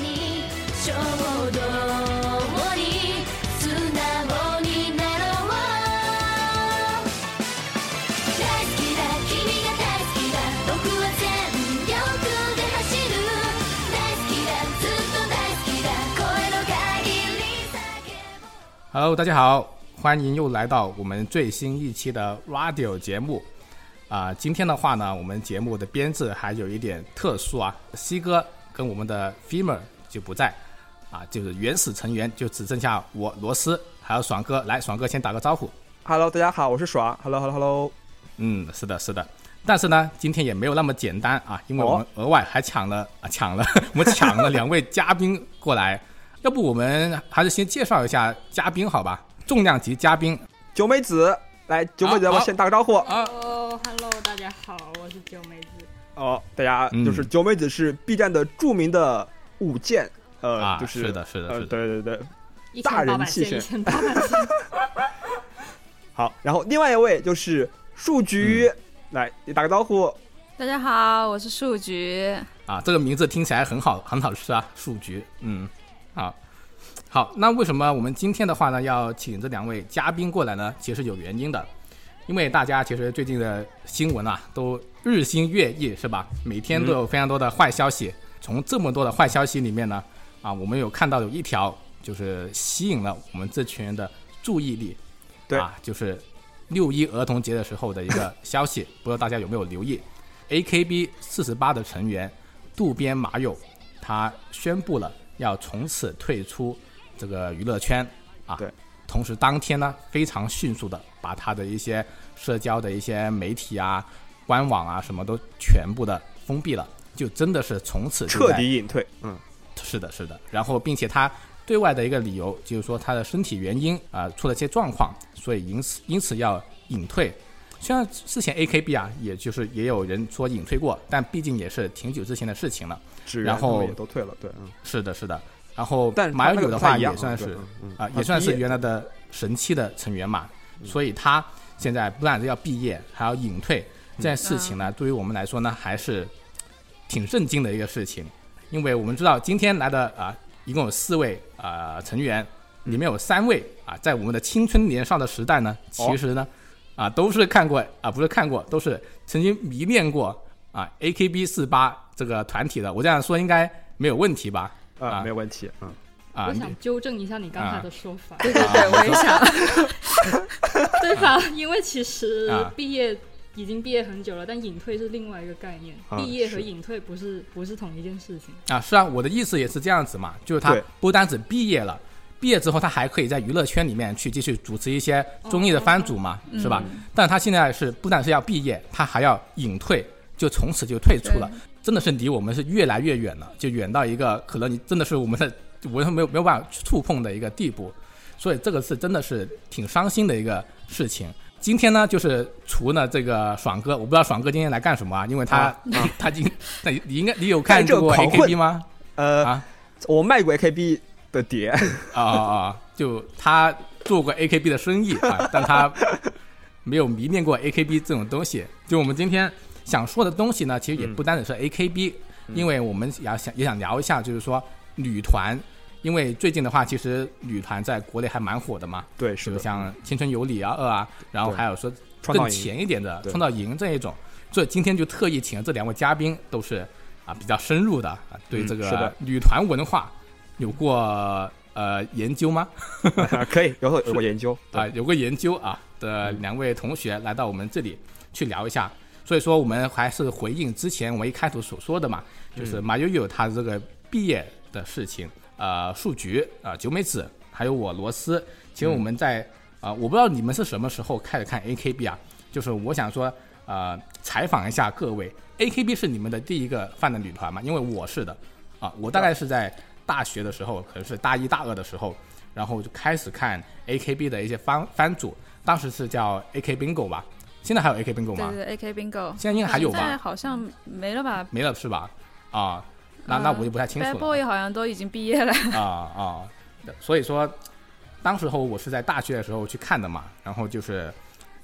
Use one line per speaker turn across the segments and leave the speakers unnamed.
ちょうどに素直になろう大好きだ君が大好きだ僕は全力で走る大好きだずっと大好きだ声の限り叫ぼう
Hello，大家好，欢迎又来到我们最新一期的 Radio 节目。啊、今天的话呢，我们节目的编制还有一点特殊啊，西哥跟我们的 Femur 就不在，啊，就是原始成员就只剩下我罗斯还有爽哥。来，爽哥先打个招呼。
Hello，大家好，我是爽。Hello，Hello，Hello，
嗯，是的，是的。但是呢，今天也没有那么简单啊，因为我们额外还抢了啊，抢了， 我们抢了两位嘉宾过来。要不我们还是先介绍一下嘉宾好吧？重量级嘉宾
九美子，来，九美子，
好
我先打个招呼。
啊，
哦，Hello，大家好，我是九妹子。
哦，大家
嗯
就是九美子是 B 站的著名的舞剑，呃
啊，，
就是
是的，是的，
呃，
是的，
对对对，
一
大
千八
人
百
气
件，一千八百件。
好。然后另外一位就是数
嗯
据，来，你打个招呼。
大家好，我是数局。
啊，这个名字听起来很好，很好吃啊，数局，嗯，好，好，那为什么我们今天的话呢，要请这两位嘉宾过来呢？其实有原因的，因为大家其实最近的新闻啊，都日新月异，是吧？每天
嗯
都有非常多的坏消息。从这么多的坏消息里面呢，啊，我们有看到有一条就是吸引了我们这群人的注意力，
对
啊，就是六一儿童节的时候的一个消息，不知道大家有没有留意？AKB 四十八的成员渡边麻友，他宣布了要从此退出这个娱乐圈啊。
对。
同时，当天呢，非常迅速的把他的一些社交的一些媒体啊、官网啊什么都全部的封闭了，就真的是从此就
彻
在
底隐退，嗯，
是的，是的。然后，并且他对外的一个理由就是说他的身体原因啊、出了一些状况，所以因此因此要隐退。虽然之前 AKB 啊，也就是也有人说隐退过，但毕竟也是挺久之前的事情了。
职员
然后啊
他们也都退了，对，嗯，
是的，是的。然后
但是
马
他那
友
个
友的
不太
话
一样
也
啊
算
对
是
嗯嗯
啊，
他
也算
毕
是
业嗯
原来的神七的成员嘛，所以他现在不但是要毕业，还要隐退，
嗯
这件事情
啊
呢，对于我们来说呢，还是挺震惊的一个事情，因为我们知道今天来的啊，一共有四位啊、成员，
嗯
里面有三位啊，在我们的青春年少的时代呢，
哦
其实呢，啊，都是看过啊，不是看过，都是曾经迷恋过啊 AKB 四八这个团体的。我这样说应该没有问题吧？
啊，
啊
没有问题，嗯，
啊，
我
你
想纠正一下你刚才的说法，
啊
对对对，我也想。
对吧？因为其实
啊
毕业已经毕业很久了，但隐退是另外一个概念，
啊
毕业和
是
隐退不是不是同一件事情。
啊，是啊，我的意思也是这样子嘛，就是他
对
不单只毕业了，毕业之后他还可以在娱乐圈里面去继续主持一些综艺的番组嘛，是吧？但他现在是不但是要毕业，他还要隐退，就从此就退出了，真的是离我们是越来越远了，就远到一个可能你真的是我们的我们没有没有办法触碰的一个地步，所以这个是真的是挺伤心的一个事情。今天呢，就是除了这个爽哥，我不知道爽哥今天来干什么啊，因为他、
啊
他已经，那你应该你有看
这个
过
狂混
AKB 吗？
呃
啊，
我卖过 AKB 的 碟，
啊啊啊！ 就他做过 AKB 的生意啊，但他没有迷恋过 AKB 这种东西。就我们今天想说的东西呢，其实也不单只
嗯
是 AKB，、因为我们也要想也想聊一下，就是说女团，因为最近的话，其实女团在国内还蛮火的嘛，
对，是
就
的，
像《青春有你》啊、二啊，然后
对
还有说
创造
更
营
前一点的
对
创造营这一种。所以今天就特意请了这两位嘉宾，都是啊比较深入的啊，对
嗯
这
是的
个女团文化有过呃研究吗？
可以，有有过研究，
啊，有过研究啊的
嗯
两位同学来到我们这里去聊一下。所以说，我们还是回应之前我一开头所说的嘛，
嗯
就是马友友他这个毕业的事情，呃，数局啊、呃九美子，还有我罗斯。其实
嗯
我们在啊、呃我不知道你们是什么时候开始看 AKB 啊，就是我想说，呃，采访一下各位，AKB 是你们的第一个饭的女团吗？因为我是的，啊，我大概是在大学的时候，可能是大一大二的时候，然后就开始看 AKB 的一些番番组，当时是叫 AK Bingo 吧，现在还有 AK Bingo 吗？
对对，AK Bingo。
现在应该还有吧
现在好像没了吧？
没了是吧？啊，那那我就不太清楚
呃
了
Bad Boy 好像都已经毕 业了。
啊啊，所以说，当时候我是在大学的时候去看的嘛，然后就是。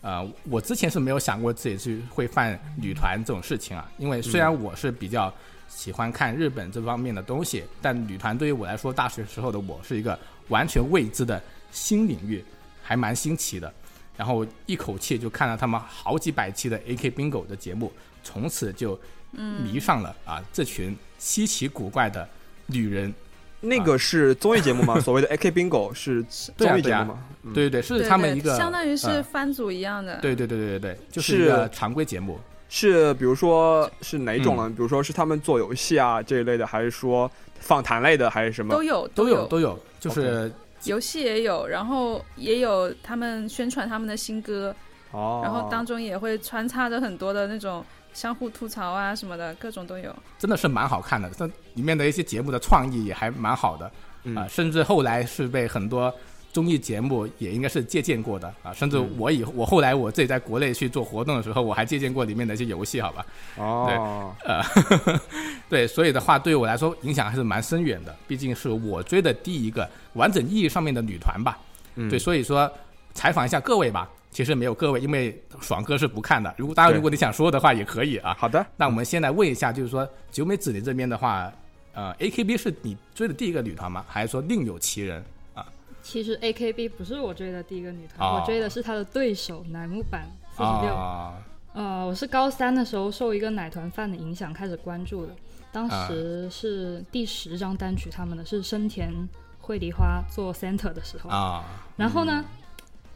呃，我之前是没有想过自己去会犯女团这种事情啊，因为虽然我是比较喜欢看日本这方面的东西，但女团对于我来说，大学时候的我是一个完全未知的新领域，还蛮新奇的。然后一口气就看了他们好几百期的 AK Bingo 的节目，从此就迷上了啊这群稀奇古怪的女人。
那个是综艺节目 吗？所谓的 AK Bingo 是
对啊
综艺节目吗？嗯
对对对，是
对
他们
对
一个
相当于是
嗯
番组一样的，
对对对对对对，就是
是
一个常规节目。
是比如说是哪种
嗯
呢？比如说是他们做游戏啊这一类的，还是说访谈类的，还是什么
都？有
都有
有
都有，就是
游戏也有，然后也有他们宣传他们的新歌，
哦，
然后当中也会穿插着很多的那种相互吐槽啊什么的，各种都有。
真的是蛮好看的，这里面的一些节目的创意也还蛮好的啊、
嗯
甚至后来是被很多综艺节目也应该是借鉴过的啊、甚
嗯
至我以后我后来我自己在国内去做活动的时候，我还借鉴过里面的一些游戏，好吧？
哦，
呃，对，所以的话，对于我来说影响还是蛮深远的，毕竟是我追的第一个完整意义上面的女团吧。
嗯
对，所以说采访一下各位吧。其实没有各位，因为爽哥是不看的。如果当然，
对
如果你想说的话也可以啊。
好的，
那我们先来问一下，就是说九美子你这边的话，呃，AKB 是你追的第一个女团吗？还是说另有其人？
其实 A K B 不是我追的第一个女团，
啊
哦
我追的是她的对手乃木坂四十六。
啊，
呃，我是高三的时候受一个奶团饭的影响开始关注的，当时是第十张单曲，他们的是生田绘梨花做 center 的时候，
啊，
然后呢。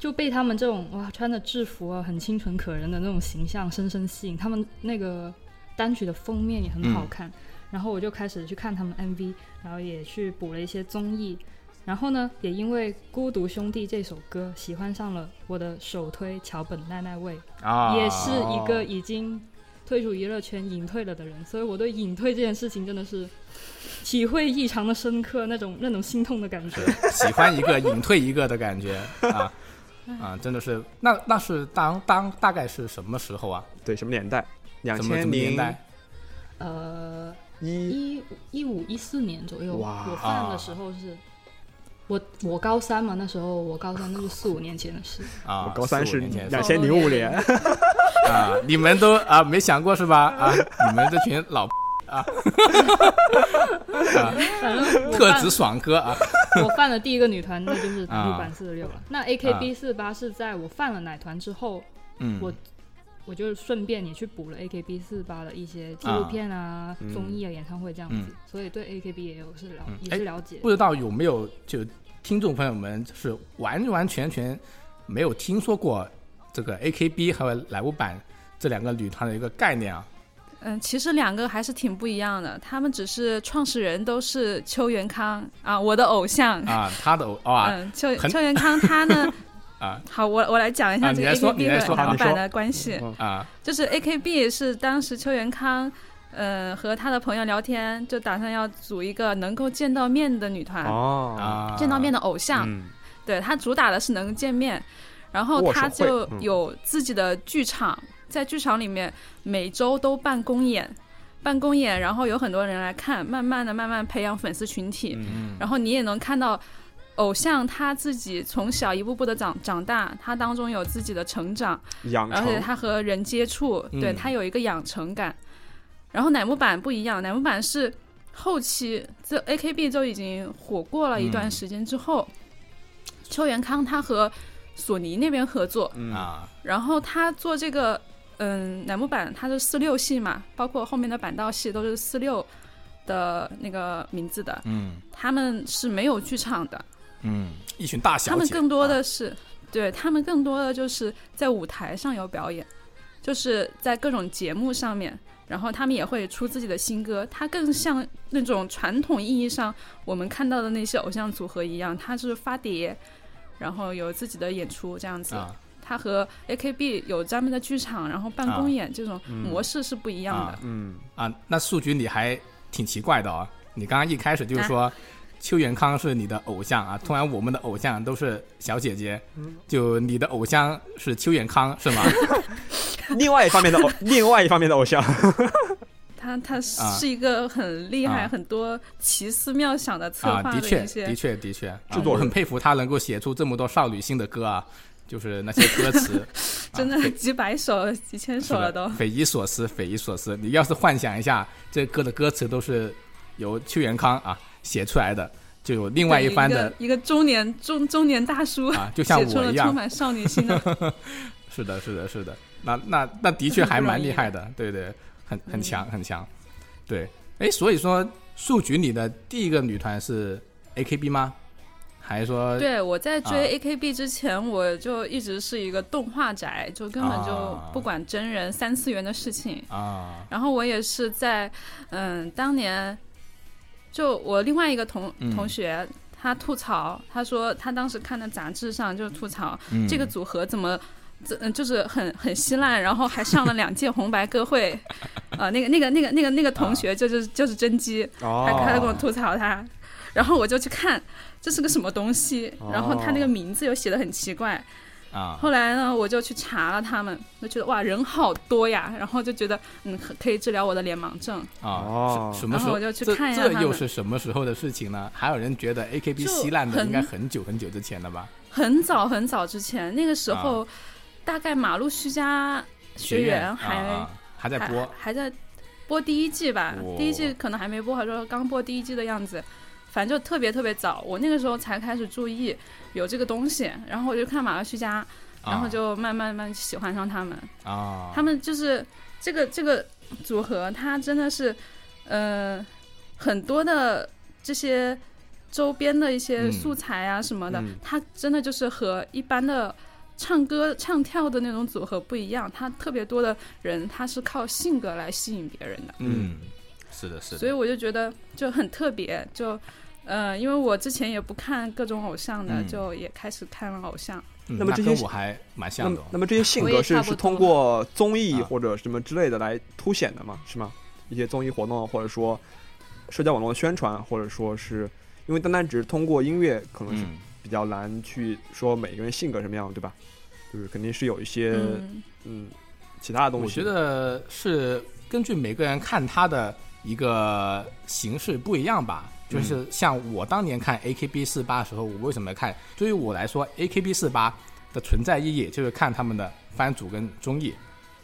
就被他们这种哇穿着制服啊，很清纯可人的那种形象深深吸引。他们那个单曲的封面也很好看，然后我就开始去看他们 MV，然后也去补了一些综艺，然后呢，也因为《孤独兄弟》这首歌喜欢上了我的首推桥本奈奈未，
啊，
也是一个已经退出娱乐圈隐退了的人，所以我对隐退这件事情真的是体会异常的深刻，那种那种心痛的感觉。
喜欢一个隐退一个的感觉啊啊，真的是，那那是当当大概是什么时候啊？
对，什么年代？两
什么什
千
么年
零
代？
呃，
一
一一五一四年左右，
哇
我犯的时候是。我我高三嘛，那时候我高三，那是四五年前的 事。
啊，
我高三
四
是
五年前
两千零五年，
啊，你们都啊没想过是吧？啊，你们这群老啊啊，
反正我
特
犯
指爽哥啊，
我犯了第一个女团，那就是
啊
木板四十六了。那 AKB 四八是在我犯了奶团之后，
嗯，
我我就顺便也去补了 AKB 四八的一些纪录片啊、
嗯
综艺啊、演唱会这样
嗯
子，所以对 AKB 也有是了、
嗯
也是了解。
不知道有没有就听众朋友们是完完全全没有听说过这个 AKB 和莱芜版这两个女团的一个概念啊？
嗯，其实两个还是挺不一样的，他们只是创始人都是邱元康啊，我的偶像。
啊，他的偶啊
嗯，邱
很？
邱元康他呢
啊，
好，我我来讲一
啊
下这个
你来说
AKB
你来
和
说
男
好你
版
说
的关系。
啊
就是 AKB 是当时邱元康，呃，和他的朋友聊天，就打算要组一个能够见到面的女团，
哦，
啊，
见到面的偶像。
嗯
对他主打的是能见面，然后
握手
他
会
就
嗯
有自己的剧场，在剧场里面每周都办公演，办公演，然后有很多人来看，慢慢的慢慢培养粉丝群体，
嗯
然后你也能看到。偶像他自己从小一步步的长长大，他当中有自己的成长，
嗯养
而且
成
他和人接触，对
嗯
他有一个养成感。然后乃木坂不一样，乃木坂是后期这 AKB 就已经火过了一
嗯
段时间之后，邱元康他和索尼那边合作，
嗯
啊，
然后他做这个嗯乃木坂，他是四六系嘛，包括后面的板道系都是四六的那个名字的，
嗯
他们是没有剧场的，
嗯，一群大小姐，
他们更多
啊
的是，对他们更多的就是在舞台上有表演，就是在各种节目上面，然后他们也会出自己的新歌。它更像那种传统意义上我们看到的那些偶像组合一样，它是发碟，然后有自己的演出这样子。
啊
它和 AKB 有专门的剧场，然后办
啊
公演这种模式是不一样的。
啊
嗯
啊，那数据你还挺奇怪的啊、你刚刚一开始
啊
就是说。邱元康是你的偶像啊！突然，我们的偶像都是小姐姐，
嗯
就你的偶像是邱元康是 吗？
另外一方面的偶，另外一方面的偶像，
它它是一个很厉害、
啊
很多奇思妙想的策
啊，
划
的确，
一些，
的确，的确，啊
制作
我
人
很佩服他能够写出这么多少女心的歌啊。就是那些歌词
真
啊
的几百首、几千首了啊都
是的。匪夷所思，匪夷所思。你要是幻想一下，这歌的歌词都是由邱元康啊写出来的，就有另外
对
一番的
个 一个中年中中年大叔
啊，就像
写出
我
了
一
充
样，
满少女 心的
是的，是的，是的，那那那的确还蛮厉害 的，对对，很很强，
嗯
很强，对，哎，所以说数据里的第一个女团是 A K B 吗？还是说
对，我在
啊
追 AKB 之前，我就一直是一个动画宅，就根本就
啊
不管真人三次元的事情。
啊
然后我也是在，嗯，当年，就我另外一个同
嗯
同学，他吐槽，他说他当时看的杂志上就吐槽、
嗯
这个组合怎么。这嗯就是很很稀烂，然后还上了两届红白 歌会，呃，那个那个那个那个那个同
啊
学就是、就是甄姬， 他
哦
他就跟我吐槽他，然后我就去看这是个什么东西，然后他那个
哦
名字又写的很奇怪，
啊
后来呢我就去查了他们，就觉得哇人好多呀，然后就觉得嗯可可以治疗我的脸盲症，
啊
哦
是什么时
然后
候？
我就去
这
看一下
这
他
又
们
是什么时候的事情呢？还有人觉得 A K B
就
稀烂的
很
应该很久很久之前了吧？
很早很早之前那个时
啊
候，大概马路徐家学
员
员还、
啊啊还在播
还还在播第一季吧，
哦
第一季可能还没播，还说刚播第一季的样子。反正就特别特别早，我那个时候才开始注意有这个东西，然后我就看马来西家，
啊
然后就慢慢慢慢喜欢上他们。
啊，
他们就是这个这个组合，它真的是，呃，很多的这些周边的一些
嗯
素材啊什么的，
嗯
它真的就是和一般的唱歌唱跳的那种组合不一样，它特别多的人，他是靠性格来吸引别人的，
嗯，是的，是的，
所以我就觉得就很特别，就。呃，因为我之前也不看各种偶像的，
嗯
就也开始看了偶像。
嗯
那么这些
跟我还蛮
那
像的
么
哦，
那么这些性
我也
格
差
是
不
是
多
通过综艺
啊
或者什么之类的来凸显的嘛，是吗？一些综艺活动或者说社交网络的宣传，或者说是因为单单只是通过音乐，可能是
嗯
比较难去说每个人性格什么样，对吧？就是肯定是有一些嗯
嗯，
其他的东西。
我觉得是根据每个人看他的一个形式不一样吧。就是像我当年看 AKB 四八时候，我为什么看？对于我来说，AKB 四八的存在意义就是看他们的番组跟综艺，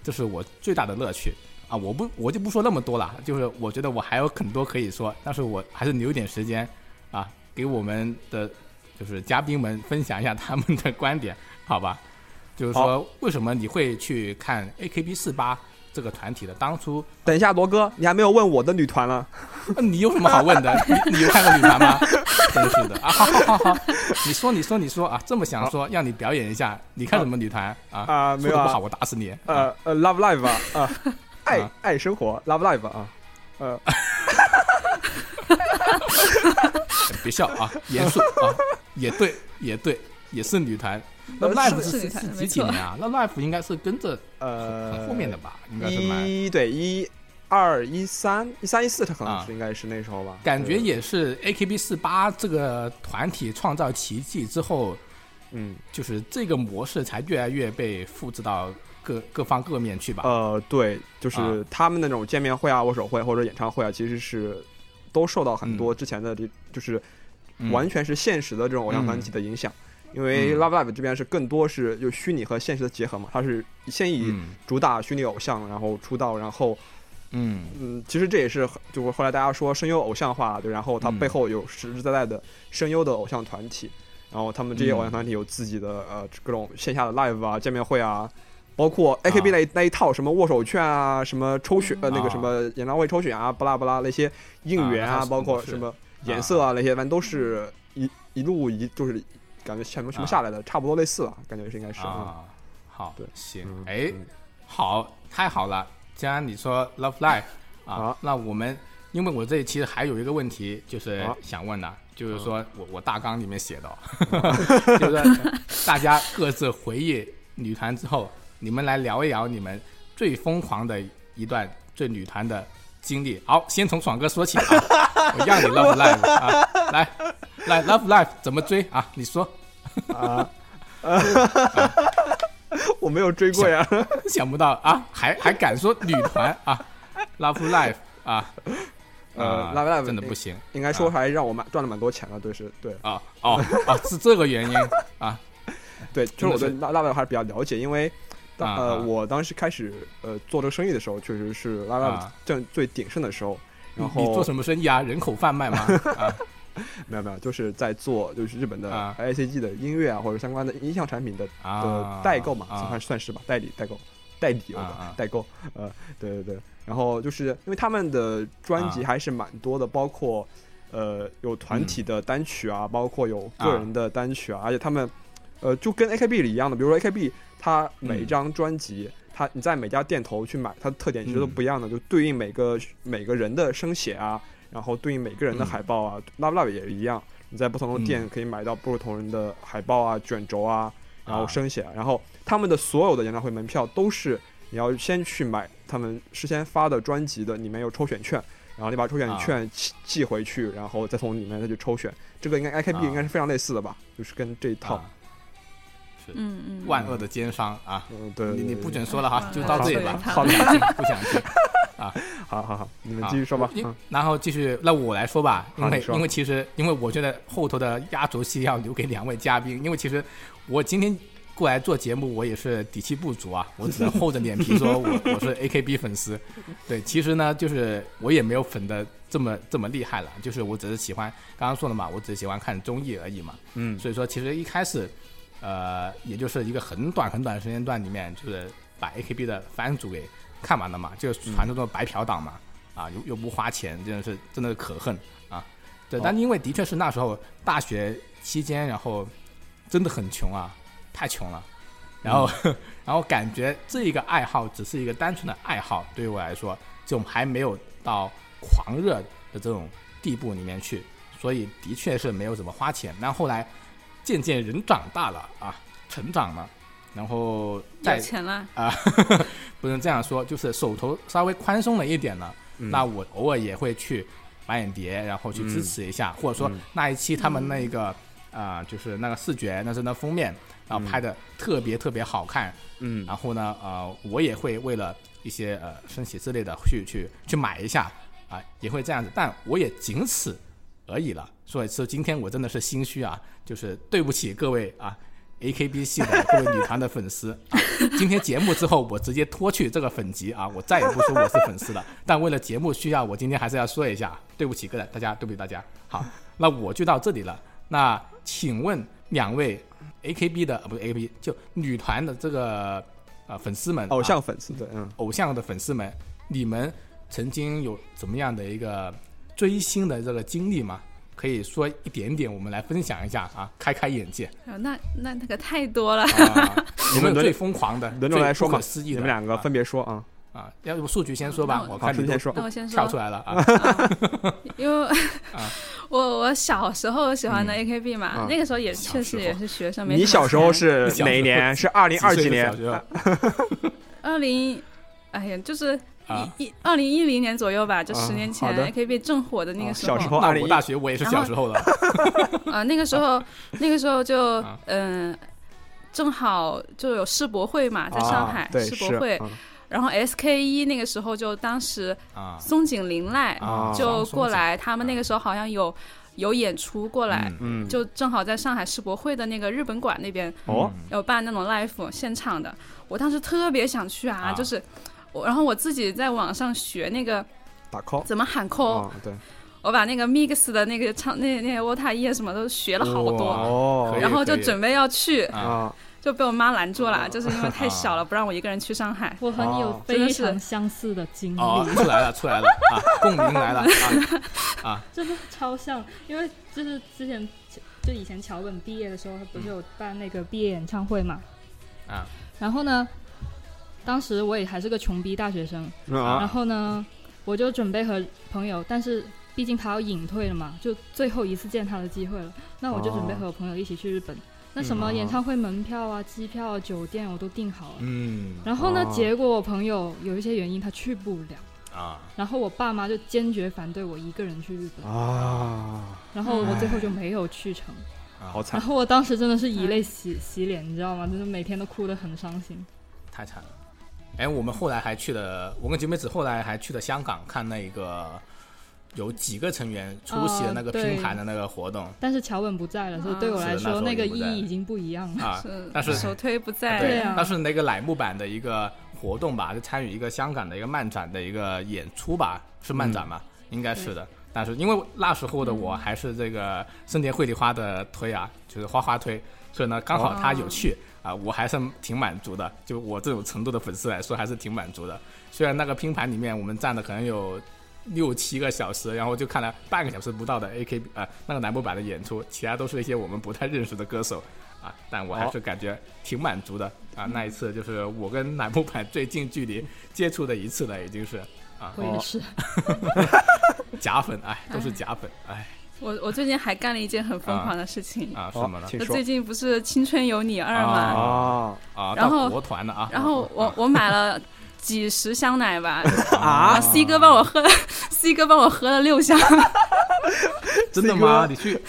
这是我最大的乐趣啊！我不，我就不说那么多了，就是我觉得我还有很多可以说，但是我还是留一点时间啊，给我们的就是嘉宾们分享一下他们的观点，好吧？就是说，为什么你会去看 AKB 四八这个团体的？当初、
等一下，罗哥，你还没有问我的女团了。
呃你有什么好问 的？你你有看过女团吗？真是的啊！好好好好，你说你说你说啊！这么想说，让你表演一下，你看什么女团啊？
啊没
说
有啊
的不好，我打死你！啊，
呃呃，Love Live 啊， 啊爱爱生活，Love Live 啊，呃，
别笑啊，严肃啊，也对也对，也是女团。那
呃
Life
是
是
女团
是
没
几几
错
年啊？那 Life 应该是跟着很
呃嗯
后面的吧？应该是蛮
一对一二一三一三一四，他可能
啊
是应该是那时候吧，
感觉
对
也是 AKB 四八这个团体创造奇迹之后，
嗯
就是这个模式才越来越被复制到各各方各面去吧。
呃对，就
啊
是他们那种见面会啊、握手会或者演唱会啊，其实是都受到很多之前的这就是
嗯
完全是现实的这种偶像团体的影响。因为
嗯
Love Live 这边是更多是就虚拟和现实的结合嘛，它是先以
嗯
主打虚拟偶像，然后出道，然后
嗯
嗯，其实这也是就是后来大家说声优偶像化，对，然后它
嗯
背后有实实在在的声优的偶像团体，然后他们这些
嗯
偶像团体有自己的、呃各种线下的 live 啊、见面会啊，包括 AKB 那一、那一套什么握手券啊、什么抽选、呃那个
啊
什么演唱会抽选啊、巴拉巴拉那些应援
啊那
啊，
套
包括
是
什么颜色啊那些，反正都是一一路一就是感觉全部全部下来的，差不多类似了，感觉是应该是
啊，好，
对
行
嗯，
哎
嗯，
好，太好了。既然你说 Love Live 啊
好，
那我们因为我这里其实还有一个问题，就是
好
想问的，就是说我我大纲里面写的 哦， 就是大家各自回忆女团之后，你们来聊一聊你们最疯狂的一段最女团的经历。好，先从爽哥说起啊，我让你 Love Live 啊，来来 Love Live 怎么追啊？你说
啊。 我没有追过呀，
想不到啊，还还敢说女团啊，Love Live 啊，
呃
啊
Love Live
真的不行
应该说还让我蛮赚了蛮多钱的，对是，对，
啊，哦哦，是这个原因啊，
对，就是我对
真的
辣辣 a 还是比较了解，因为当
啊
呃
啊
我当时开始呃做这个生意的时候，确实是辣辣
啊
正最鼎盛的时候。然
你做
后
什么生意啊？人口贩卖 吗？啊，
没有没有，就是在做就是日本的
啊
I C G 的音乐啊，或者相关的音像产品的的
啊
代购嘛，
啊
算算是吧，代理代购，代理我
啊啊
的代购，呃，对对对。然后就是因为他们的专辑
啊
还是蛮多的，包括呃有团体的单曲
嗯
啊，包括有个人的单曲啊，而且他们呃就跟 AKB 里一样的，比如说 AKB 它每一
嗯
张专辑。它你在每家店头去买，它的特点其实都
嗯
不一样的，就对应每个每个人的声写啊，然后对应每个人的
嗯
海报啊，Love Love 也一样，你在不同的店可以买到不同人的海报啊、卷轴啊，然后
啊
声写啊，然后他们的所有的演唱会门票都是你要先去买他们事先发的专辑的，里面有抽选券，然后你把抽选
啊
券寄寄回去，然后再从里面再去抽选。这个应该 IKB
啊
应该是非常类似的吧，就是跟这一套
啊，
嗯嗯，
万恶的奸商啊！
嗯，对，
你
对
你
对
不
对
准说了哈，就到这里吧。
好
好
不
的
想听，不想听。
好好好，你们
啊
继续说吧。
因
嗯
然后继续，那我来说吧，
好
因为
你说
因为其实因为我觉得后头的压轴戏要留给两位嘉宾，因为其实我今天过来做节目，我也是底气不足啊，我只能厚着脸皮说我 我是 AKB 粉丝。对，其实呢，就是我也没有粉的这么这么厉害了，就是我只是喜欢，刚刚说了嘛，我只是喜欢看综艺而已嘛。
嗯
所以说其实一开始，呃，也就是一个很短很短的时间段里面，就是把 AKB 的番组给看完了嘛，就是传说中的白嫖党嘛，啊，又又不花钱，真的是真的是可恨啊。对，
哦
但因为的确是那时候大学期间，然后真的很穷啊，太穷了。然后， 然后感觉这一个爱好只是一个单纯的爱好，对于我来说，这种还没有到狂热的这种地步里面去，所以的确是没有怎么花钱。但后来渐渐人长大了啊，成长了，然后
有
再
钱了，
啊，不能这样说，就是手头稍微宽松了一点呢，那我偶尔也会去买点碟，然后去支持一下，或者说那一期他们那个啊、就是那个视觉，那是那封面，然后拍的特别特别好看，
嗯
然后呢，呃，我也会为了一些呃升旗之类的去去去买一下啊、也会这样子，但我也仅此而已了。所以说今天我真的是心虚啊，就是对不起各位啊。AKB 系的各位女团的粉丝、啊， 今天节目之后，我直接脱去这个粉籍啊，我再也不说我是粉丝了。 但为了节目需要，我今天还是要说一下，对不起各位大家，对不起大家。好，那我就到这里了。那请问两位 AKB 的呃不是 AKB 就女团的这个呃粉丝们，
偶
啊
哦像粉丝对，嗯
偶像的粉丝们，你们曾经有怎么样的一个追星的这个经历吗？可以说一点点，我们来分享一下啊，开开眼 界。
哎呦那那那个太多了，
啊、有没
轮
有
流
最疯狂的、
轮流来说
最不
嘛
可思，议
你
的？
们两个
啊
分别说啊，
啊，要不数据先说吧
那，我
我
好，
看
春
你
天
都
说
那，我先说
跳出来了 啊，
因为 我我小时候喜欢的
嗯
AKB 嘛，
啊
那个时候也
小
确
时
实
候
也是学生，没
你
什么
小时候
钱
是
小
哪
时
一
候
年？是二零二
岁
几
的
年
小？ 学啊
二零，哎呀，就是
哦
啊
一一二零一零年左右吧，就
啊
十年
好
前
的
AKB 正火的那
啊
个时
小
候，
时候二
那
零
我
一
大学我也是
然后
小时候了
啊，那个时 候，那个时候就
啊
嗯、正好就有世博会嘛，在
啊
上海、
对
世博
是
会，
嗯
然后 SKE 那个时候就当时
啊
松井绫赖
啊，
就
松
过
子，
来，他们那个时候好像有有演出过来，
嗯
嗯，
就正好在上海世博会的那个日本馆那边
哦，
有办那种 live 现场的，我当时特别想去啊，
啊
就是我，然后我自己在网上学那个
打 call
怎么喊 call，、
哦
啊，对，
我把那个 mix 的那个唱那那些 w a t a 叶什么都学了好
哇
多，
啊可
哦
以哦
然后就准备要去，
啊，
啊，
就被我妈拦住了，就是因为太小 了，不让我一个人去上海。
我很有
哦
真的
非
是
常相似的经历，
哦，出来了，出来了啊，共鸣来了啊，
真的超像，因为就是之前就以前桥本毕业的时候，他不是有办那个毕业演唱会嘛？
啊，
然后呢，当时我也还是个穷逼大学生，
啊
然后呢，我就准备和朋友，但是毕竟他要隐退了嘛，就最后一次见他的机会了，那我就准备
哦
和我朋友一起去日本。那什么
嗯
演唱会门票啊、机票啊、酒店我都订好了。
哦嗯
然后呢，
哦
结果我朋友有一些原因他去不了，
啊，
然后我爸妈就坚决反对我一个人去日本，
啊，
然后我最后就没有去成。
哎
好
然
惨，
后我当时真的是以泪洗洗脸，你知道吗？就是每天都哭得很伤心。
太惨了。哎，我们后来还去了，我跟九美子后来还去了香港看那个有几个成员出
哦
席了那个
啊对
拼盘的那个活动
但是桥本不在了，所以对我
啊
来
是的那时候
说那个
已经
意
不在
义已经不一样了。
啊，
是，
但是
首推不在，
对啊
那是那个乃木坂的一个活动吧，就参与一个香港的一个漫展的一个演出吧，是漫展吗？
嗯
应该是的。但是因为那时候的我还是这个森田绘梨花的推啊，就是花花推，所以呢刚好他有去
哦
啊，我还是挺满足的。就我这种程度的粉丝来说，还是挺满足的。虽然那个拼盘里面我们站了可能有六七个小时，然后就看了半个小时不到的 AKB 呃那个南部版的演出，其他都是一些我们不太认识的歌手啊，但我还是感觉挺满足的
嗯
啊。那一次就是我跟南部版最近距离接触的一次了，已经是
我
哦
也 是，
假粉， 哎，都是假粉，哎
我我最近还干了一件很疯狂的事情，
啊什
好
么，呢
请
我
说
最近不是《青春有你二》嘛，
啊
啊
啊，
然后
到国团了啊，
然
哦
后我我买了几十箱奶吧，
啊啊
啊！，C 哥帮我喝了，C 哥帮我喝了 六箱，
真的吗？你去。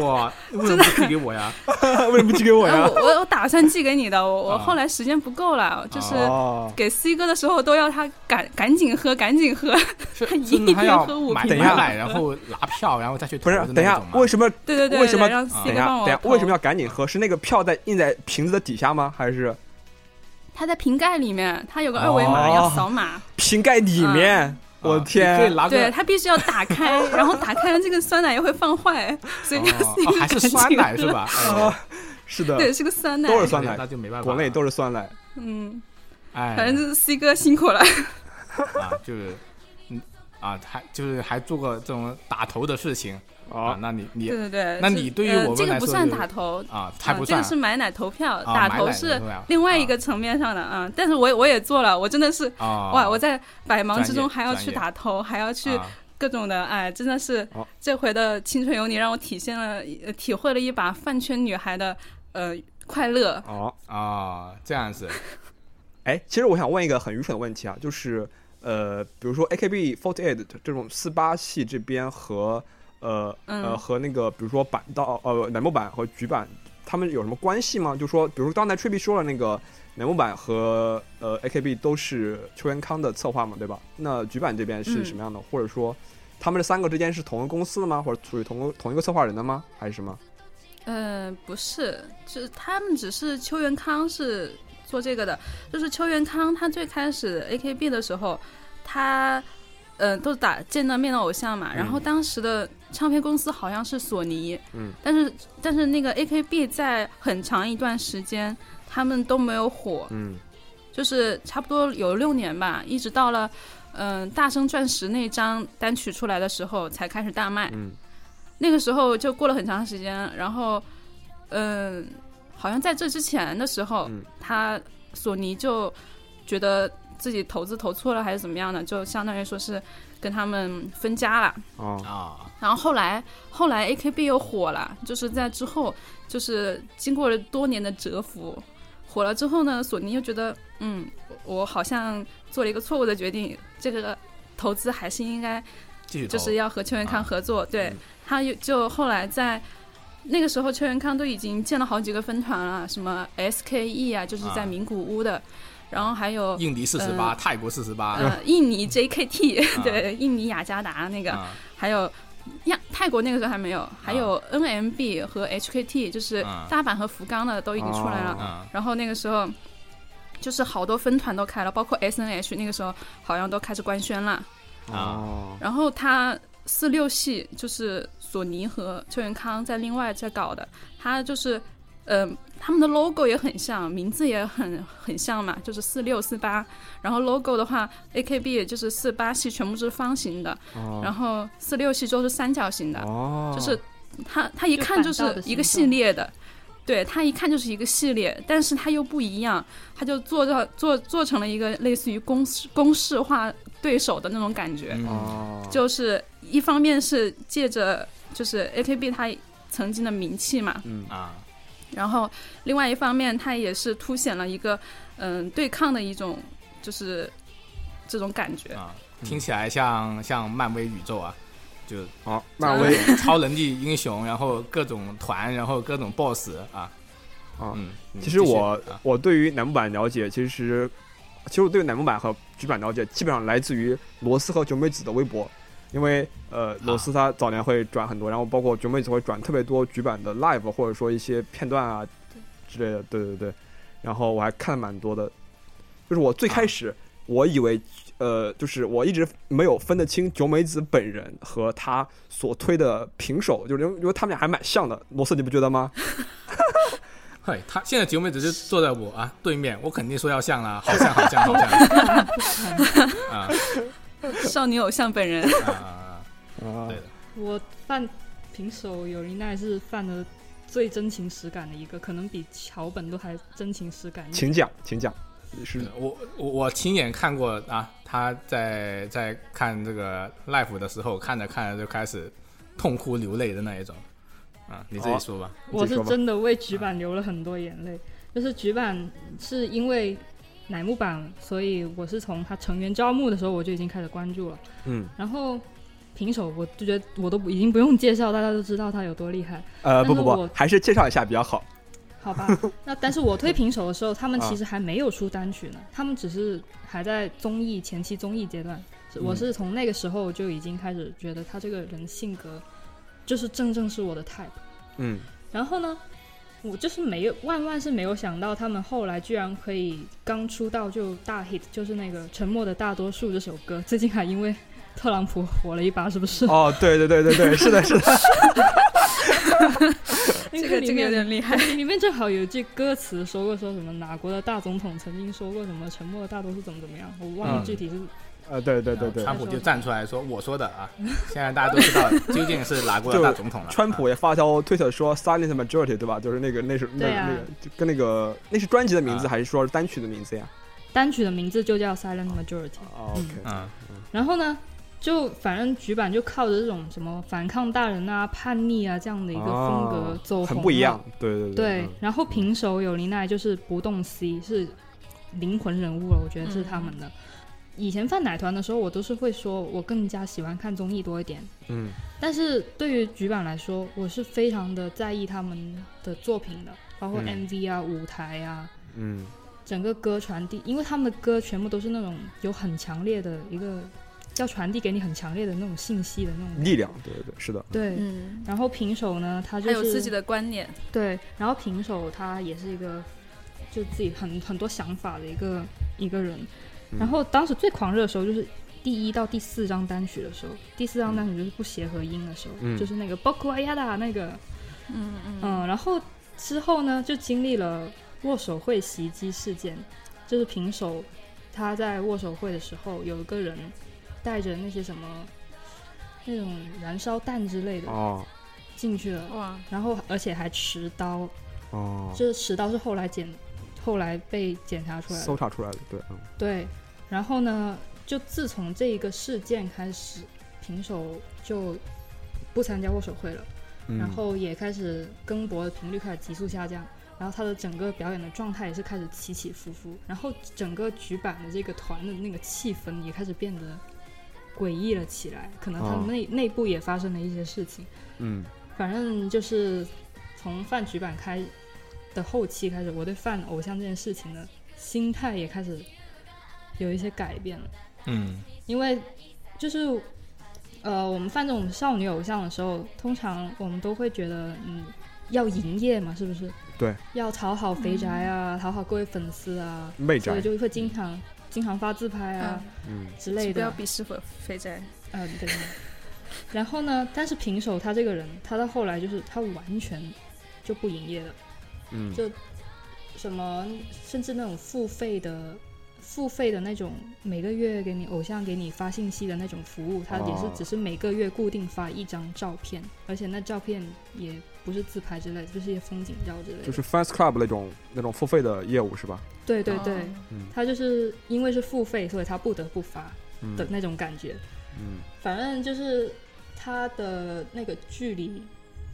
哇，为什么不寄给我呀？
啊为什么不寄给我
然
呀
后？我我我打算寄给你的，我我
啊
后来时间不够了，就是
哦，
给 C 哥的时候都要他赶赶紧喝，赶紧喝，他一
真的还
天
要
喝五
买
瓶
等一
买
下
吧。
奶，然后拿票，然后再去
不
投
是
的那，种吗。啊
等一下，为什么？
对对对，
为什么
让
等
C
一
哥
下
帮，我
等一下，为什么
要？
要赶紧喝？是那个票在印在瓶子的底下吗？还是
他在瓶盖里面，他有个二维码
哦
要扫码，
瓶盖里面？
啊
我的
你可以
天！
拿
对
个
他必须要 打开，然后打开了这个酸奶又会放坏，所以让
哦
C
哦
哥
还
赶
是
紧
酸奶是
喝？
吧？
哦
啊，是的，
对，是个酸奶
都，是
哎
酸奶
那就没办法了，
国内都是酸奶。
嗯，
哎，
反正就是 C 哥辛苦了。
啊，就是，嗯，啊，还就是还做过这种打头的事情啊
啊，，
那你你
对对对，
那
是
你对于
呃
我们
这个
来
不
说
算
就是
打头，
啊，还
啊
不
这
算
个是买奶投票，
啊
打
买
投
奶
是
投票
另外
啊
一个层面上的啊。但是我我也做了，我真的是
啊，
哇，我在百忙之
专业
中还要
专
去
业
打头，还要去
啊
各种的，哎，真的是
哦
这回的青春有你让我体现了一呃体会了一把饭圈女孩的呃快乐。
哦，
啊这样子
哎，其实我想问一个很愚蠢的问题啊，就是呃，比如说 AKB48 这种四八系这边和呃、呃
嗯
和那个比如说板道呃楠木板和局板，他们有什么关系吗？就说比如说刚才 Trippy 说了那个楠木板和呃 AKB 都是邱元康的策划嘛，对吧？那局板这边是
嗯
什么样的？或者说他们这三个之间是同一个公司的吗？或者属于同个同一个策划人的吗？还是什么？
呃，不是，就是他们只是邱元康是做这个的，就是邱元康他最开始 AKB 的时候，他呃都打见到面的偶像嘛，然后当时的唱片公司好像是索尼，
嗯，
但是但是那个 AKB 在很长一段时间他们都没有火，
嗯
就是差不多有六年吧，一直到了嗯、呃大声钻石》那张单曲出来的时候才开始大卖。
嗯
那个时候就过了很长时间，然后，嗯，好像在这之前的时候，
嗯
他索尼就觉得自己投资投错了还是怎么样的，就相当于说是跟他们分家了。
哦
啊
然后后来后来 AKB 又火了，就是在之后，就是经过了多年的蛰伏，火了之后呢，索尼又觉得，嗯，我我好像做了一个错误的决定，这个投资还是应该
继续投
就是要和邱元
啊
康合作。对，
嗯
他又就后来在那个时候，邱元康都已经建了好几个分团了，什么 SKE 啊，就是在
啊
名古屋的，然后还有
印尼四十八，泰国四十八
呃印尼 JKT，、
啊
对，印尼雅加达那个，
啊
还有。呀，泰国那个时候还没有，还有 NMB 和 HKT，就是
啊
大阪和福冈的都已经出来了。
啊
啊
然后那个时候，就是好多分团都开了，包括 SNH 那个时候好像都开始官宣了。
哦
然后他四六系就是索尼和邱元康在另外在搞的，他就是，嗯、他们的 logo 也很像，名字也很很像嘛，就是四六四八。然后 logo 的话，AKB 也就是四八系全部是方形的，然后四六系都是三角形的，
哦，
就是它它一看就是一个系列的。对它一看就是一个系列，但是它又不一样，它就做到做做成了一个类似于公式公式化对手的那种感觉。
嗯
哦，
就是一方面是借着就是 AKB 它曾经的名气嘛，
嗯
啊
然后另外一方面它也是凸显了一个嗯、对抗的一种就是这种感 觉。
啊，听起来像像漫威宇宙啊，就
好，漫威
超能力英雄，然后各种团，然后各种 BOSS 啊
啊
嗯，嗯
其实我
继续啊
我对于乃木坂了解，其呃实其实我对乃木坂和菊坂了解，基本上来自于罗斯和九美子的微博。因为呃，罗斯他早年会转很多，然后包括九妹子会转特别多局版的 live 或者说一些片段啊之类的，对对对。然后我还看了蛮多的，就是我最开
啊
始我以为呃，就是我一直没有分得清九美子本人和他所推的平手，就是因为因为他们俩还蛮像的，罗斯你不觉得吗？
嘿，他现在九妹子就坐在我啊对面，我肯定说要像啦，好像好像好 像啊
少女偶像本 人，
啊啊啊！
啊
对的
我犯平手有一奈是犯的最真情实感的一个，可能比桥本都还真情实感一点。
请讲，请讲，是
我我我亲眼看过啊，他在在看这个 live 的时候，看着看着就开始痛哭流泪的那一种。啊，你自己说吧。
我
你自己
是
说吧
真的为局版流了很多眼泪，就是局版是因为乃木坂，所以我是从他成员招募的时候我就已经开始关注了。
嗯
然后平手，我就觉得我都不已经不用介绍，大家都知道他有多厉害，
呃
但
不
是
不
我
不，还是介绍一下比较好。
好 吧？那但是我推平手的时候，他
啊
们其实还没有出单曲呢，他们只是还在综艺前期综艺阶段。是
嗯
我是从那个时候就已经开始觉得他这个人性格，就是正正是我的 type。
嗯
然后呢，我就是没有万万是没有想到，他们后来居然可以刚出道就大 hit，就是那个《沉默的大多数》这首歌，最近还因为特朗普火了一把，是不是？
哦，对对对对 对，是的，是的，
那
这个
里
这个
面
有点厉害。
里面正好有一句歌词说过，说什么哪国的大总统曾经说过什么“沉默的大多数”怎么怎么样，我忘了
嗯
具体是。
呃，对对对对
啊川，普就站出来说：“我说的啊，现在大家都知道究竟是哪国的大总统了。”
川普也发条推特说 “silent majority” 对吧？就是那个那是那
对啊
那个就跟那个那是专辑的名字
啊
还是说是单曲的名字呀
单曲的名字就叫《Silent Majority》。
哦？OK，
嗯，
然后呢，就反正局版就靠着这种什么反抗大人啊、叛逆啊这样的一个风格
哦
走红、
很不一样。，对对
对，
嗯
然后平手有林奈就是不动 C 是灵魂人物了，我觉得是他们的。以前饭奶团的时候，我都是会说我更加喜欢看综艺多一点，
嗯
但是对于局版来说，我是非常的在意他们的作品的，包括
嗯
MV 啊、舞台啊，
嗯
整个歌传递，因为他们的歌全部都是那种有很强烈的一个要传递给你很强烈的那种信息的那种。
力量，对对对，是的，
对，
嗯，
然后平手呢，他就
还
是
有自己的观念，
对，然后平手他也是一个就自己很很多想法的一个一个人。
嗯
然后当时最狂热的时候就是第一到第四张单曲的时候，第四张单曲就是不协和音的时候，
嗯
就是那个 Boku Ayada 那个，
嗯嗯
嗯，然后之后呢就经历了握手会袭击事件，就是平手他在握手会的时候有一个人带着那些什么那种燃烧弹之类的
哦
进去了，
嗯哇，
然后而且还持刀，
哦，
这持刀是后来检，后来被检查出来
搜
的。
查出来的，对，嗯
对，然后呢，就自从这一个事件开始，平手就不参加握手会了，
嗯，
然后也开始更博的频率开始急速下降，然后他的整个表演的状态也是开始起起伏伏，然后整个局版的这个团的那个气氛也开始变得诡异了起来，可能他
哦
们内、内部也发生了一些事情。
嗯
反正就是从饭局版开的后期开始，我对饭偶像这件事情的心态也开始有一些改变了，
嗯，
因为就是呃，我们犯这种少女偶像的时候，通常我们都会觉得嗯要营业嘛，是不是？
对，
要讨好肥宅啊，
嗯
讨好各位粉丝啊，
媚
所以
宅，
就会经常经常发自拍啊、
嗯
之类
不
的
要。鄙视肥肥宅，
嗯，对。然后呢，但是平手他这个人，他到后来就是他完全就不营业了，
嗯
就什么甚至那种付费的。付费的那种，每个月给你偶像给你发信息的那种服务，他也是
哦
只是每个月固定发一张照片，而且那照片也不是自拍之类的，就是一些风景照之类的。
就是 fans club 那种那种付费的业务是吧？
对对对，
啊
哦
他就是因为是付费，所以他不得不发
嗯
的那种感觉。
嗯
反正就是他的那个距离，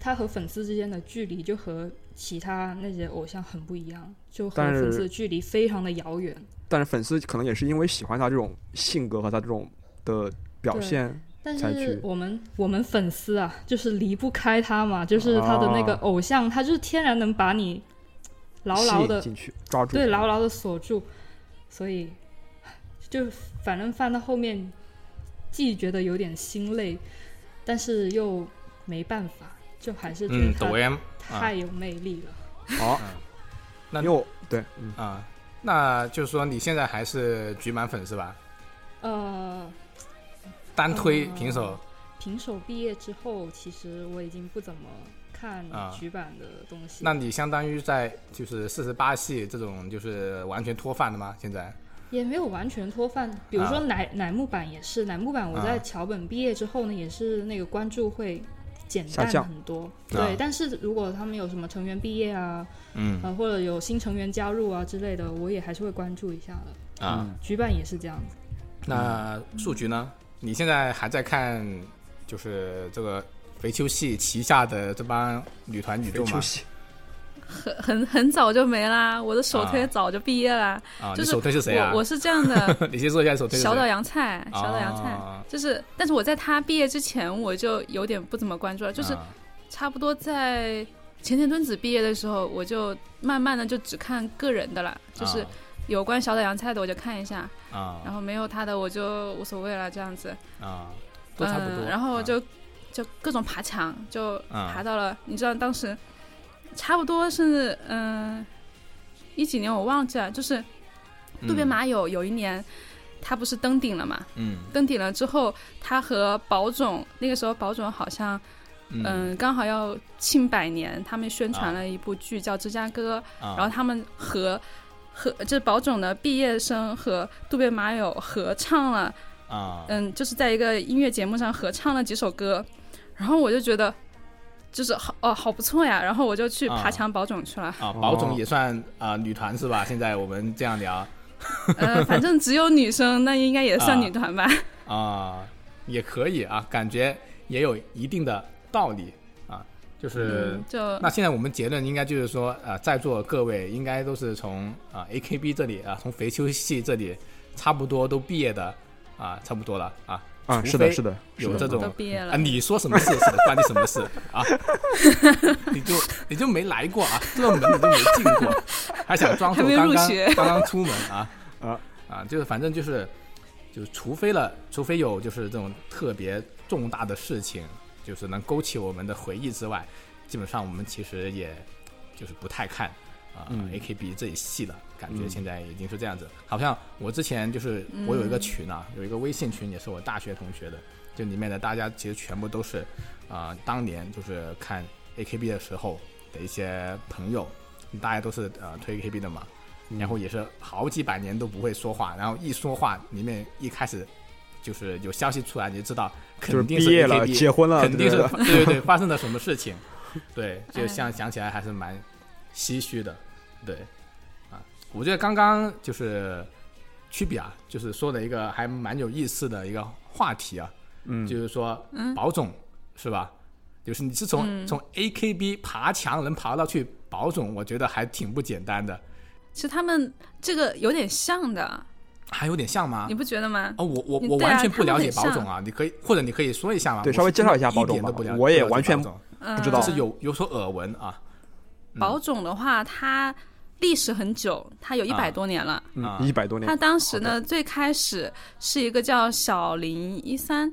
他和粉丝之间的距离就和其他那些偶像很不一样，就和
但是
粉丝的距离非常的遥远。
但是粉丝可能也是因为喜欢他这种性格和他这种的表
对
现，
但
才去
是我们我们粉丝啊，就是离不开他嘛，就是他的那个
哦
偶像，他就是天然能把你牢
吸
牢
引
的
进去，抓住，
对牢牢的锁住，所以就反正翻到后面既觉得有点心累，但是又没办法，就还是觉
嗯
得，
抖
他
M 啊
太有魅力了。
好，
那
因为我对，嗯，
啊，那就是说你现在还是局满粉是吧？
呃，
单推
嗯
平手
平手毕业之后，其实我已经不怎么看
啊
局版的东西
那
了，
你相当于在就是四十八系这种就是完全脱饭的吗？现在
也没有完全脱饭。比如说乃、乃木坂也是，乃木坂我在
啊
桥本毕业之后呢，也是那个关注会减
下
淡
降
很多。
啊
对，但是如果他们有什么成员毕业啊，
嗯
呃，或者有新成员加入啊之类的，我也还是会关注一下的。
嗯
啊，
嗯
局版也是这样子。
那数据呢？你现在还在看就是这个肥秋系旗下的这帮女团女
非
斗
出
吗？
戏
很很很早就没啦，我的首推
啊
早就毕业啦。
啊，
就
你
是
首推是谁啊
我？我 是这啊样的，
你先说一下首推是
小岛
谁？
洋菜，小岛洋菜。
啊
就是，但是我在他毕业之前，我就有点不怎么关注了。就是
啊
差不多在前田敦子毕业的时候，我就慢慢的就只看个人的了，就是有关小岛洋菜的我就看一下，然
啊
后没有他的我就无所谓了，这样子。
啊啊，都差不多。
嗯、然后
啊
就、就各种爬墙，就
嗯
爬到了，你知道当时差不多是嗯、一几年我忘记了，就是渡边麻友有一年。他不是登顶了嘛？
嗯
登顶了之后，他和宝总那个时候宝总好像
嗯
嗯、刚好要庆百年，他们宣传了一部剧叫《芝加哥》，
啊，
然后他们和和就是宝总的毕业生和渡边麻友合唱了
啊
嗯，就是在一个音乐节目上合唱了几首歌，然后我就觉得就是好哦，好不错呀，然后我就去
啊。
爬墙保种去了
啊，宝总也算啊、女团是吧？现在我们这样聊啊、
呃，反正只有女生，那应该也算女团吧？
啊也可以啊，感觉也有一定的道理啊，就是。
嗯，就
那现在我们结论应该就是说，呃，在座各位应该都是从啊、AKB 这里啊、从肥秋系这里差不多都毕业的啊、差不多了啊
啊，
除
是的，
非
是的，是
有
的嗯
这种
都毕业了
啊，你说什么事是的，关你什么事啊？ 你就你就没来过啊，这种门你都没进过，还想装作
还没
刚
入
刚
学
刚刚出门啊
啊
啊！就是反正就是就是，除非了，除非有就是这种特别重大的事情，就是能勾起我们的回忆之外，基本上我们其实也就是不太看啊、
嗯
AKB 这一系了，感觉
嗯
现在已经是这样子。好像我之前就是我有一个群啊，有一个微信群，也是我大学同学的，就里面的大家其实全部都是啊、当年就是看 AKB 的时候的一些朋友，大家都是呃推 AKB 的嘛。
嗯
然后也是好几百年都不会说话，然后一说话，里面一开始就是有消息出来，你就知道
就是
肯定
毕业了，
AKB
结婚了，
肯定是
对吧
对对对发生了什么事情，对，就
哎
像想起来还是蛮唏嘘的，对，啊，我觉得刚刚就是区比啊，就是说的一个还蛮有意思的一个话题啊，
嗯
就是说保总、是吧？就是你是从、从 AKB 爬墙能爬到去保总，我觉得还挺不简单的，
其实他们这个有点像的，
还有点像吗
你？不觉得吗？
哦，我我
你
我
对啊
完全不了解
他
保
们很
总啊，你可以或者你可以说一下吗？
对
我
稍微
是
介绍一下
真的
保
一
种
点都
吧
不了解，
我也
不了解
完全
保种
嗯
不知道
是有有所耳闻啊
宝总的话，他历史很久，他有一
啊
百多年了。
啊
嗯，一百多年
他，当时呢，最开始是一个叫小林一三，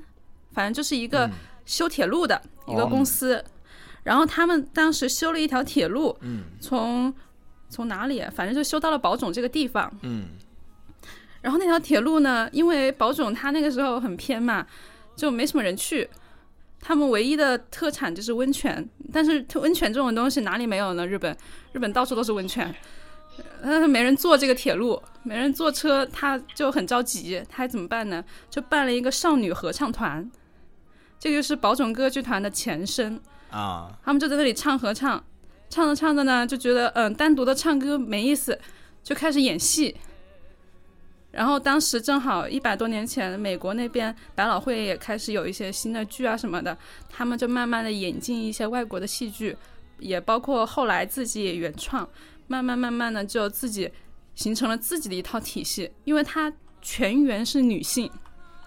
反正就是一个
嗯
修铁路的、
哦
一个公司。然后他们当时修了一条铁路，
嗯
从从哪里啊，反正就修到了宝冢这个地方。
嗯
然后那条铁路呢，因为宝冢它那个时候很偏嘛，就没什么人去。他们唯一的特产就是温泉，但是温泉这种东西哪里没有呢？日本，日本到处都是温泉，但是没人坐这个铁路，没人坐车，他就很着急，他怎么办呢？就办了一个少女合唱团，这就是宝冢歌剧团的前身。
啊
他们就在那里唱合唱，唱着唱着呢，就觉得嗯，单独的唱歌没意思，就开始演戏。然后当时正好一百多年前，美国那边百老汇也开始有一些新的剧啊什么的，他们就慢慢的引进一些外国的戏剧，也包括后来自己也原创，慢慢慢慢的就自己形成了自己的一套体系，因为它全员是女性，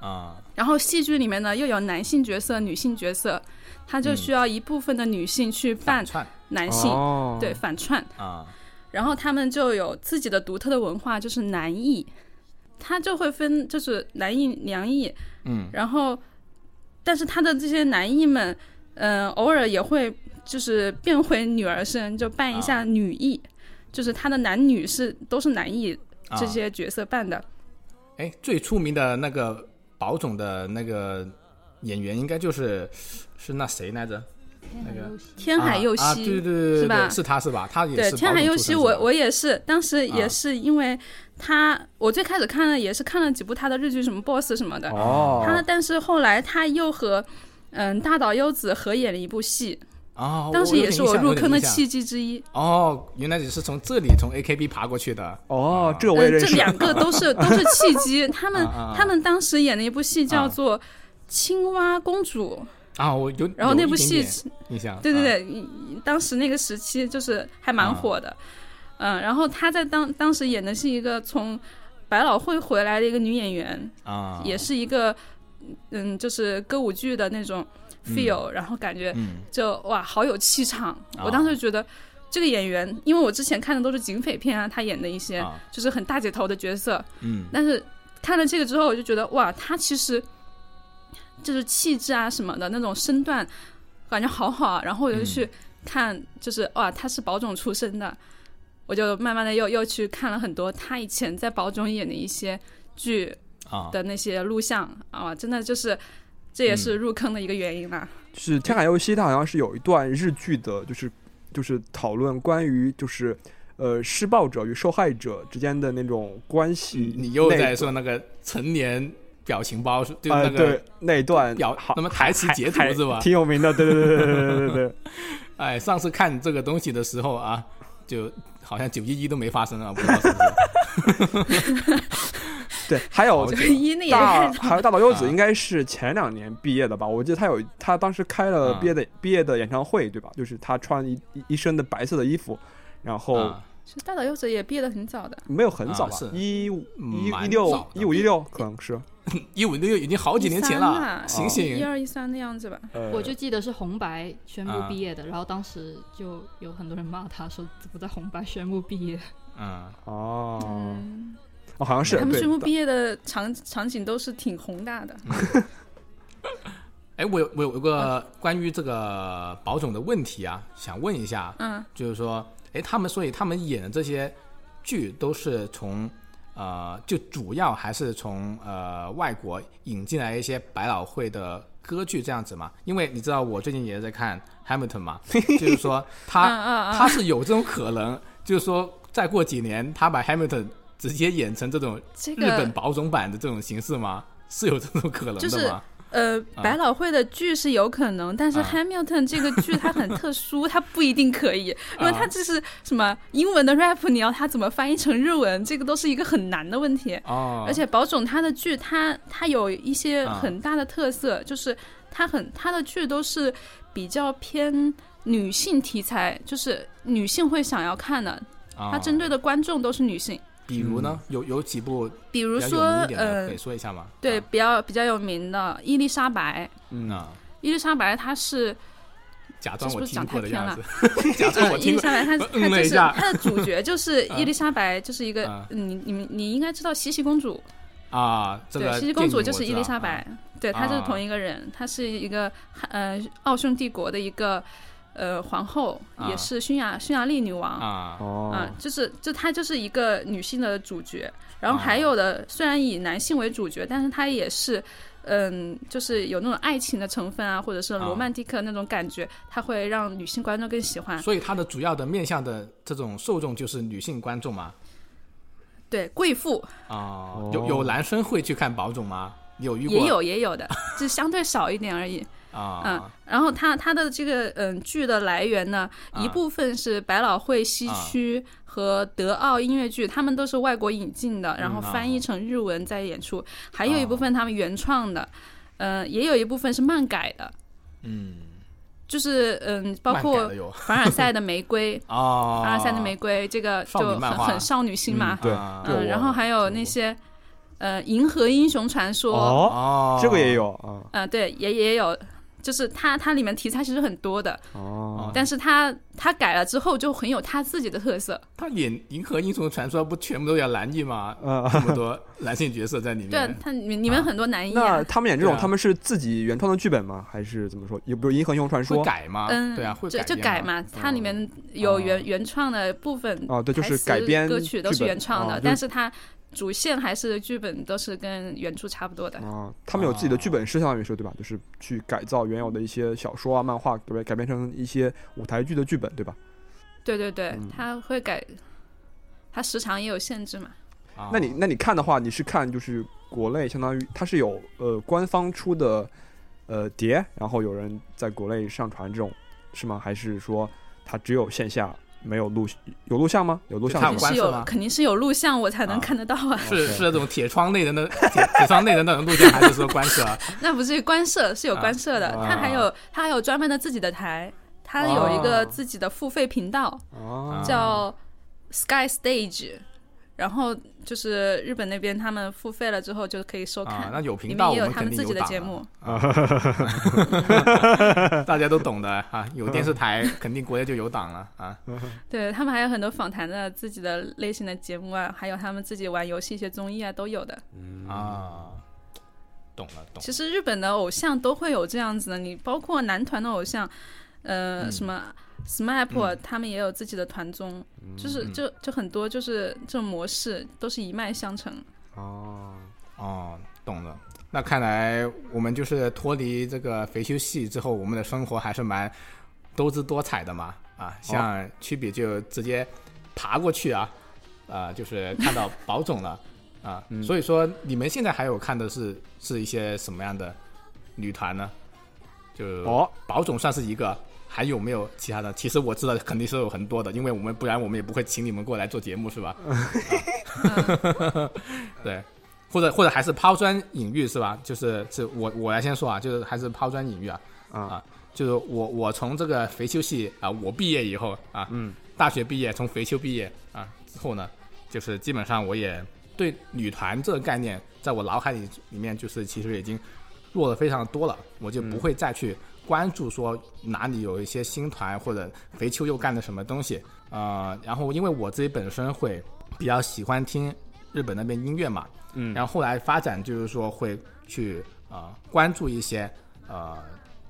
啊
然后戏剧里面呢又有男性角色、女性角色，它就需要一部分的女性去扮
反串
男性，
哦，
对，反串。
啊
然后他们就有自己的独特的文化，就是男艺，他就会分就是男艺、娘艺，
嗯
然后，但是他的这些男艺们，嗯、偶尔也会就是变回女儿身，就扮一
啊
下女艺，就是他的男女是都是男艺
啊
这些角色扮的。
哎，最出名的那个宝总的那个演员应该就是是那谁来着？
天
那
海
个
佑希
天海佑希、
啊啊对对对对对，
是吧
是他是吧？他也
对
是
天海
宝冢
佑
出
希，
身是
我
吧
我也是，当时
啊
也是因为他，我最开始看了也是看了几部他的日剧，什么 Boss 什么的。
哦
啊
他但是后来他又和嗯大岛优子合演了一部戏，
啊，
当时
有
也
点
是
印
我
象
入
有点
坑的
印象
契机之一。
哦，原来你是从这里从 AKB 爬过去的啊
哦，这个我也
呃
嗯，
认
这
识。
两个都 是都是契机。他们
啊啊
他们当时演了一部戏
啊
叫做《青蛙公主》，
啊，我有
然后
有
那
一
部
点
戏
点印象，
对对
啊，
对，嗯当时那个时期就是还蛮火的。嗯，然后她在当当时演的是一个从百老汇回来的一个女演员，
啊
也是一个嗯，就是歌舞剧的那种 feel，、然后感觉
嗯
就哇，好有气场！
啊
我当时觉得这个演员，因为我之前看的都是警匪片啊，他演的一些
啊
就是很大姐头的角色，
嗯
但是看了这个之后，我就觉得哇，他其实就是气质啊什么的那种身段，感觉好好啊。然后我就
嗯
去看，就是、哇，他是宝冢出身的，我就慢慢的又又去看了很多他以前在宝冢演的一些剧
啊
的那些录像啊，真的就是这也是入坑的一个原因啦。
是天海佑希，他好像是有一段日剧的，就是就是讨论关于就是呃施暴者与受害者之间的那种关系。
嗯你又
那
在说那个成年表情包是就
啊、
那个
对那一段
表
好
那么台词截图
还
是吧？
挺有名的，对对对对对对对对。
哎，上次看这个东西的时候啊，就好像九一一都没发生啊，不知道是不是？
对，还有
好
九 一那也
大
看着
还有大岛优子
啊
应该是前两年毕业的吧？我记得她有她当时开了
啊
毕业的、毕业的演唱会，对吧？就是她穿一一一身的白色的衣服，然后
啊
是大岛优子也毕业的很早的，
没有很早
啊
吧
是，
一五一
嗯蛮
一
早
六
的
一五一六可能是。
一五六已经好几年前
13
了
了，
醒
一
醒！
二一三的样子吧。
呃
我就记得是红白宣布
啊
毕业的，然后当时就有很多人骂他说怎么在红白宣布毕业，
嗯，
哦、
嗯，
哦，好像是
他们
对
宣布毕业的场场景都是挺宏大的。
嗯哎，我有我有一个关于这个宝总的问题啊，想问一下，
嗯，
就是说，哎，他们所以他们演的这些剧都是从呃，就主要还是从呃外国引进来一些百老汇的歌剧这样子嘛？因为你知道我最近也在看 Hamilton 嘛， 就是说
嗯嗯
他
嗯
他是有这种可能，就是说再过几年他把 Hamilton 直接演成这种
这
日本
个
宝冢版的这种形式吗？是有这种可能
就是
的吗？
呃，百老汇的剧是有可能，但是
啊
Hamilton 这个剧它很特殊，它不一定可 以，因为
啊
它这是什么英文的 rap，你要它怎么翻译成日文，这个都是一个很难的问题。
哦，
而且宝冢他的剧，他他有一些
啊
很大的特色，就是他很他的剧都是比较偏女性题材，就是女性会想要看的，他
他
针对的观众都是女性。
比如呢，有有几部
嗯
比
比如
较
说
有名一，点的，
呃
可以，说一下吗？
对，
啊，
比较比较有名的伊丽莎白，
嗯啊，
伊丽莎白她是
假装我
这是不是
听
讲
过的
太偏
样
了
子， 假装啊我
呃，伊
听
丽
过
莎白她
我
她
嗯了
就
一
是
下
她的主角就是
啊
伊丽莎白，就是一个
啊
嗯你你们你应该知道茜茜公主，
啊。这
对，
个
茜茜公主
电影
就
我
是伊
知
丽
道
莎白，，对，她就是
啊
同一个人，她是一个呃奥匈帝国的一个呃皇后，
啊
也是匈牙匈牙利女王
啊啊
哦、
啊，就是就她就是一个女性的主角，然后
啊
还有的、虽然以男性为主角，但是她也是，嗯，就是有那种爱情的成分啊，或者是
啊
罗曼蒂克那种感觉，它会让女性观众更喜欢。
所以它的主要的面向的这种受众就是女性观众嘛。
对，贵妇
啊
哦，
有有男生会去看宝总吗？你有遇过？
也有也有的，就相对少一点而已。嗯
啊，
然后它它的这个嗯剧的来源呢，
啊
一部分是百老汇西区和德奥音乐剧，他们都是外国引进
嗯
的，然后翻译成日文再演
啊
出；还有一部分他们原创的，呃，也有一部分是漫改的，
嗯，
就是嗯，包
漫改
括
的有
凡尔赛的玫 瑰，
哦，
凡尔赛的玫瑰这个
少女
就
漫
很
画
很少女心嘛，
对
啊
对
嗯，
我
然后还有那些呃《银河英雄传说》呃
哦，
哦，
这个也有啊
啊，对，也也有，就是它它里面题材其实很多的，
哦哦
但是他他改了之后就很有他自己的特色。
他演《银河英雄传说》不全部都要男一吗？
啊
这么多男性角色在里
对啊
面，，
他你你们很多男一
那
啊，
他们演这种，
对啊
他们是自己原创的剧本吗？还是怎么说？有比如《银河英雄传说
会》改吗？
嗯，
对啊，会
就就
改
改
编吗
嘛，它里面有原原创的部分
哦对就是
台词
改编
歌曲都
剧
是
本
原创
哦
的
就，
但是它主线还是剧本都是跟原著差不多的。
啊，他们有自己的剧本师，相当于是对吧？就是去改造原有的一些小说啊、漫画，对不对？改编成一些舞台剧的剧本，对吧？
对对对
嗯，
它会改，它时长也有限制嘛。
啊
那你那你看的话，你是看就是国内，相当于它是有呃官方出的呃碟，然后有人在国内上传这种是吗？还是说它只有线下没有录有录像吗？有录像
它
肯
有
定
吗
关
是
系
有
吗
肯定是有录像我才
啊
能看得到啊，
是
OK
是那种铁窗内的那铁 铁窗内的那种录像，还是说啊官设？
那不至于官摄是有
啊
官摄的，它还有它还有专门的自己的台，它有一
哦
个自己的付费频道。
啊
啊
叫 Sky Stage，然后就是日本那边他们付费了之后就可以收看，
啊那有频
里
道
面也
我
有
们
他
肯
们
定
自己
有
的
档
节
啊
目。
大家都懂的啊，有电视台肯定国内就有档了啊。
对他们还有很多访谈的自己的类型的节目啊，还有他们自己玩游戏一些综艺啊都有的。
啊，懂了懂了。
其实日本的偶像都会有这样子的，你包括男团的偶像，呃，
嗯
什么 SMAP，、他们也有自己的团综，
嗯
就是就就很多就是这种模式都是一脉相承。
啊！
哦，懂了。那看来我们就是脱离这个肥修系之后，我们的生活还是蛮多姿多彩的嘛。啊，像曲比就直接爬过去啊， 啊，就是看到宝总了啊。所以说，你们现在还有看的是是一些什么样的女团呢？就
哦，
宝总算是一个，还有没有其他的？其实我知道肯定是有很多的，因为我们不然我们也不会请你们过来做节目，是吧？啊对，或者或者还是抛砖引玉是吧？就是是我我来先说啊，就是还是抛砖引玉啊
啊
就是我我从这个肥修系啊，我毕业以后啊，嗯，大学毕业从肥修毕业啊之后呢，就是基本上我也对女团这个概念，在我脑海里里面就是其实已经弱的非常多了，我就不会再去关注说哪里有一些新团或者肥秋又干的什么东西。呃，然后因为我自己本身会比较喜欢听日本那边音乐嘛，嗯，然后后来发展就是说会去呃关注一些呃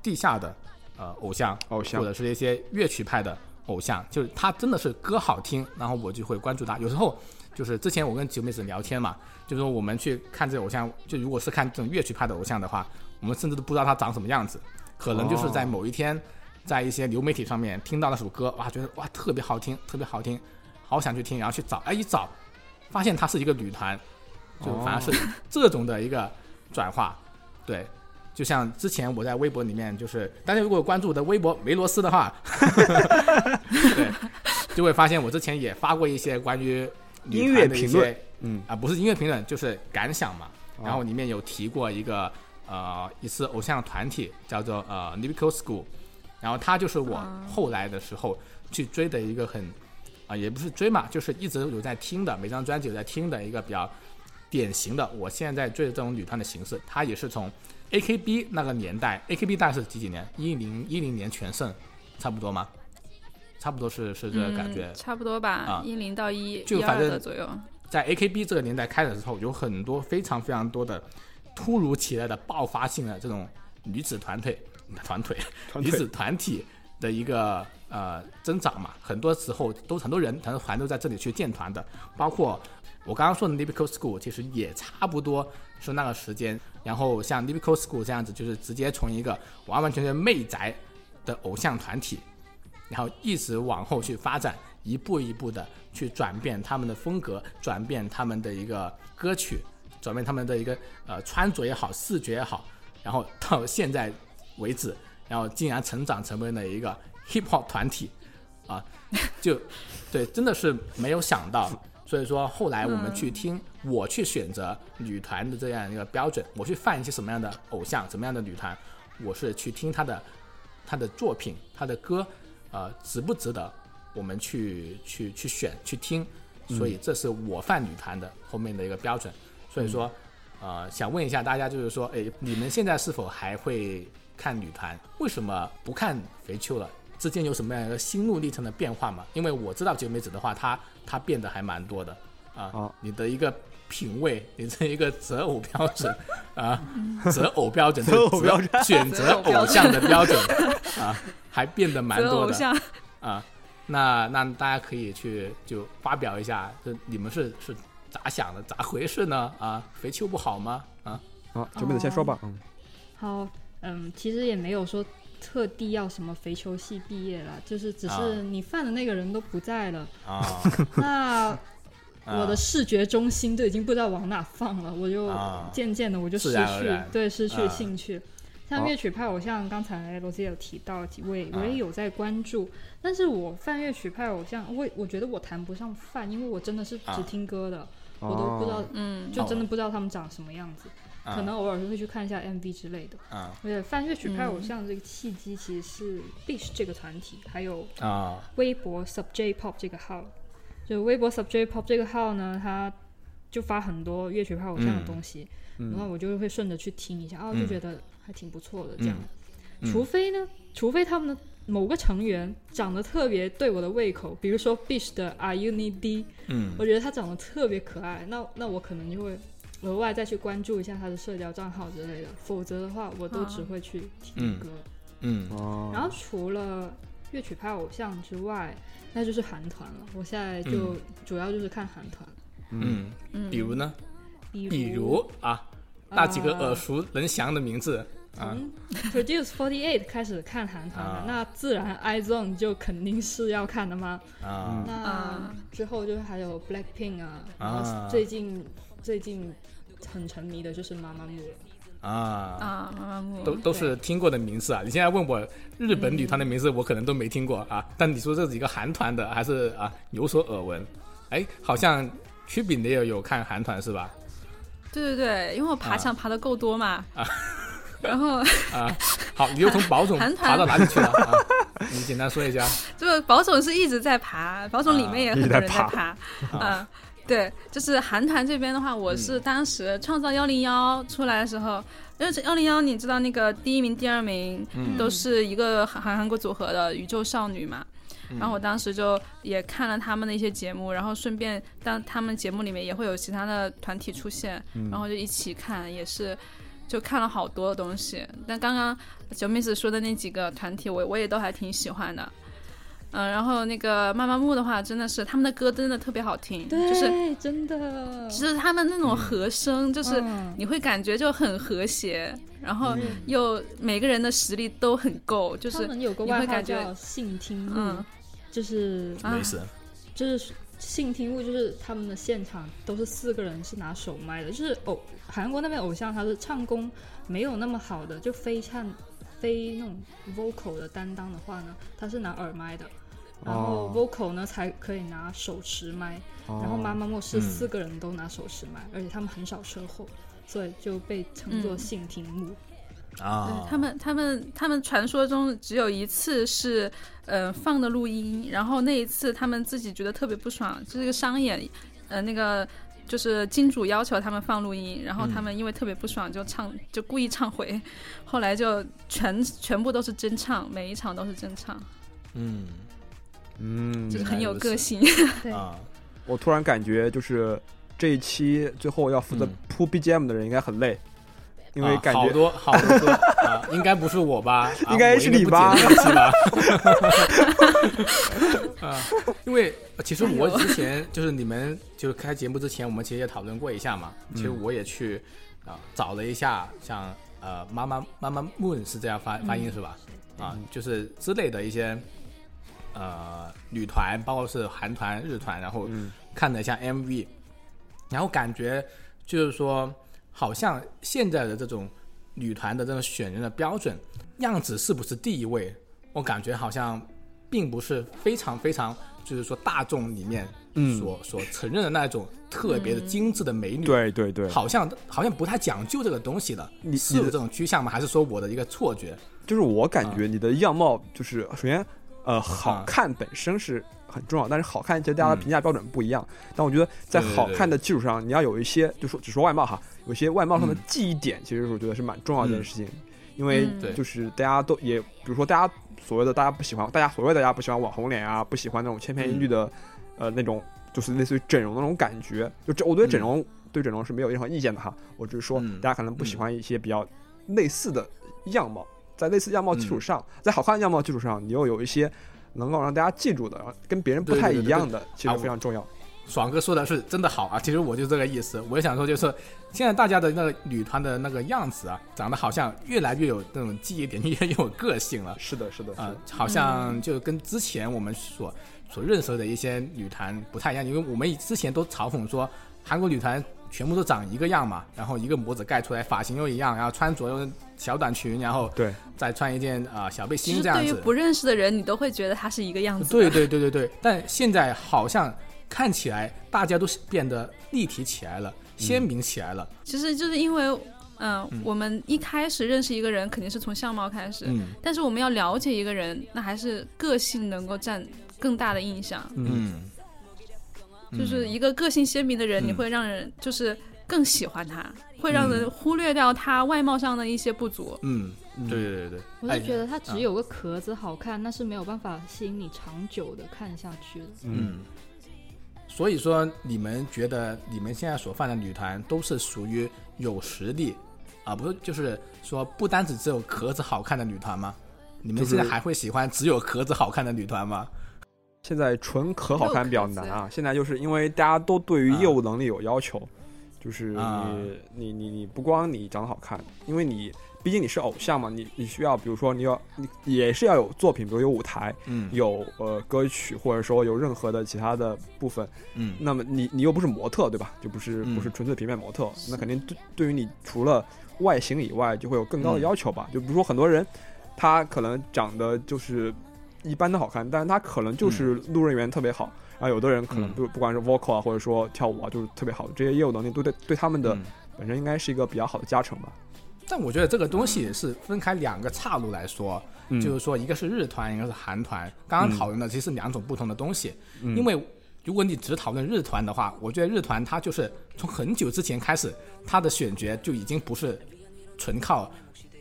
地下的呃偶像，
偶像
或者是一些乐曲派的偶像，就是他真的是歌好听，然后我就会关注他。有时候就是之前我跟九妹子聊天嘛，就是说我们去看这偶像，就如果是看这种乐曲派的偶像的话，我们甚至都不知道他长什么样子，可能就是
哦
在某一天，在一些流媒体上面听到那首歌，哇，觉得哇特别好听，特别好听，好想去听，然后去找，哎一找，发现它是一个女团，
哦
就反而是这种的一个转化，对。就像之前我在微博里面，就是大家如果关注我的微博梅罗斯的话， 对，就会发现我之前也发过一些关于女
音
团
乐
的一
评
些
论嗯哦
啊，不是音乐评论，就是感想嘛。然后里面有提过一个呃一次偶像团体叫做呃 n i c o School，然后他就是我后来的时候去追的一个很啊、也不是追嘛，就是一直有在听的，每张专辑有在听的一个比较典型的我现在追的这种女团的形式，它也是从 A K B 那个年代，A K B 大概是几几年？一零一零年全盛，差不多吗？差不多是是这个感觉，
嗯、差不多吧
啊，
一零、到一
就
一
反
二
正
的左右。
在 AKB 这个年代开始之后，有很多非常非常多的突如其来的爆发性的这种女子团队、团队、
团
女
队
子团体的一个呃增长嘛。很多时候都很多人、很多团都在这里去建团的，包括我刚刚说的 n i b i c o School，其实也差不多是那个时间。然后像 n i b i c o School 这样子，就是直接从一个完完全全媚宅的偶像团体，然后一直往后去发展，一步一步的去转变他们的风格，转变他们的一个歌曲，转变他们的一个呃穿着也好，视觉也好，然后到现在为止，然后竟然成长成为了一个 hip hop 团体，啊， 就对，真的是没有想到。所以说，后来我们去听，我去选择女团的这样一个标准，我去犯一些什么样的偶像，什么样的女团，我是去听她的他的作品、他的歌，呃，值不值得我们去去去选去听？
嗯
所以这是我犯女团的后面的一个标准。所以说，呃，想问一下大家，就是说，哎，你们现在是否还会看女团？为什么不看肥秋了？之间有什么样的心路历程的变化吗？因为我知道九美子的话，她她变得还蛮多的啊。
哦
你的一个品味，你的一个择偶标准 啊，择偶标准，择
偶标准
选择偶像的标准啊，还变得蛮
择
多
偶
的
像，
啊。那那大家可以去就发表一下，这你们是是咋想的，咋回事呢？啊，肥秋不好吗？啊，
啊，九妹子先说吧，嗯，
好，嗯，其实也没有说特地要什么肥球系毕业了，就是只
啊
是你犯的那个人都不在了，
啊，
那
啊
我的视觉中心都已经不知道往哪放了，我就
啊
渐渐的我就
自
失
然而
去、
然
对失去
啊
兴趣。像
好
乐曲派，偶像，刚才罗斯也有提到几位，
啊
我也有在关注，但是我泛乐曲派偶像，我我觉得我谈不上泛，因为我真的是
啊哦
只听歌的，我都不知道，
嗯，
就真的不知道他们长什么样子，
啊
可能偶尔会去看一下 MV 之类的。
啊
而且泛乐曲派偶
嗯
像这个契机其实是 Bish 这个团体，还有
啊
微博 sub J pop 这个号，就微博 sub J pop 这个号呢，它就发很多乐曲派偶像的东西，然后我就会顺着去听一下，哦，就觉得还挺不错的这样。除非呢，除非他们的某个成员长得特别对我的胃口，比如说 Bish 的 Are You Need D，
嗯
我觉得他长得特别可爱，那那我可能就会额外再去关注一下他的社交账号之类的，否则的话，我都只会去听
嗯
歌。
嗯
哦，
然后除了乐曲派偶像之外，那就是韩团了。我现在就主要就是看韩团，
嗯嗯，比如呢？
比如呃
比如啊，那几个耳熟能详的名字啊，
从 Produce Forty Eight 开始看韩团
啊
的，那自然 iZone 就肯定是要看的嘛。嗯
啊
那
啊
之后就是还有 Blackpink 啊，然
啊
后最近最近很沉迷的就是妈妈木了。
啊，
啊，妈妈木
都都是听过的名字啊。你现在问我日本女团的名字，我可能都没听过啊。但你说这几个韩团的，还是啊有所耳闻。哎，好像曲饼的也有看韩团是吧？
对对对，因为我爬墙爬的够多嘛， 然后
好，你又从宝总
韩团
爬到哪里去了？啊你简单说一下。
就是宝总是一直在爬，宝总里面也很多人在爬，啊，对，就是韩团这边的话，我是当时创造幺零幺出来的时候，因为幺零幺你知道那个第一名、第二名都是一个韩韩国组合的宇宙少女嘛。然后我当时就也看了他们的一些节目，然后顺便当他们节目里面也会有其他的团体出现，然后就一起看，也是就看了好多东西。但刚刚九妹子说的那几个团体，我我也都还挺喜欢的。嗯，然后那个妈妈木的话，真的是他们的歌真的特别好听，就是
对，真的，
就是他们那种和声，就是
嗯
你会感觉就很和谐，然后又每个人的实力都很够，就
他
是
们有个
你会
外号
感觉
叫性听
嗯
力，就是
啊
没事，
就是性听物，就是他们的现场都是四个人是拿手麦的，就是偶韩国那边偶像他是唱功没有那么好的，就非唱非那种 vocal 的担当的话呢，他是拿耳麦的，然后
哦
vocal 呢才可以拿手持麦，然
哦
后妈妈莫是
嗯
四个人都拿手持麦，而且他们很少车祸，所以就被称作
嗯
性听物。
啊
对，他们他们他们传说中只有一次是，呃，放的录音，然后那一次他们自己觉得特别不爽，就是个商演，呃，那个就是金主要求他们放录音，然后他们因为特别不爽就唱就故意唱回，后来就全全部都是真唱，每一场都是真唱，
嗯
嗯
就，是很
原
有
来如此
个性。
对
啊，
我突然感觉就是这一期最后要负责
嗯
铺 BGM 的人应该很累，因为
啊
感
好
觉
多好多歌啊， 应该不是我吧？啊
应该是你吧
我应该不剪这一期 吧？啊，因为其实我之前就是你们就是开节目之前，我们其实也讨论过一下嘛。
嗯
其实我也去啊找了一下，像呃妈妈妈妈 moon 是这样发
嗯
发音是吧？啊，就是之类的一些呃女团，包括是韩团、日团，然后
嗯
看了一下 MV，然后感觉就是说，好像现在的这种女团的这种选人的标准，样子是不是第一位？我感觉好像并不是非常非常，就是说大众里面所、所承认的那种特别的精致的美女。
嗯对对对，
好像好像不太讲究这个东西了，
你
是有
你的
这种趋向吗？还是说我的一个错觉？
就是我感觉你的样貌就是首先呃好
啊
看本身是很重要，但是好看其实大家的评价标准不一样。但我觉得在
对对
好
对
看的基础上，你要有一些就说只说外貌哈，有一些外貌上的
嗯
记忆点，其实我觉得是蛮重要的一件事情。因为
嗯
对
就是大家都也，比如说大家所谓的大家不喜欢，大家所谓的大家不喜欢网红脸啊，不喜欢那种千篇一律
嗯
的，呃，那种就是类似于整容的那种感觉。就这，我对整容、对整容是没有任何意见的哈，我只是说
嗯
大家可能不喜欢一些比较类似的样貌，在类似样貌基
嗯
础上，在好看的样貌基础上，你又有一些能够让大家记住的，然后跟别人不
对
太
对对
一
对
样的，其
啊
实
我
非常重要。
爽哥说的是真的好啊，其实我就这个意思。我想说就是，现在大家的那个女团的那个样子啊，长得好像越来越有那种记忆点，越来越有个性 了
是的，是的，是
啊、
的，
好像就跟之前我们所所认识的一些女团不太一样，因为我们之前都嘲讽说韩国女团全部都长一个样嘛，然后一个模子盖出来，发型又一样，然后穿着又小短裙，然后
对，
再穿一件啊、小背
其
心
实
这样
对于
子。
不认识的人，你都会觉得他是一个样子。
对，对对对对，但现在好像看起来大家都是变得立体起来了，鲜明起来了。
其实就是因为，嗯，我们一开始认识一个人，肯定是从相貌开始，
嗯
但是我们要了解一个人，那还是个性能够占更大的印象。
嗯，
嗯
就是一个个性鲜明的人，
嗯
你会让人就是更喜欢他，会让人忽略掉他外貌上的一些 不足。
嗯，对对对对，
我
哎
是觉得它
啊
只有个壳子好看，那是没有办法吸引你长久的看下去的。
嗯。所以说，你们觉得你们现在所犯的女团都是属于有实力啊，不是就是说不单只只有壳子好看的女团吗？你们
就是
现在还会喜欢只有壳子好看的女团吗？
现在纯可好看比较难
肉
啊，现在就是因为大家都对于业务能力有要求，就是你、
啊
你你你不光你长得好看，因为你毕竟你是偶像嘛，你你需要比如说你要你也是要有作品，比如有舞台，
嗯
有呃歌曲，或者说有任何的其他的部分，
嗯
那么你你又不是模特对吧？就不是、
嗯
不是纯粹平面模特，那肯定对对于你除了外形以外，就会有更高的
嗯
要求吧？就比如说很多人，他可能长得就是一般的好看，但是他可能就是路人缘特别好。然后有的人可能
嗯
不、不管是 vocal 啊，或者说跳舞啊，就是特别好，这些业务能力都对对他们的
嗯
本身应该是一个比较好的加成吧。
但我觉得这个东西是分开两个岔路来说，
嗯
就是说一个是日团，一个是韩团。刚刚
嗯
讨论的其实是两种不同的东西，因为如果你只讨论日团的话，我觉得日团它就是从很久之前开始，它的选角就已经不是纯靠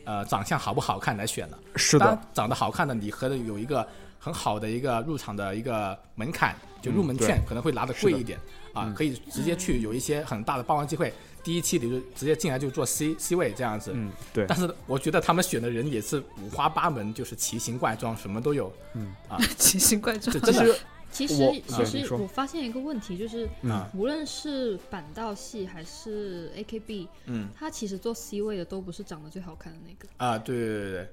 呃长相好不好看来选了。
是
当，长得好看的你和有一个很好的一个入场的一个门槛，就入门券
嗯对
可能会拿的
是
贵
的嗯
一点啊，可以直接去有一些很大的曝光机会。第一期你就直接进来就做 C C 位这样子，
嗯，对
但，是我觉得他们选的人也是五花八门，就是奇形怪状，什么都有。
奇形怪状
这，
其
真的
实
其
我
实
对
其
你
实
说
我发现一个问题，就是
嗯
无论是板道系还是 AKB，
嗯
他其实做 C 位的都不是长得最好看的那个。
啊、对对对对，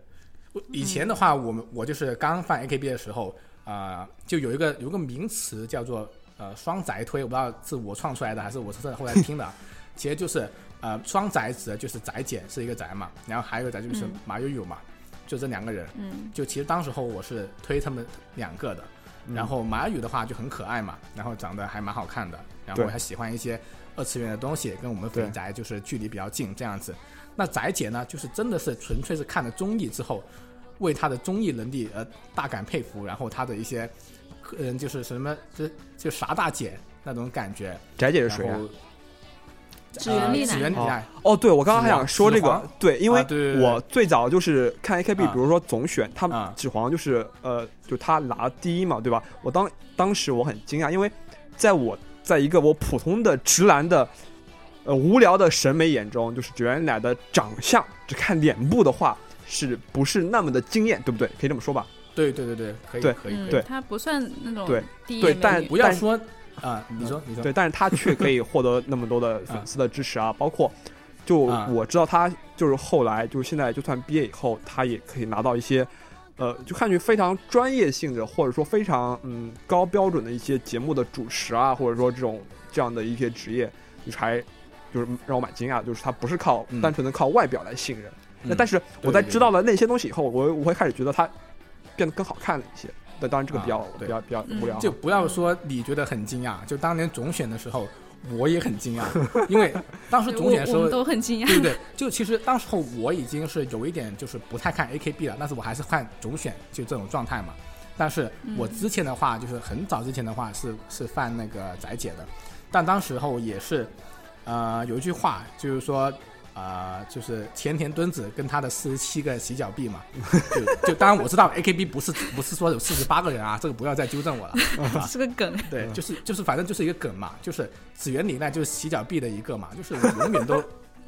我以前的话，我们我就是刚放 AKB 的时候啊、就有一个有一个名词叫做呃双宅推，我不知道是我创出来的还是我是后来听的啊，其实就是呃双宅指的就是宅姐是一个宅嘛，然后还有一个宅就是马友友嘛，就这两个人，
嗯，
就其实当时候我是推他们两个的，
嗯
然后马宇的话就很可爱嘛，然后长得还蛮好看的，然后
对
还喜欢一些二次元的东西，跟我们
对
肥宅就是距离比较近这样子。那宅姐呢，就是真的是纯粹是看了综艺之后，为她的综艺能力而大感佩服，然后她的一些，嗯，就是什么就就傻大姐那种感觉，
翟姐是
然
谁啊
后？
指原丽
呃指
乃
原，丽乃，
哦，对，我刚刚还想说这
指
个
环，
对，因为
啊对对对
我最早就是看 AKB，、
啊
比如说总选，他们
啊
指皇就是呃，就他拿第一嘛，对吧？我当当时我很惊讶，因为在我在一个我普通的直男的呃无聊的审美眼中，就是指原丽乃的长相，只看脸部的话，是不是那么的惊艳，对不对？可以这么说吧？
对对对对，可以
对
可以可
嗯
以，
对，
他不算那种
对
第一
对
美
但
女
不要
但
说啊，你说你说，
对，但是他却可以获得那么多的粉丝的支持
嗯
啊，包括就
啊
我知道他就是后来就是现在就算毕业以后，他也可以拿到一些呃，就看去非常专业性的或者说非常嗯高标准的一些节目的主持啊，或者说这种这样的一些职业，就是还就是让我蛮惊讶的，就是他不是靠、
嗯
单纯的靠外表来吸引人。那、
嗯
但是
对
我在
对对
知道了那些东西以后，我我会开始觉得他变得更好看了一些。但当然这个比较、
啊
比
对
较比较无聊啊，
就不要说你觉得很惊讶，就当年总选的时候，我也很惊讶，因为当时
对
总选的时
我我
候
们，都很惊
对
讶。
不对？就其实当时候我已经是有一点就是不太看 AKB 了，但是我还是看总选，就这种状态嘛。但是我之前的话，就是很早之前的话是是犯那个宅姐的，但当时候也是，呃，有一句话就是说，啊，就是前田敦子跟她的四十七个洗脚婢嘛， 就就当然我知道 AKB 不是不是说有四十八个人啊，这个不要再纠正我了。
是个 梗。
对，就是就是，反正就是一个梗嘛，就是紫原里奈就是洗脚婢的一个嘛，就是永远都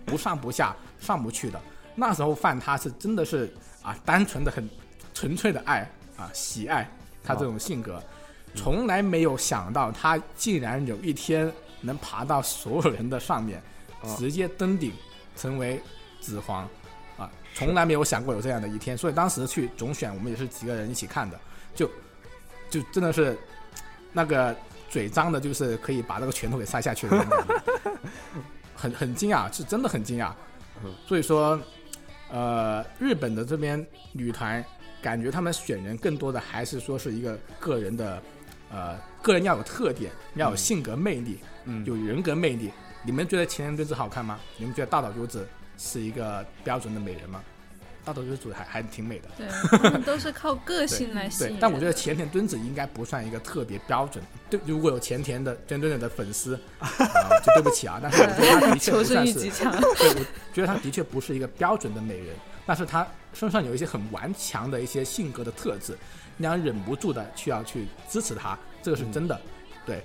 不上不下，上不去的。那时候犯他是真的是啊，单纯的很纯粹的爱啊，喜爱他这种性格，从来没有想到他竟然有一天能爬到所有人的上面，
哦
直接登顶成为紫皇。啊，从来没有想过有这样的一天，所以当时去总选，我们也是几个人一起看的，就就真的是那个嘴张的，就是可以把那个拳头给塞下去的那种感觉， 很很惊讶，是真的很惊讶。
嗯
所以说，呃，日本的这边女团，感觉他们选人更多的还是说是一个个人的，呃，个人要有特点，要有性格魅力，
嗯
有人格魅力。你们觉得前田敦子好看吗？你们觉得大岛优子是一个标准的美人吗？大岛优子还还挺美的，
对，他们都是靠个性来吸引
对
人。，
但我觉得前田敦子应该不算一个特别标准。对，如果有前田的前田的粉丝，啊、就对不起啊。但是我觉得她的确
求
不
生
算
欲
是
极，强。
对，我觉得她的确不是一个标准的美人，但是她身上有一些很顽强的一些性格的特质，让人忍不住的去要去支持她，这
嗯
个是真的。对，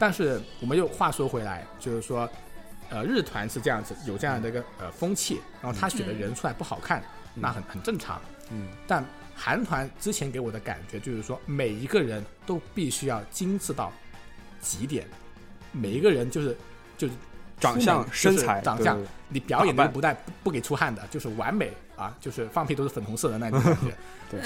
但是我们又话说回来，就是说，呃，日团是这样子，有这样的一个呃风气，然后他选的人出来不好看，那很很正常。
嗯，
但韩团之前给我的感觉就是说，每一个人都必须要精致到极点，每一个人就是就是
长相
出门
身
就
材
是长
对
相
对对，
你表演
打
都
扮
不带不不给出汗的，就是完美啊，就是放屁都是粉红色的那种感觉。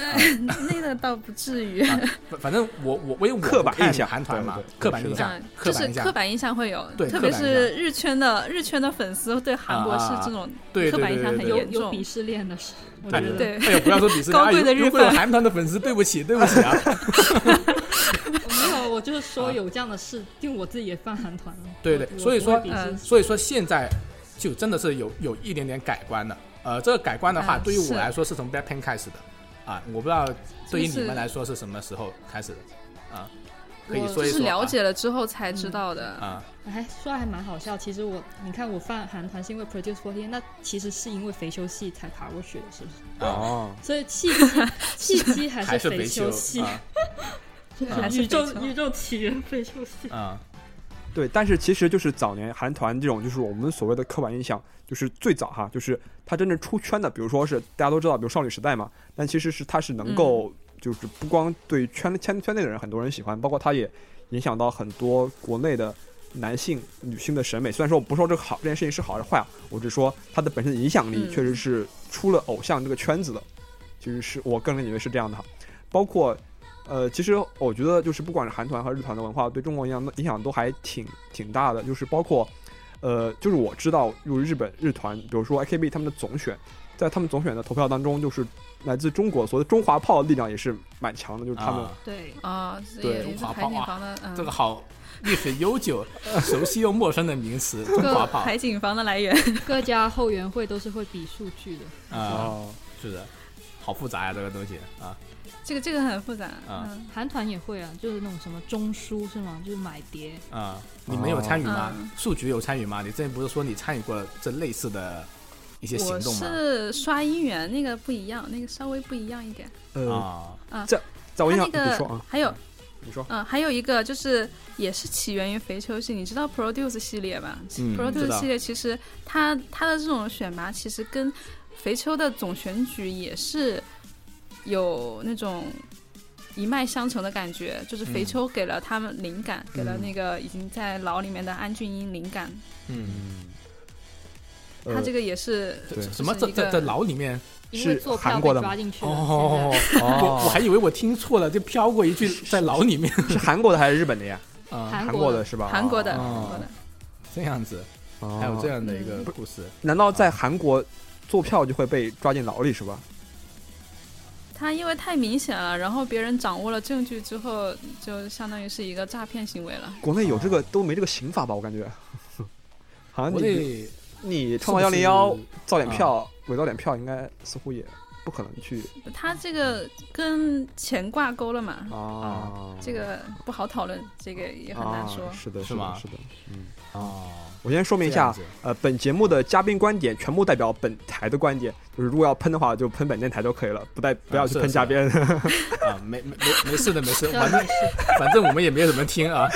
那个倒不至于，
反反正我我我有我
刻板
不看
印象
韩团嘛
对对，对
刻板印象
嗯，，
刻
就
板
是
印
刻
象，
板印象会有，
对
特
刻
别
板
是日圈的日圈的粉丝对韩国是
啊
这种
对
刻
对
板印
对
象
对
很
对
严
有有
重
鄙。视链的是，我觉
哎
得
对
哎呦，不要说 鄙视链，
高贵的
哎如
日
如果有
本
韩团的粉丝，对不起，对不起啊。
没有，我就是说有这样的事，因为我自己也犯韩团了。
啊对对
我
所以
我不会
说
鄙视
嗯
所以说现在就真的是有有一点点改观了。呃，这个改观的话，
嗯
对于
是
我来说是从 Blackpink 开始的，啊，我不知道对于你
就是
们来说是什么时候开始的，啊，可以
我
说
就
一
是
说
了
啊
解了之后才知道的，
啊，
哎，说来还蛮好笑。其实我，你看我犯韩团是因为 Produce Forty，那其实是因为肥修系才爬过去的，是不是？
啊
哦，
所以 契机，契机还
还
是
维
肥
修
修系，
啊
还是
宇宙
肥修
宇宙起源肥修系。
啊，
对，但是其实就是早年韩团这种，就是我们所谓的刻板印象，就是最早哈，就是它真正出圈的，比如说是大家都知道，比如少女时代嘛，但其实是它是能够，就是不光对圈圈圈内的人很多人喜欢，包括它也影响到很多国内的男性、女性的审美。虽然说我不说这个好这件事情是好还是坏啊，我只说它的本身的影响力
嗯
确实是出了偶像这个圈子的，其实是我个人认为是这样的哈，包括呃，其实我觉得就是不管是韩团和日团的文化，对中国影响影响都还挺挺大的。就是包括，呃，就是我知道入日本日团，比如说 AKB 他们的总选，在他们总选的投票当中，就是来自中国，所谓的中华炮的力量也是蛮强的，就是他们、
啊
对，
啊，所
对
以也是
中华
还挺
炮啊
防的，嗯，
这个好历史悠久、熟悉又陌生的名词，中
这个
华炮
海景房的来源，
各家后援会都是会比数据的。
啊，
哦
是的，好复杂呀，这个东西啊，
这个这个很复杂，
啊
嗯
韩团也会啊，就是那种什么中枢是吗？就是买碟，
啊，你们有参与吗
嗯？
数局有参与吗？你之前不是说你参与过这类似的一些行
我
动吗？
是刷姻缘，那个不一样，那个稍微不一样一点。
呃，
啊，
在我印
它
象，
那
你说
个
啊，
还有
你说，
嗯，还有一个就是也是起源于肥秋系，你知道 Produce 系列吧、
嗯
p r o d u
知
c
道
e 系列其实它它的这种选拔其实跟肥秋的总选举也是有那种一脉相承的感觉，就是肥
嗯
秋给了他们灵感，给了那个已经在牢里面的安俊英灵感，
嗯。
呃
他这个也是
对
什么
就
这
是一
这
个
这牢里面
因为
是
做
韩
票
国
被
的吗
抓进去了。
哦，我我还以为我听错了，就飘过一句在牢里面
是韩国的还是日本的呀？
现在
啊，
韩
韩
国
的，是吧？
韩国
哦
的、韩国的。
这样子，
哦
还有这样的一个故事
难道在韩国做票就会被抓进牢里是吧？
他因为太明显了，然后别人掌握了证据之后，就相当于是一个诈骗行为了。
国内有这个都没这个刑法吧？我感觉， 好像
啊国
你
内
你
是
创
不
造幺零幺
是
啊造点票，伪造点票，应该似乎也不可能去
他这个跟钱挂钩了嘛，
啊，
嗯这个不好讨论，这个也很难说
啊、。是的，
是
是的
吗
是的，嗯。
哦，
我先说明一
这
下
样子，
呃，本节目的嘉宾观点全部代表本台的观点，就是如果要喷的话，就喷本电台就可以了，不带不要去
是
喷
是
嘉宾。
啊，没没没没事的，没事，反正反正我们也没怎么听啊，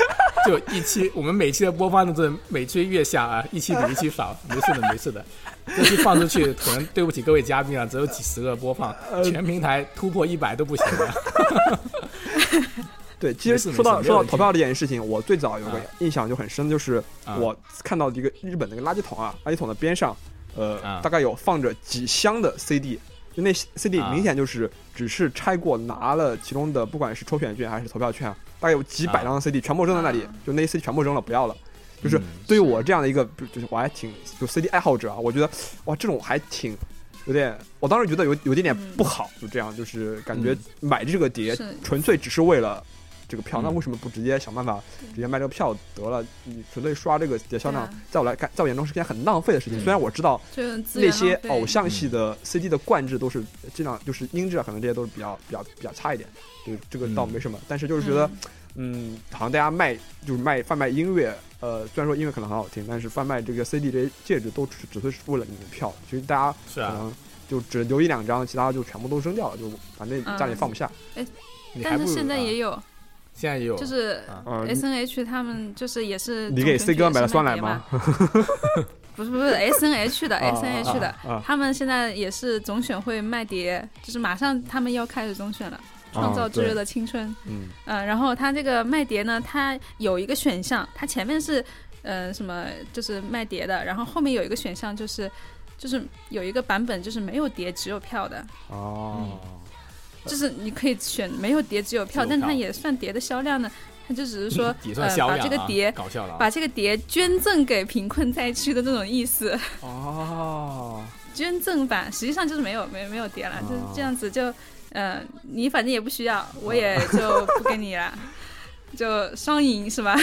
就一期，我们每期的播放量是每期越下啊，一期比一期少，没事的，没事的。这期放出去，可能对不起各位嘉宾啊，只有几十个播放，
呃
全平台突破一百都不行了。
对，其
没
实
事没
说到
事没
说
有
到
人
投票这件事情，我最早有个
啊
印象就很深，就是
啊
我看到一个日本那个垃圾桶啊，垃圾桶的边上，呃，
啊
大概有放着几箱的 CD，就那 CD
啊
明显就是只是拆过拿了其中的，不管是抽选券还是投票券啊，大概有几百
啊
张的 CD 全部扔在那里
啊，
就那些 CD 全部扔了不要了。 就是
嗯
对于我这样的一个，就就是我还挺就 CD 爱好者啊，我觉得哇，这种还挺有点，我当时觉得有有点点不好，就这样，就是感觉
嗯
买这个碟
是
纯粹只是为了这个票，那
嗯
为什么不直接想办法直接卖这个票得了？你纯粹刷这个碟销量
对啊，
在我来看，在我眼中是件很浪费的事情。
嗯
虽然我知道
就资
那
源浪
些
费
偶像系的 CD 的冠制都是尽量就是音质啊，可能这些都是比较比较比较差一点，就是这个倒
嗯
没什么，但是就是觉得。嗯，好像大家卖就是卖贩卖音乐，呃，虽然说音乐可能很好听，但是贩卖这个 CD 这些戒指都只只是为了你的票，其实大家
是
可
啊，
能就只留一两张，其他就全部都扔掉了，就反正家
嗯
里放不下。
你还
但
不
是
如
现在
啊
也有，
现在也有，
就是
啊
呃，
S N H 他们就是也是
你给
重拳
C 哥
举
买了酸
圣诞
奶
节
吗
嘛？？ 不是不是 S N H 的 S N H 的
啊，啊啊
他们现在也是总选会卖碟，就是马上他们要开始总选了，
啊
《创造炙热的青春》
嗯
呃，然后它这个卖碟呢，它有一个选项，它前面是呃什么就是卖碟的，然后后面有一个选项就是就是有一个版本就是没有碟只有票
呃
的，
哦，
就是你可以选没有碟只有票，
只有
但它
票
也算碟的销量呢，它就只是说
也算
呃
销
把
量啊，
这个碟。
搞笑了啊，
把这个碟捐赠给贫困灾区的那种意思，
嗯
哦，
捐赠版实际上就是没有没没有碟了，就是
哦
这样子就，呃，你反正也不需要，我
哦
也就不给你了， 就双赢是吧？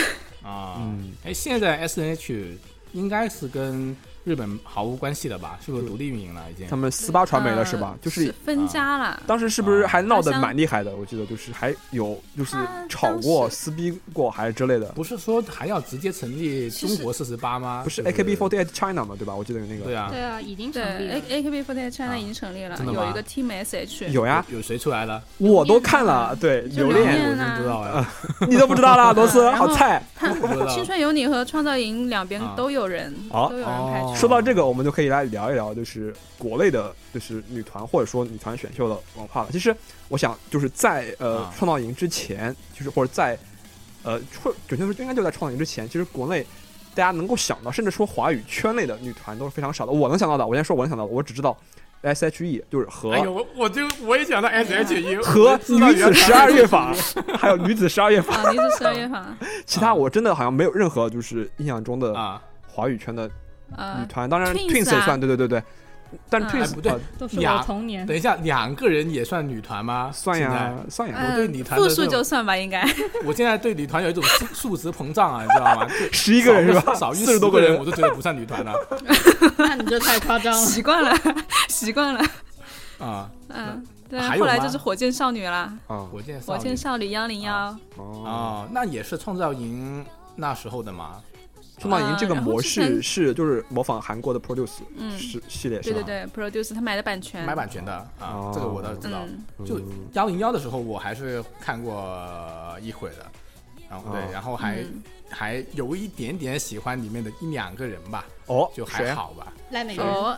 啊，
嗯
哎，现在 S N H 应该是跟日本毫无关系了吧？是不是独立运营了已经
他？们斯巴传媒了是吧
呃？
就是
啊
分家了。
当时是不是还闹得
啊
蛮厉害的？我记得就是还有就是
他
吵
当
过、
时
撕逼过还是之类的，
不是说还要直接成立
其
中
实
国四十八吗？
不是
就是
AKB48 China 嘛，对吧？我记得有那个。
对啊
对，啊，已经成立
对
了
，A。A K B 4 8 China
啊
已经成立了，
真的吗
有一个 Team S H，
有呀，
有谁出来了？
我都看了，对，
啊就
榴
榴
我
莲
莲，
真不知道 呀。
你都不知道啦，罗斯，
然后
好菜。
他
不知道
青春有你和创造营两边
啊
都有人，
哦
都有人排
哦
出。
说到这个，我们就可以来聊一聊，就是国内的，就是女团或者说女团选秀的文化了。其实我想，就是在呃
啊
创造营之前，就是或者在呃，或准确说应该就在创造营之前，其实国内大家能够想到，甚至说华语圈内的女团都是非常少的。我能想到的，我先说我能想到的，我只知道 S.H.E 就是和、
哎呦，我我就我也想到 S H E
和女子十二乐坊，还有女子十二乐坊，
啊，你是十二 月份
其他我真的好像没有任何就是印象中 的
啊，
华语圈的女
啊，
团。当然
Twins
Twins 也
啊
算，对对对对。但是
嗯
Twins
哎不对
呃
都 是
呀
我童年
等。一下，两个人也算女团吗？
算呀，算
嗯
呀，
我对女团的
呃复数
这种
就算吧，应该。
现在。我现在对女团有一种数数值膨胀啊，你知道吗？就
十 一个人是吧？
少于
四十多
个
个人
我，都觉得不算女团了
那你这太夸张了。
习惯了，习惯了。
啊。
嗯，对啊，
还有
后
吗
来就是火箭少女啦，
啊
火箭少
火
女
箭少女幺零幺
啊。
哦，
哦，那也是创造营那时候的嘛。
创造营这个
然后
模
之前
式是就是模仿韩国的 Produce
嗯
是系列是
对
吧
对？对，Produce 他买的版权。
买版权的啊
哦，
这个我倒知道。
嗯，
就幺零幺的时候，我还是看过一会的，然后对
哦，
然后还
嗯
还有一点点喜欢里面的一两个人吧，
哦，
就
谁
还
啊
好吧。
赖美人，，
哦，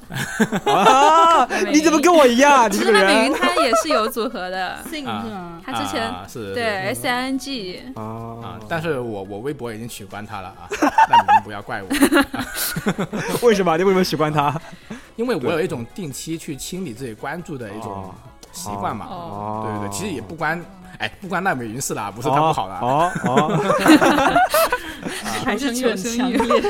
啊！你怎么跟我一 样？你
其
这
实
个
赖美
人
云她也是有组合的
信是
啊
吗？
她之前
啊是
对 S N G
啊
啊，但是我我微博已经取关他了啊，那你们不要怪我，
为什么你为什么喜欢
哦
他？
因为我有一种定期去清理自己关注的一种
哦
习惯嘛。
哦，
哦
对对对，其实也不关，哎，不关赖美云事啦，不
不
是他不好啦，
哦哦，
还是
求
很
生
强
欲
烈。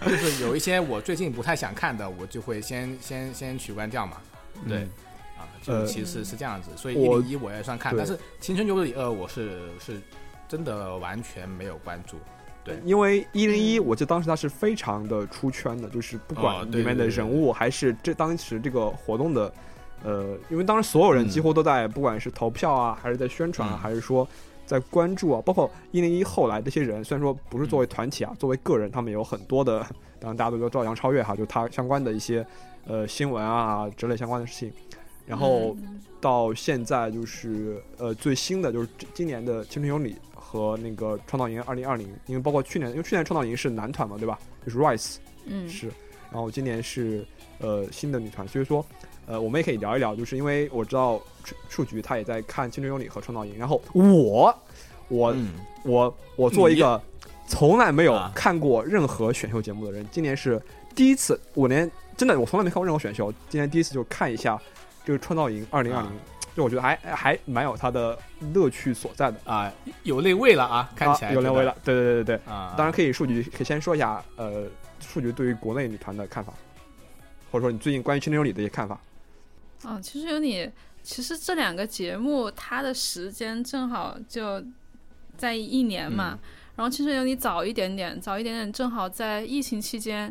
就是有一些我最近不太想看的，我就会先先先取关掉嘛。对，啊，就
嗯呃
其实是这样子，所以一
我
零一我也算看，
对
但是《青春有你二》我是是真的完全没有关注。
因为一零一，我记得当时他是非常的出圈的，就是不管
哦对
里面的
对对
人物还是这当时这个活动的呃，因为当时所有人
嗯
几乎都在，不管是投票啊，还是在宣传啊，
嗯
还是说在关注啊，包括一零一后来这些人，虽然说不是作为团体啊，作为个人，他们有很多的， 当然大家都知道赵阳超越哈，就他相关的一些呃新闻啊之类相关的事情。然后到现在就是呃最新的就是这今年的《青春有你》和那个《创造营二零二零》，因为包括去年，因为去年《创造营》是男团嘛，对吧？就是 Rise，
嗯
是，然后今年是呃新的女团，所以说呃我们也可以聊一聊，就是因为我知道数数据他也在看《青春有你》和《创造营》，然后我我、
嗯，
我我作为一个从来没有
啊
看过任何选秀节目的人，今年是第一次，我连真的我从来没看过任何选秀，今年第一次就看一下这个《创造营二零二零
啊》，
就我觉得还还蛮有它的乐趣所在的，
啊，有泪味了啊，看起来
啊、有
觉
两
得
位了，对对对对对。
啊，
当然可以，数据可以先说一下，呃，数据对于国内女团的看法，或者说你最近关于《青春有你》的一些看法。
哦，其实有你，其实这两个节目它的时间正好就在一年嘛，然后其实有你早一点点，早一点点正好在疫情期间，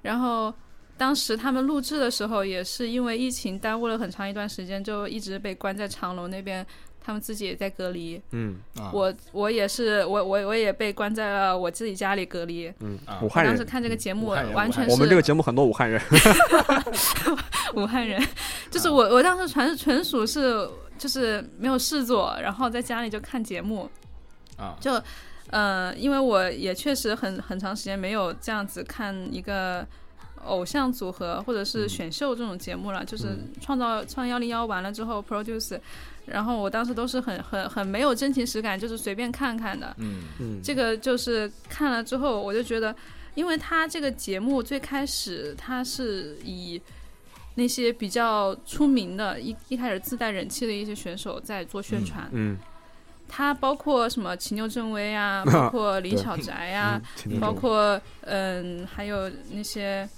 然后当时他们录制的时候也是因为疫情耽误了很长一段时间，就一直被关在长隆那边，他们自己也在隔离，
嗯，
啊
我我也是，我我我也被关在了我自己家里隔离。
啊
武
我
汉
当时
人，
看这个节目，
武汉人
完全是
我们这个节目很多武汉人。
武汉人，就是我我当时纯纯属是就是没有事做，然后在家里就看节目，
啊
就嗯、呃因为我也确实很很长时间没有这样子看一个偶像组合或者是选秀这种节目了，就是创造创幺零幺完了之后 produce，然后我当时都是很很很没有真情实感，就是随便看看的，
嗯
嗯，
这个就是看了之后，我就觉得，因为他这个节目最开始他是以那些比较出名的，一一开始自带人气的一些选手在做宣传，
嗯，
他包括什么秦牛正威啊，包括林小宅呀、
嗯挺
啊包括嗯，还有那些。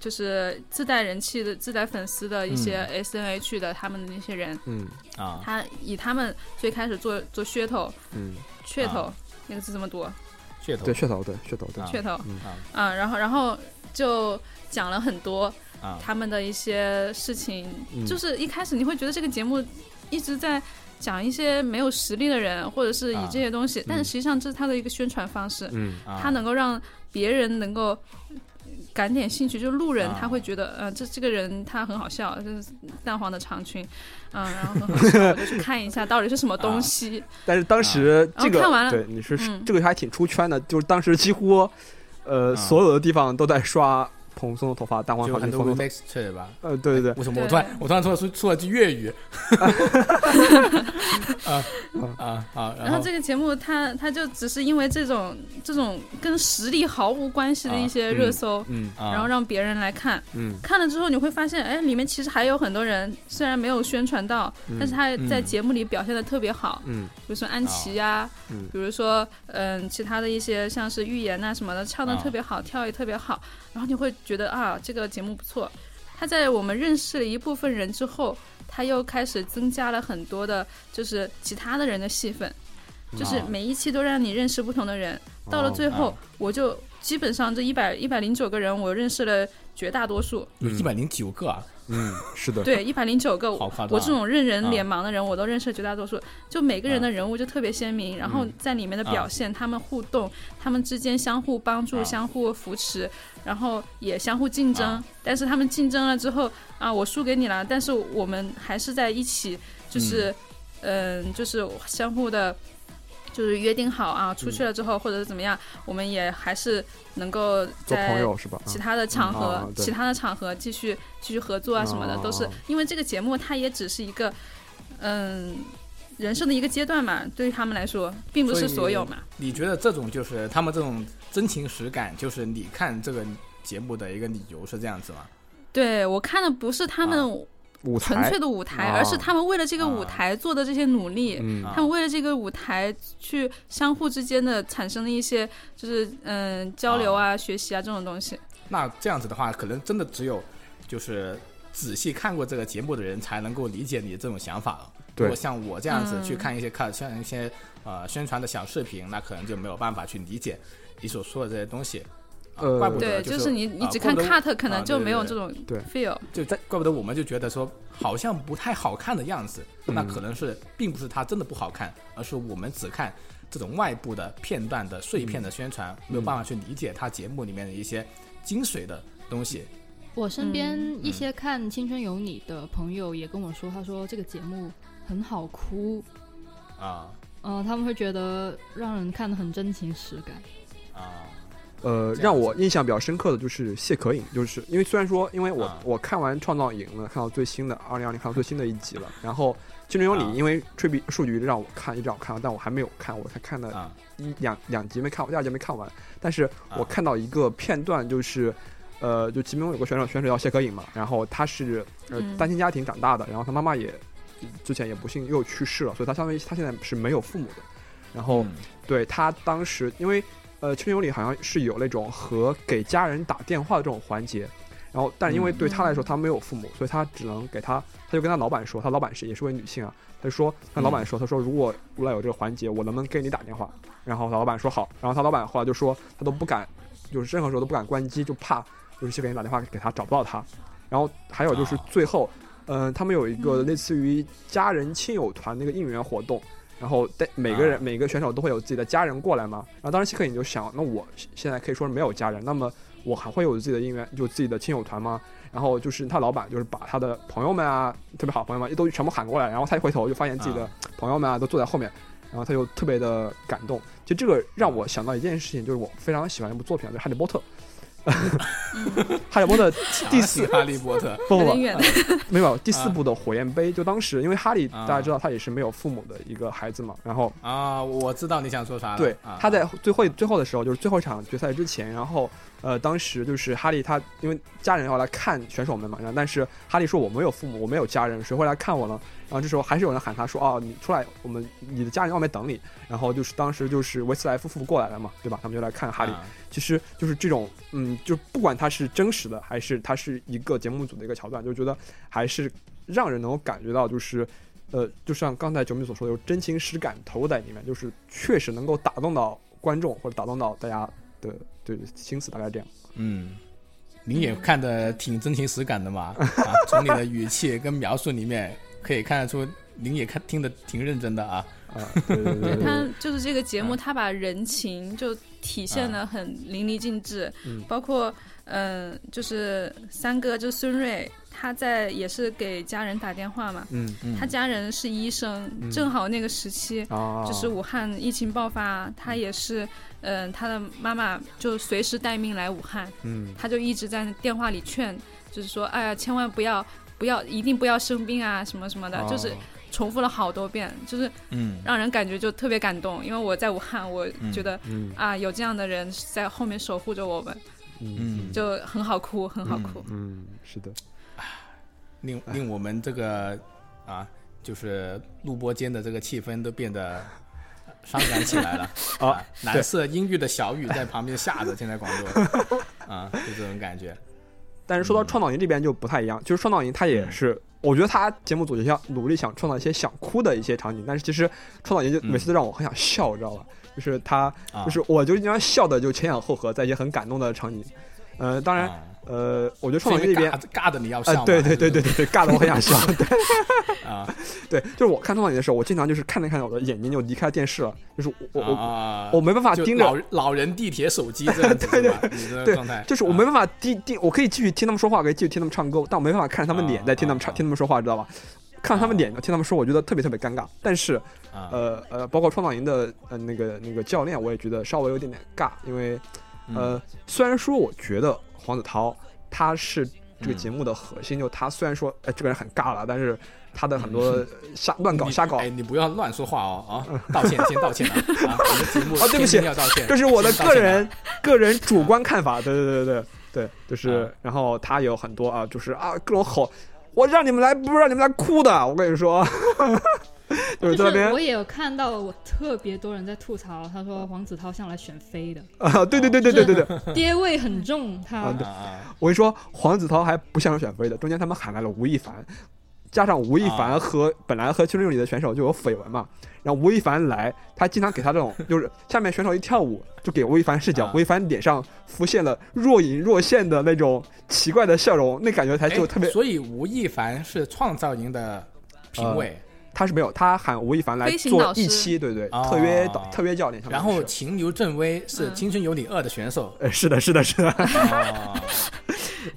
就是自带人气的、自带粉丝的一些 S N H 的他们的那些人，
嗯
啊
他以他们最开始做做噱头，
嗯，
噱头、
啊
那个字怎么读？
噱头
对噱头，对噱头，对
啊
噱头，
嗯
啊，然后然后就讲了很多
啊
他们的一些事情，
嗯
就是一开始你会觉得这个节目一直在讲一些没有实力的人，或者是以
啊
这些东西，但是实际上这是他的一个宣传方式，
嗯
啊
他能够让别人能够。感点兴趣，就路人
啊
他会觉得，呃，这这个人他很好笑，就是淡黄的长裙，嗯、然后很好笑，我就去看一下到底是什么东西。
但是当时
啊
这个
然后看完了
对你是
嗯
这个还挺出圈的，就是当时几乎呃
啊
所有的地方都在刷蓬松的头发、淡黄
就
发
很
型、
多
蓬松头
remix 出来吧。
发。呃，对对对，
为什么我
对
突然我突然说出出了句粤 语？啊
嗯
啊啊！
然后这个节目它它就只是因为这种这种跟实力毫无关系的一些热搜，
嗯
啊
然后让别人来看，
嗯
看了之后你会发现，哎，里面其实还有很多人虽然没有宣传到，但是他在
嗯
节目里表现的特别好，
嗯
比如说安琪呀、
啊
嗯
比如说嗯其他的一些像是预言啊什么的，唱的
啊
特别好，跳也特别好，然后你会觉得啊这个节目不错。他在我们认识了一部分人之后，他又开始增加了很多的，就是其他的人的戏份，就是
啊
每一期都让你认识不同的人。到了
哦
最后，
啊
我就基本上这一百一百零九个人，我认识了绝大多数。
一百零九个啊，
嗯，是的，
对，一百零九个，
好夸张啊
我这种认人脸盲的人，我都认识了绝大多数。就每个人的人物就特别鲜明，然后在里面的表现，他们互动，他们之间相互帮助、
啊
相互扶持，然后也相互竞争。
啊
但是他们竞争了之后啊，我输给你了，但是我们还是在一起，就是，嗯、就是相互的。就是约定好啊，出去了之后、或者是怎么样，我们也还是能够
做
在
朋友是吧？
嗯
其他的场合、
哦
啊对
其他的场合继续继续合作啊什么的，
哦
都是因为这个节目它也只是一个，嗯，人生的一个阶段嘛，对于他们来说，并不
所
是
以
所有嘛。
你觉得这种就是他们这种真情实感，就是你看这个节目的一个理由是这样子吗？
对我看的不是他
啊
们
舞
纯
台
粹，的舞台，
啊
而是他们为了这个舞
啊
台做的这些努力。
嗯
啊
他们为了这个舞台去相互之间的产生的一些，就是嗯交流啊、学习啊这种东西。
那这样子的话，可能真的只有就是仔细看过这个节目的人才能够理解你这种想法了。
对
如果像我这样子
嗯
去看一些看像一些呃宣传的小视频，那可能就没有办法去理解你所说的这些东西。啊
呃
怪不得
对，
就是
你你
啊
只
怪
看
不得
cut 可能
啊
就
对
没有
对
这种
对
feel。
就在怪不得我们就觉得说好像不太好看的样子，
嗯
那可能是并不是它真的不好看，而是我们只看这种外部的片段的碎片的宣传，没有办法去理解它节目里面的一些精髓的东西。
我身边一些看《青春有你》的朋友也跟我说，他说这个节目很好哭，
啊
嗯、他们会觉得让人看得很真情实感。
啊
呃，
这样
让
子
我印象比较深刻的就是谢可颖，就是因为虽然说，因为我、
啊
我看完《创造营》了，看到最新的二零二零，看到最新的一集了，然后《青春有你》
啊
因为吹比数据让我看，一直让我看，但我还没有看，我才看了
啊
一、两两集没看，第二集没看完，但是我
啊
看到一个片段，就是。呃，就其中有个选手，选手叫谢可颖嘛，然后她是呃
嗯
单亲家庭长大的，然后她妈妈也之前也不幸又去世了，所以她相当于她现在是没有父母的，然后
嗯
对他当时，因为呃，《青春有你》好像是有那种和给家人打电话的这种环节，然后，但因为对他来说，他没有父母，所以他只能给他，他就跟他老板说，他老板是也是位女性啊，他就说，他老板说，他说如果未来有这个环节，我能不能给你打电话？然后他老板说好，然后他老板后来就说，他都不敢，就是任何时候都不敢关机，就怕就是去给你打电话给他找不到他。然后还有就是
啊
最后，嗯、他们有一个类似于家人亲友团那个应援活动，然后但每个人、
啊
每个选手都会有自己的家人过来嘛。然后当时谢克颖就想，那我现在可以说是没有家人，那么我还会有自己的应援，就自己的亲友团吗？然后就是他老板就是把他的朋友们啊，特别好的朋友们都全部喊过来，然后他一回头就发现自己的
啊
朋友们啊都坐在后面，然后他就特别的感动。就这个让我想到一件事情，就是我非常喜欢一部作品啊，就是《哈利波特》。 哈利波特 第四
嗯啊哈利波特
不不
有
不
点，远，
没有第四
啊
部的火焰杯，就当时因为哈利
啊
大家知道他也是没有父母的一个孩子嘛，然后
啊，我知道你想说啥了。
对
啊，
他在最后最后的时候，就是最后一场决赛之前，然后呃，当时就是哈利他因为家人要来看选手们嘛，然后但是哈利说我没有父母，我没有家人，谁会来看我呢？然后这时候还是有人喊他说哦，你出来，我们你的家人在外面等你。然后就是当时就是维斯莱夫妇过来了嘛，对吧？他们就来看哈利，
啊
其实就是这种，嗯，就不管它是真实的，还是它是一个节目组的一个桥段，就觉得还是让人能够感觉到，就是，呃，就像刚才九米所说的，有真情实感投入在里面，就是确实能够打动到观众或者打动到大家的对心思，大概这样。
嗯，您也看得挺真情实感的 嘛，啊，从你的语气跟描述里面可以看得出，您也看听得挺认真的啊。
啊、对对对
对
对
他
对，
就是这个
嗯
节目，他把人情就体现的很淋漓尽致，
嗯
包括嗯、呃就是三哥就是孙瑞，他在也是给家人打电话嘛，
嗯
嗯
他家人是医生，正好那个时期。
啊，
就是武汉疫情爆发，他也是，嗯、他的妈妈就随时待命来武汉，
嗯
他就一直在电话里劝，就是说，哎呀，千万不要，不要，一定不要生病啊，什么什么的，就是
哦
重复了好多遍，就是
嗯
让人感觉就特别感动，因为我在武汉，我觉得、
嗯
啊，有这样的人在后面守护着我们，
嗯
嗯，
就很好哭，很好哭。
嗯，是的，
令
哎
令我们这个啊，就是录播间的这个气氛都变得伤感起来了
啊
蓝色阴郁的小雨在旁边下着，现在广州啊，就这种感觉。
但是
嗯
说到创造营这边就不太一样，就是创造营它也是，我觉得它节目组就像努力想创造一些想哭的一些场景，但是其实创造营就
嗯
每次都让我很想笑，你知道吧？就是它，
啊
就是我就经常笑的就前仰后合，在一些很感动的场景。呃，当然，
啊
呃，我觉得创
是
造
因
营
为
这边
尬。尬的你要
啊、
笑嘛，
对对对
就
对
是
对对，尬的我很 想笑。对
啊
对，就是我看创造营的时候，我经常就是看着看着，我的眼睛就离开电视了，就是我我我
啊，
我没办法
就
盯着
老老人地铁手机这样子是吧？你这个
对
状态，
就是我
啊
没办法听听，我可以继续听他们说话，可以继续听他们唱歌，但我没办法看着他们脸
啊
在听他们
啊
唱、
啊
听他们说话，知道吧？看着他们
啊
脸听他们说，我觉得特别特别尴尬。但是，
啊
呃呃，包括创造营的呃那个那个教练，我也觉得稍微有点点尬，因为
嗯
呃，虽然说我觉得黄子韬他是这个节目的核心，就他虽然说呃这个人很尬了，但是他的很多
嗯
呃瞎 乱搞
你
瞎搞
哎，，你不要乱说话哦啊！ 道歉，先道歉啊！啊，我们节目
啊对不起
天天要道 歉，
这是我的
先道
个
歉啊
人个人主观看法，对对对对对，就是
啊，
然后他有很多啊，就是啊各种吼，我让你们来不是让你们来哭的，我跟你说， 就是在
就
那
是
边
我也有看到，我特别多人在吐槽，他说黄子韬向来选 妃的，
啊，对对对对对对对，
爹味很重，他
啊对
啊啊！
我跟你说，黄子韬还不像是选妃的，中间他们喊来了吴亦凡，加上吴亦
啊
凡和本来和《青春有你》的选手就有绯闻嘛，然后吴亦凡来，他经常给他这种就是下面选手一跳舞就给吴亦凡视角
啊，
吴亦凡脸上浮现了若隐若现的那种奇怪的笑容，那感觉才哎就特别。
哎所以吴亦凡是创造营的
呃
评委，
他是没有，他喊吴亦凡来
飞行
做
导师
一期，对对，
啊
特约导特约教练。
然后
相当于是
秦牛正威是《
嗯
青春有你二》的选手。
呃，是的，是的，是的，
哦，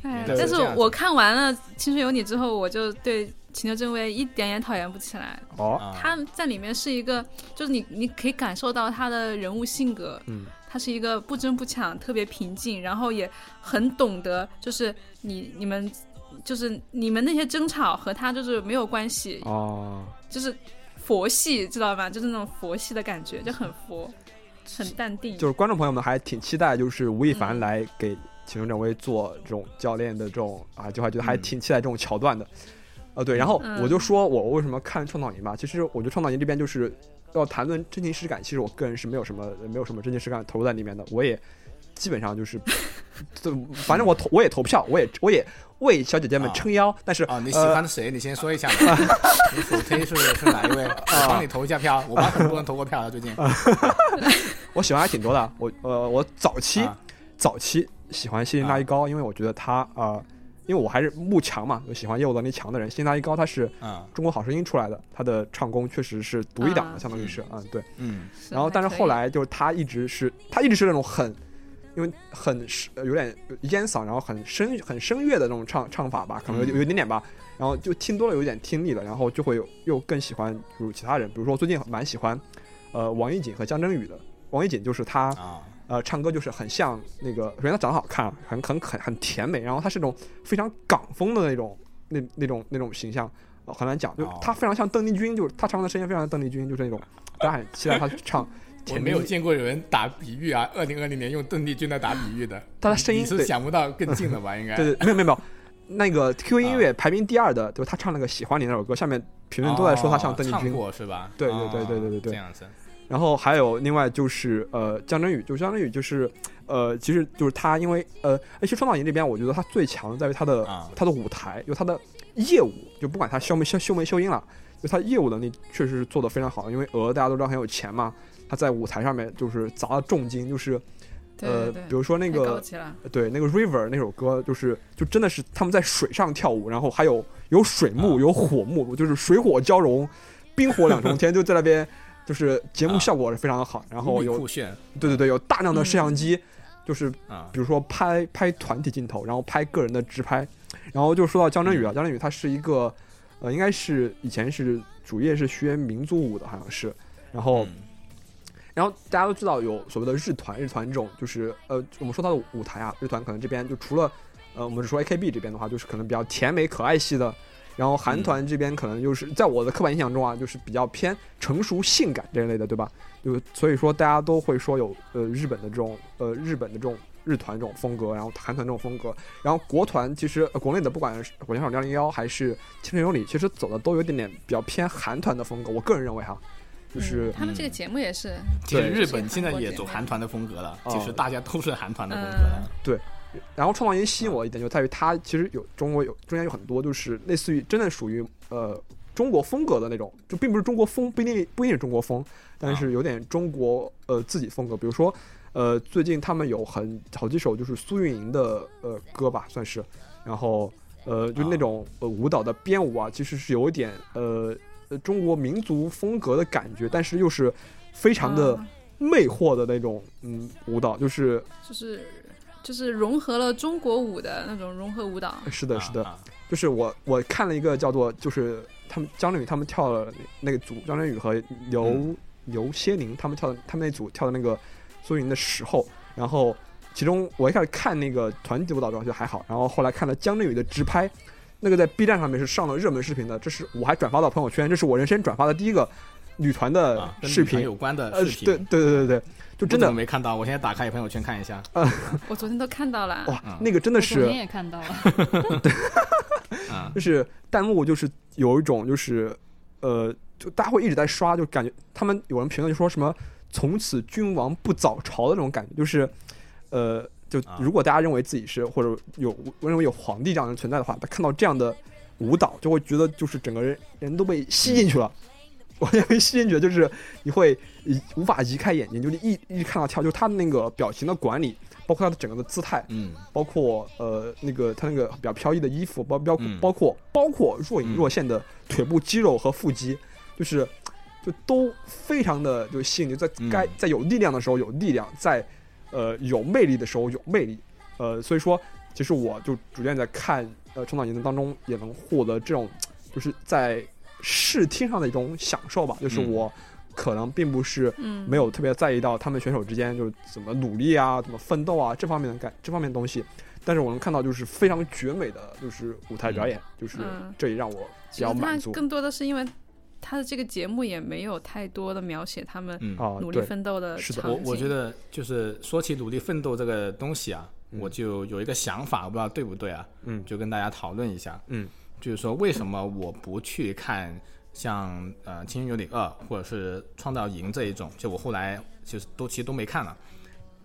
哎
对
但
是
是
这样子
我看完了《青春有你》之后，我就对秦牛正威一点也讨厌不起来。
哦，
啊
他在里面是一个，就是你你可以感受到他的人物性格，
嗯，
他是一个不争不抢、特别平静，然后也很懂得，就是你你们就是你们那些争吵和他就是没有关系，
哦，
就是佛系，知道吧？就是那种佛系的感觉，就很佛，很淡定。
就是观众朋友们还挺期待，就是吴亦凡
嗯
来给秦钟正威做这种教练的这种啊，就还觉得还挺期待这种桥段的。呃，对，然后
嗯
我就说我为什么看创造营吧，其实我觉得创造营这边就是要谈论真情实感，其实我个人是没有什么没有什么真情实感投入在里面的，我也基本上就是，对，反正我投我也投票，我也我也为小姐姐们
啊
撑腰，但是
哦，你喜
呃
欢的谁？你先说一下 吧。你首推是是哪一位？
啊
我帮你投一下票。我帮很多人投过票了，最近。
我喜欢还挺多的，我呃我早期、
啊
早期喜欢谢林大一高，因为我觉得他啊、呃因为我还是慕强嘛，就喜欢业务能力强的人。谢林大一高他是
嗯
中国好声音出来的，他的唱功确实是独一档
啊
的，相当于是嗯对。
嗯
是
然后
还
但是
可以
后来就是他一直是他一直是那种很。因为很是呃有点烟嗓，然后很声很声乐的那种唱唱法吧，可能有
嗯
有一点点吧，然后就听多了有点听腻了，然后就会有又更喜欢比如其他人，比如说我最近蛮喜欢，呃王一瑾和江真宇的，王一瑾就是他
啊
呃，唱歌就是很像那个，首先她长得好看，很很很很甜美，然后她是那种非常港风的那种那那种那种形象，呃很难讲，就
哦
她非常像邓丽君，就是她唱歌的声音非常像邓丽君，就是那种大家很期待她去 唱
我
甜蜜。
没有见过有人打比喻啊，二零二零年用邓丽君来打比喻的，
她的声音
你是
对
想不到更近了吧？应该
对对，没有没有没有，那个 QQ
啊
音乐排名第二的，就是她唱那个《喜欢你》那首歌，下面评论都在说她像邓丽
哦唱
君。
过是吧？啊
对对对对对对对
这样子。
然后还有另外就是呃，江真宇，就江真宇就是呃，其实就是他，因为呃，其实创造营这边，我觉得他最强在于他的、
啊
他的舞台，有他的业务，就不管他修没修修没修音了，就他业务能力确实是做得非常好。因为鹅大家都知道很有钱嘛，他在舞台上面就是砸了重金，就是
对
呃
对，对
比如说那
太高
个
级了，
对那个 River 那首歌，就是就真的是他们在水上跳舞，然后还有有水幕
啊
有火幕，就是水火交融，冰火两重天，就在那边。就是节目
啊
效果是非常的好，然后
无比
有
酷炫
对对对，有大量的摄像
嗯
机，就是
啊
比如说拍拍团体镜头，然后拍个人的直拍，然后就说到江振宇啊，江振宇他是一个，呃，应该是以前是主业是学民族舞的，好像是，然后、
嗯
然后大家都知道有所谓的日团，日团这种就是呃，我们说到的舞台啊，日团可能这边就除了呃，我们只说 AKB 这边的话，就是可能比较甜美可爱系的，然后韩团这边可能就是在我的刻板印象中啊，就是比较偏成熟性感这一类的，对吧？就所以说大家都会说有呃日本的这种呃日本的这种日团这种风格，然后韩团这种风格，然后国团其实、呃国内的不管是《火箭少女幺零幺》还是《青春有你》，其实走的都有点点比较偏韩团的风格，我个人认为哈，就是
嗯、他们这个节目也是，
其实
对
日本现在也走韩团的风格了，
哦
其实大家都是韩团的风格了。
然后创造营吸引我一点就在于它其实有中国有中间有很多就是类似于真的属于呃中国风格的那种，就并不是中国风，不一定不一定是中国风，但是有点中国呃自己风格，比如说。呃，最近他们有很好几首就是苏运莹的呃歌吧，算是，然后呃，就那种呃舞蹈的编舞啊，其实是有一点呃呃中国民族风格的感觉，但是又是非常的
啊
魅惑的那种嗯舞蹈，就是
就是就是融合了中国舞的那种融合舞 蹈，
是的是的，
啊，
就是我我看了一个叫做就是他们张振宇他们跳了那个组，张振宇和刘、
嗯
刘些宁他们跳的他们那组跳的那个苏云的时候，然后其中我一开始看那个团体舞蹈的时候就还好，然后后来看了江振宇的直拍，那个在 B 站上面是上了热门视频的，这是我还转发到朋友圈，这是我人生转发的第一个女团
啊
的
啊跟
呃视
女团
频，
有关的
呃，
视频，
对对对对对，就
我
真
怎
的
么没看到，我现在打开朋友圈看一下。啊
我昨天都看到了，
哇
嗯，
那个真
我
的
昨
是
天也看到 了，
啊
就是弹幕就是有一种就是，呃，就大家会一直在刷，就感觉他们有人评论就说什么“从此君王不早朝”的那种感觉，就是，呃，就
啊
如果大家认为自己是或者有认为有皇帝这样的存在的话，他看到这样的舞蹈，就会觉得就是整个人人都被吸进去了。 我也被吸进去，就是你会移无法移开眼睛，就是一一直看到跳，就他的那个表情的管理，包括他的整个的姿态，
嗯，
包括呃那个他那个比较飘逸的衣服，包包括
嗯
包括包括若隐若现的腿部肌肉和腹肌，就是就都非常的就吸引你，在
嗯
该在有力量的时候有力量，在呃有魅力的时候有魅力，呃，所以说其实我就逐渐在看呃《创造营》当中也能获得这种就是在视听上的一种享受吧，就是
嗯
我可能并不是。
嗯，
没有特别在意到他们选手之间就是怎么努力啊、怎么奋斗啊这方面的感这方面的东西，但是我能看到就是非常绝美的就是舞台表演，就是
嗯
这也让我比
其
较
实
满
他
足
更多的是因为他的这个节目也没有太多的描写他们
嗯
啊。
努力
对，
奋斗的
是的
场景。
我我觉得就是说起努力奋斗这个东西啊，
嗯
我就有一个想法，我不知道对不对啊，
嗯
就跟大家讨论一下，
嗯，
就是说为什么我不去看像呃《青春有你二》或者是《创造营》这一种，就我后来就是都其实都没看了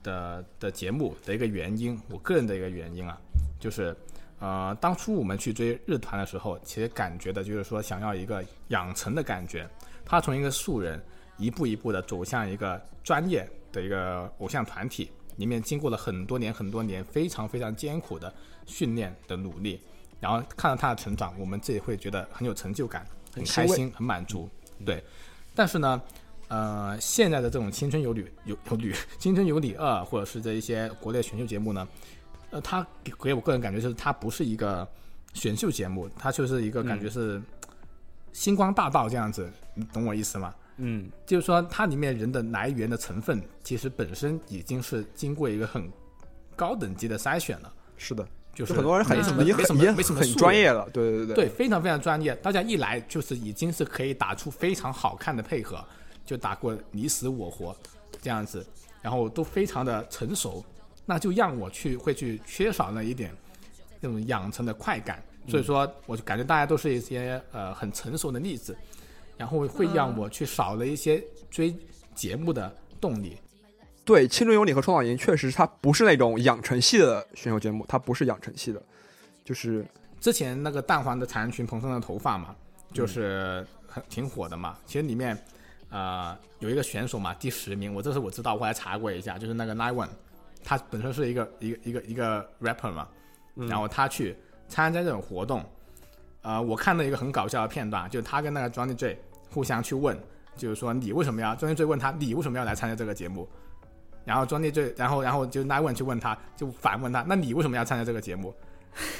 的的节目的一个原因，我个人的一个原因啊，就是呃当初我们去追日团的时候，其实感觉的就是说想要一个养成的感觉，他从一个素人一步一步的走向一个专业的一个偶像团体，里面经过了很多年很多年非常非常艰苦的训练的努力，然后看到他的成长，我们自己会觉得很有成就感，很开
欣
心，很满足。对，但是呢，呃，现在的这种青春有旅有有旅青春有你二，或者是这一些国内选秀节目呢，呃，它给给我个人感觉就是它不是一个选秀节目，它就是一个感觉是嗯星光大道这样子，你懂我意思吗？
嗯
就是说它里面人的来源的成分，其实本身已经是经过一个很高等级的筛选了，
是的，
就是
很多人很
没什么
也
没什
很
么
也
没什么
很
素
专
人
业了，对对对
对，非常非常专业。大家一来就是已经是可以打出非常好看的配合，就打过你死我活这样子，然后都非常的成熟，那就让我去会去缺少那一点那种养成的快感。所以说，我就感觉大家都是一些呃很成熟的例子，然后会让我去少了一些追节目的动力。
对，《青春有你》和《创造营》确实它不是那种养成系的选秀节目，它不是养成系的，就是
之前那个蛋黄的长裙、蓬松的头发嘛，就是很挺火的嘛。其实里面，呃，有一个选手嘛，第十名，我这是我知道，我还查过一下，就是那个 Nine One，他本身是一个一个一个一个 rapper 嘛，然后他去参加这种活动，呃，我看到一个很搞笑的片段，就是他跟那个 Johnny J 互相去问，就是说你为什么要 Johnny J 问他你为什么要来参加这个节目，然后 Johnny J 然后然后就 Nine One 去问他，就反问他，那你为什么要参加这个节目？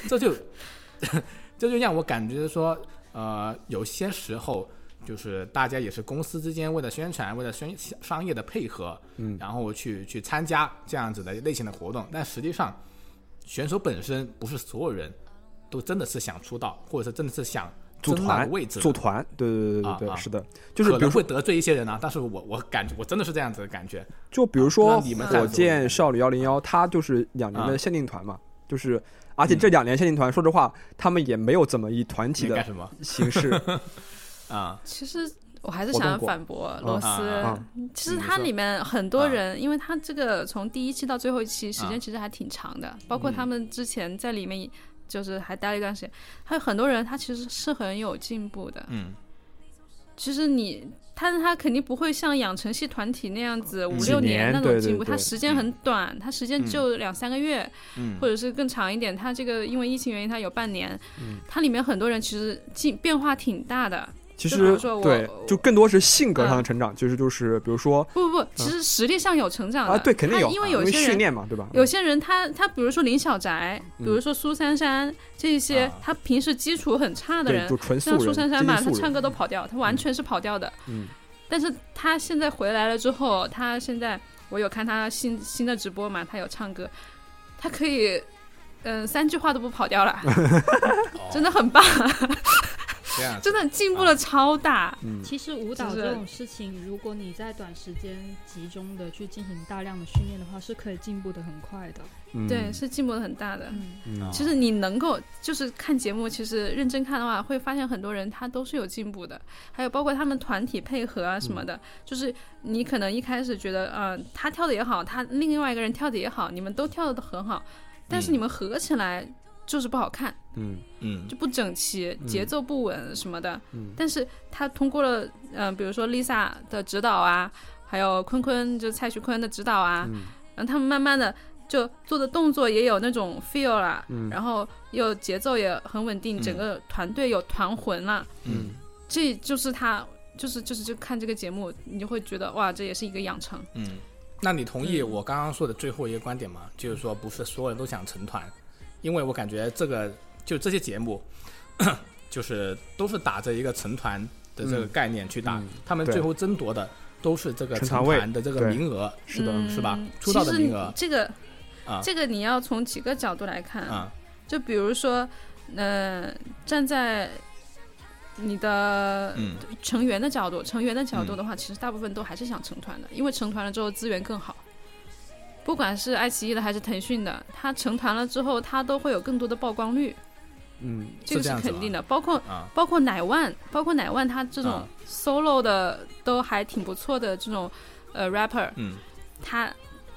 这就 这就让我感觉说，呃，有些时候就是大家也是公司之间为了宣传、为了宣商业的配合，嗯，然后去去参加这样子的类型的活动，但实际上选手本身不是所有人都真的是想出道，或者是真的是想
组
争那
团
个位置的，
组团，对对对对
啊
对，
啊
是的，就是
可
比如
能
说
会得罪一些人啊，但是我我感觉我真的是这样子的感觉，
就比如说
啊那你们
火箭少女幺零幺，它就是两年的
啊嗯
限定团嘛，就是而且这两年限定团，说实话，他们也没有怎么以团体
你干
的
什么
形式
啊？
其实我还是
活动
想要
过
反驳罗斯。
啊
啊
其实
你
它
说
里面很多
啊
人，因为它这个从第一期到最后一期时
啊
间其实还挺长的，包括
嗯
他们之前在里面就是还待了一段时间，还有很多人他其实是很有进步的。
嗯，
其实你，但是他肯定不会像养成系团体那样子五
嗯几
六
年
那
对
种
对
进步，
对嗯
他时间很短，他时间只有两三个月，
嗯
或者是更长一点。他这个因为疫情原因，他有半年，
嗯
它里面很多人其实进变化挺大的。
其
就比
实
如说我嗯
对，
我
就更多是性格上的成长，就是就是比如说
不不不，其实实力上有成长的
啊，对，肯定有，
嗯他因
啊
为
因
有
为
些
训
人
练嘛，对吧？
有些人他他比如说林小宅，
嗯
比如说苏珊珊这一些
啊，
他平时基础很差的
对，
人
就，纯素
像
人，
苏珊珊
接
嘛，
近
他
素
唱
人
歌都跑调，他完全是跑调的。
嗯，
但是他现在回来了之后，他现在我有看他新新的直播嘛，他有唱歌，他可以，嗯、三句话都不跑 调了，真的很棒，
这样子
真的进
啊
步了超大。
嗯，
其实舞蹈
就是
这种事情，如果你在短时间集中的去进行大量的训练的话，是可以进步的很快的。
嗯
对，，是进步了很大的。
嗯，
嗯
其实你能够就是看节目，其实认真看的话，会发现很多人他都是有进步的，还有包括他们团体配合啊什么的，就是你可能一开始觉得，呃，他跳的也好，他另外一个人跳的也好，你们都跳的很好，但是
嗯
你们合起来就是不好看，
嗯
嗯
就不整齐，节奏不稳什么的。
嗯
但是他通过了，嗯、比如说 Lisa 的指导啊，还有坤坤就蔡徐坤的指导啊，
嗯
然后他们慢慢的就做的动作也有那种 feel 啦，
嗯
然后又节奏也很稳定，
嗯
整个团队有团魂啦，
嗯
这就是他。就是就是就看这个节目，你就会觉得哇，这也是一个养成。
嗯。那你同
嗯
意我刚刚说的最后一个观点吗？就是说，不是所有人都想成团，因为我感觉这个就这些节目， 就是都是打着一个成团的这个
嗯
概念去打，
嗯
他们
对
最后争夺的都是这个
成
成
团位
团的这个
对
名额
是的，
嗯
是吧出
其
道的
实
名额
这个
啊
这个你要从几个角度来看，
啊，
就比如说，呃，站在你的
嗯
成员的角度，成员的角度的话，其实大部分都还是想成团的，因为成团了之后资源更好。不管是爱奇艺的还是腾讯的，它成团了之后，它都会有更多的曝光率，
嗯
这个
是这
是
样子
肯定
吗
的。包括
啊
包括奶万，包括奶万，他这种
啊
solo 的都还挺不错的这种呃 rapper，
嗯
他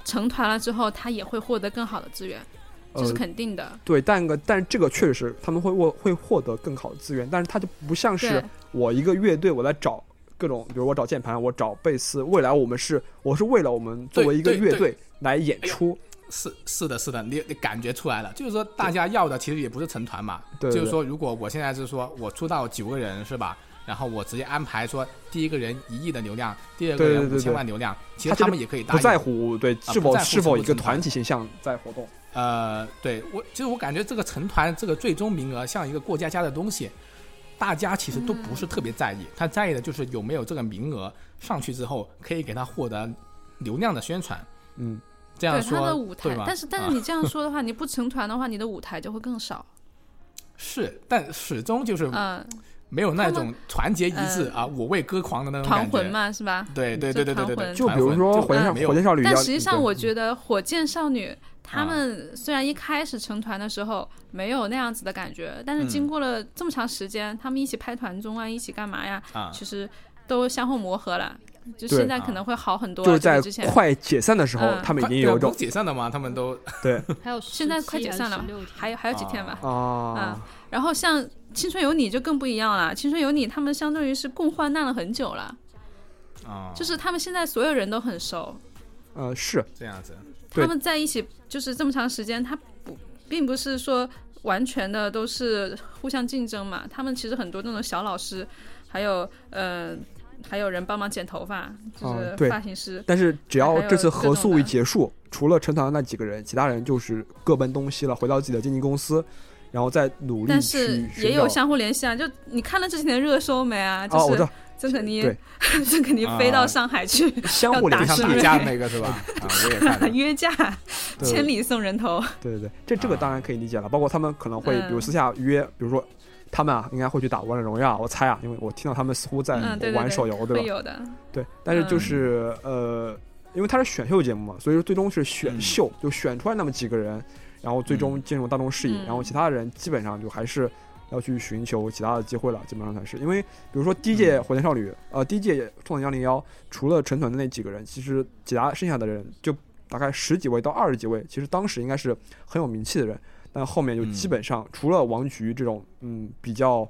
成团了之后，他也会获得更好的资源，这是
呃
肯定的。
对，但个但这个确实是他们会获会获得更好的资源，但是它就不像是
对，
我一个乐队，我来找各种，比如我找键盘，我找贝斯。未来我们是，我是为了我们作为一个
对对
乐队来演出，
是是的，是的，你你感觉出来了，就是说大家要的其实也不是成团嘛，
对对
就是说如果我现在是说我出道九个人是吧，然后我直接安排说第一个人一亿的流量，第二个
对对
人
对
五
对
千万流量，其
他
实
其实
他们也可以答
不
应，
在乎对
啊不
是否
在乎
是否
成
一
不
个
成
团
团
体形象在活动。
呃，对我其实我感觉这个成团这个最终名额像一个过家家的东西，大家其实都不是特别在
嗯
意，他在意的就是有没有这个名额上去之后可以给他获得流量的宣传，
嗯，
这样
对他
说
的舞台
对吧，
但是但
啊
是你这样说的话，你不成团的话，你的舞台就会更少。
是，但始终就是
嗯，
没有那
他们
种团结一致
呃
啊，我为歌狂的那种
团
感
魂
觉。
嘛，是吧？
对对对对对对对，
就
团
就
团魂
比如
魂
说
就啊
火箭少
没有
火箭少女要，
但实际上，
对
我
嗯
觉得火箭少女
啊
她们虽然一开始成团的时候没有那样子的感觉，但是
嗯
经过了这么长时间，她们一起拍团综啊，一起干嘛呀，
啊，
其实都相互磨合了。就
对
现
啊
在可能会好很多
就
了，
是在
比之前
快解散的时候，
嗯
他们已
快
经有一
对啊
种
不解散了吗？他们都
对
还有
现在快解散了吧
16天，
还有还有几天吧
啊，
啊，
然后像《青春有你》就更不一样了，《青春有你》他们相当于是共患难了很久了，
啊，
就是他们现在所有人都很熟，
呃，是
这样
啊
子，
对
他们在一起就是这么长时间，他不并不是说完全的都是互相竞争嘛，他们其实很多那种小老师，还有呃还有人帮忙剪头发，就
哦
是
对
发型师，
但是只要
还有
这次
各
合
种
宿一
的
结束，除了成团的那几个人，其他人就是各奔东西了，回到自己的经纪公司，然后再努力
但是
去寻
也有
找
相互联系啊，就你看了这几天热搜没啊？就
啊，我知
是
道
曾可妮
对，
曾可妮飞
啊
到上海去
相
要
互
打
联
就
是
像
系
死
打
人
架那个 是吧？啊，我也看了，
约架，
对
千里送人头。
对对对，这这个
啊
当然可以理解了。包括他们可能会，
嗯
比如私下约，比如说他们啊，应该会去打王者荣耀，我猜啊，因为我听到他们似乎在
嗯对对
玩
对
手游，
会
吧？
有的，
对，但是就是呃，因为它是选秀节目嘛，所以说最终是选
嗯
秀，就选出来那么几个人，然后最终进入大众视野，
嗯
然后其他人基本上就还是。要去寻求其他的机会了，基本上才是因为，比如说第一届火箭少女，呃，第一届创造幺零幺，除了成团的那几个人，其实其他剩下的人就大概十几位到二十几位，其实当时应该是很有名气的人，但后面就基本上除了王菊这种嗯比较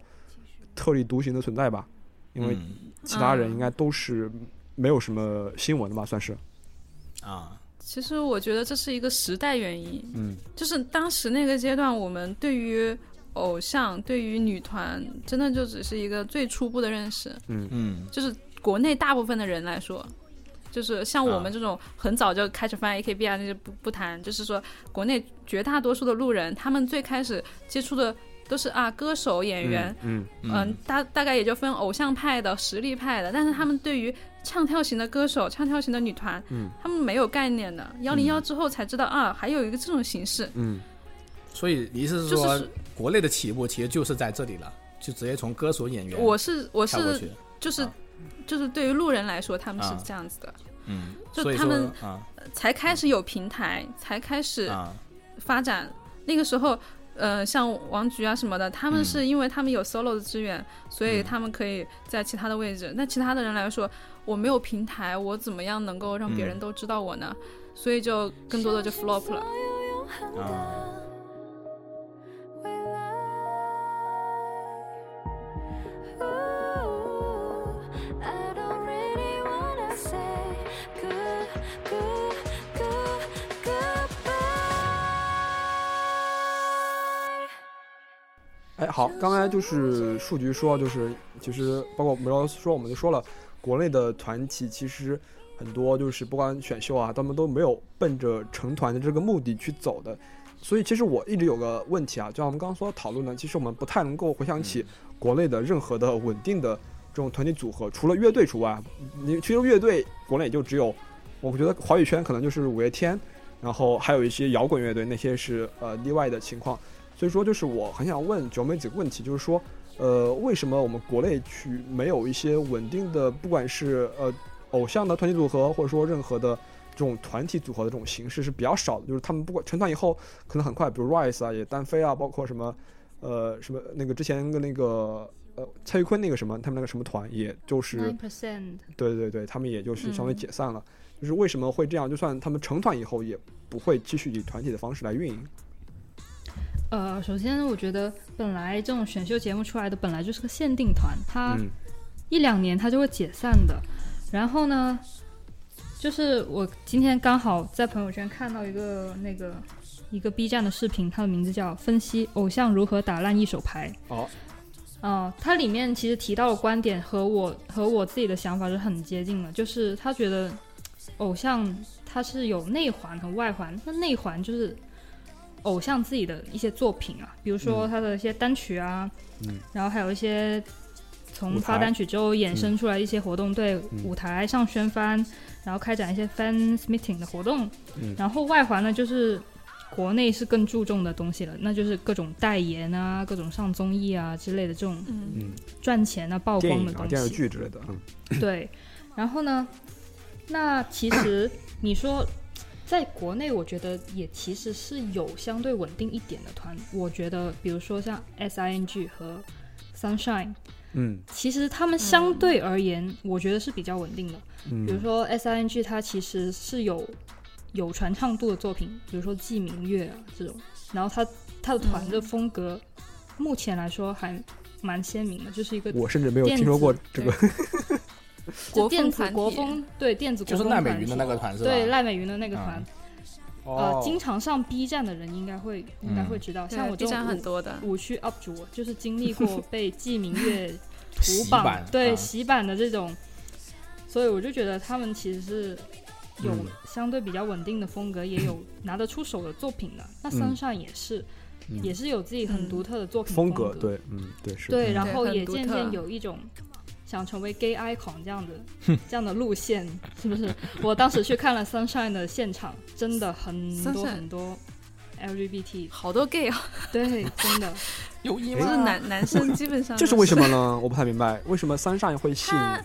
特立独行的存在吧， 因为
嗯
其他人
嗯
应该都是没有什么新闻的吧，算是
啊，
其实我觉得这是一个时代原因，
嗯
就是当时那个阶段，我们对于偶像、对于女团，真的就只是一个最初步的认识，
嗯
嗯
就是国内大部分的人来说。就是像我们
啊
这种很早就开始翻 AKB 啊，那就不不谈。就是说，国内绝大多数的路人，他们最开始接触的都是啊歌手、演员，
嗯
嗯，大大概也就分偶像派的、实力派的，但是他们对于唱跳型的歌手、唱跳型的女团，
嗯
他们没有概念的。幺零幺之后才知道啊，还有一个这种形式，
嗯
所以你是
就
说
是
国内的起步其实就是在这里了，就直接从歌手演员
我是我
跳过
是
去，
就是、
啊
就是对于路人来说，他们是
啊
这样子的，
嗯，
就
所以
他
说
们
啊
才开始有平台，才开始
啊
发展。那个时候，呃，像王菊啊什么的，他
嗯
们是因为他们有 solo 的资源，所以他们可以在其他的位置。那其他的人来说，我没有平台，我怎么样能够让别
嗯
人都知道我呢？所以就更多的就 flop 了。
啊，
哎，好，刚才就是数据说，就是其实包括梅老师说，我们就说了，国内的团体其实很多就是不管选秀啊，他们都没有奔着成团的这个目的去走的。所以其实我一直有个问题啊，就像我们刚刚说讨论呢，其实我们不太能够回想起国内的任何的稳定的这种团体组合，除了乐队除外，啊你其实乐队国内也就只有，我觉得华语圈可能就是五月天，然后还有一些摇滚乐队，那些是呃例外的情况。所以说，就是我很想问九妹几个问题，就是说，呃，为什么我们国内去没有一些稳定的，不管是呃偶像的团体组合，或者说任何的这种团体组合的这种形式是比较少的？就是他们不管成团以后，可能很快，比如 Rise 啊也单飞啊，包括什么，呃，什么那个之前的那个呃蔡徐坤那个什么，他们那个什么团，也就是。
nine percent，
对对对，他们也就是相对
嗯
解散了。就是为什么会这样？就算他们成团以后，也不会继续以团体的方式来运营。
呃，首先我觉得本来这种选秀节目出来的本来就是个限定团，它
嗯
一两年它就会解散的。然后呢，就是我今天刚好在朋友圈看到一个那个一个 B 站的视频，它的名字叫《分析偶像如何打烂一手牌》。
哦，
哦，它里面其实提到的观点和我和我自己的想法是很接近的，就是他觉得偶像它是有内环和外环，那内环就是偶像自己的一些作品啊，比如说他的一些单曲啊，
嗯
然后还有一些从
舞台
发
嗯
单曲之后衍生出来一些活动，对、舞台上宣翻，然后开展一些 fans meeting 的活动，
嗯
然后外环呢就是国内是更注重的东西了，那就是各种代言啊、各种上综艺啊之类的这种
嗯，
嗯，
赚钱啊、曝
电
光
影
的
啊、
东
电视
西。
剧之类的，嗯，
对，然后呢，那其实你说。在国内，我觉得也其实是有相对稳定一点的团。我觉得，比如说像 S.I.N.G 和 Sunshine，
嗯
其实他们相对而言，我觉得是比较稳定的。
嗯，
比如说 S I N G，它其实是有有传唱度的作品，比如说《记明月》啊这种。然后它它的团
嗯
的风格，目前来说还蛮鲜明的，就是一个
我甚至没有
电
听说
子
过这个，
就
国
电
风
子
团
国
体
风对电子
就
国
是
风
赖美
团
云的
体
那个团是吧？
对赖美云的那个团
嗯，
呃，经常上 B 站的人应该会应该
嗯
会知道，
对
像我这
B 站
种
很
舞
多的，
舞区 UP 主，就是经 历过被记明月图
洗
榜
版
对
啊
洗版的这种，所以我就觉得他们其实是有
嗯
相对比较稳定的风格，也有拿得出手的作品的。那
嗯
Sunshine 也是，
嗯
也是有自己很
嗯
独特的作 品
风
格
格，，对，嗯，对，是，嗯
对，然后
对很
也
独
渐
特
渐有一种想成为 gay icon 这样的这样的路线，是不是？我当时去看了 Sunshine 的现场，真的很多
Sunshine
很多 LGBT，
好多 gay 啊，
对，真的。
有一
就是
吗？
男男生基本上
这是
都
为什么呢？我不太明白，为什么三上会吸
他
引？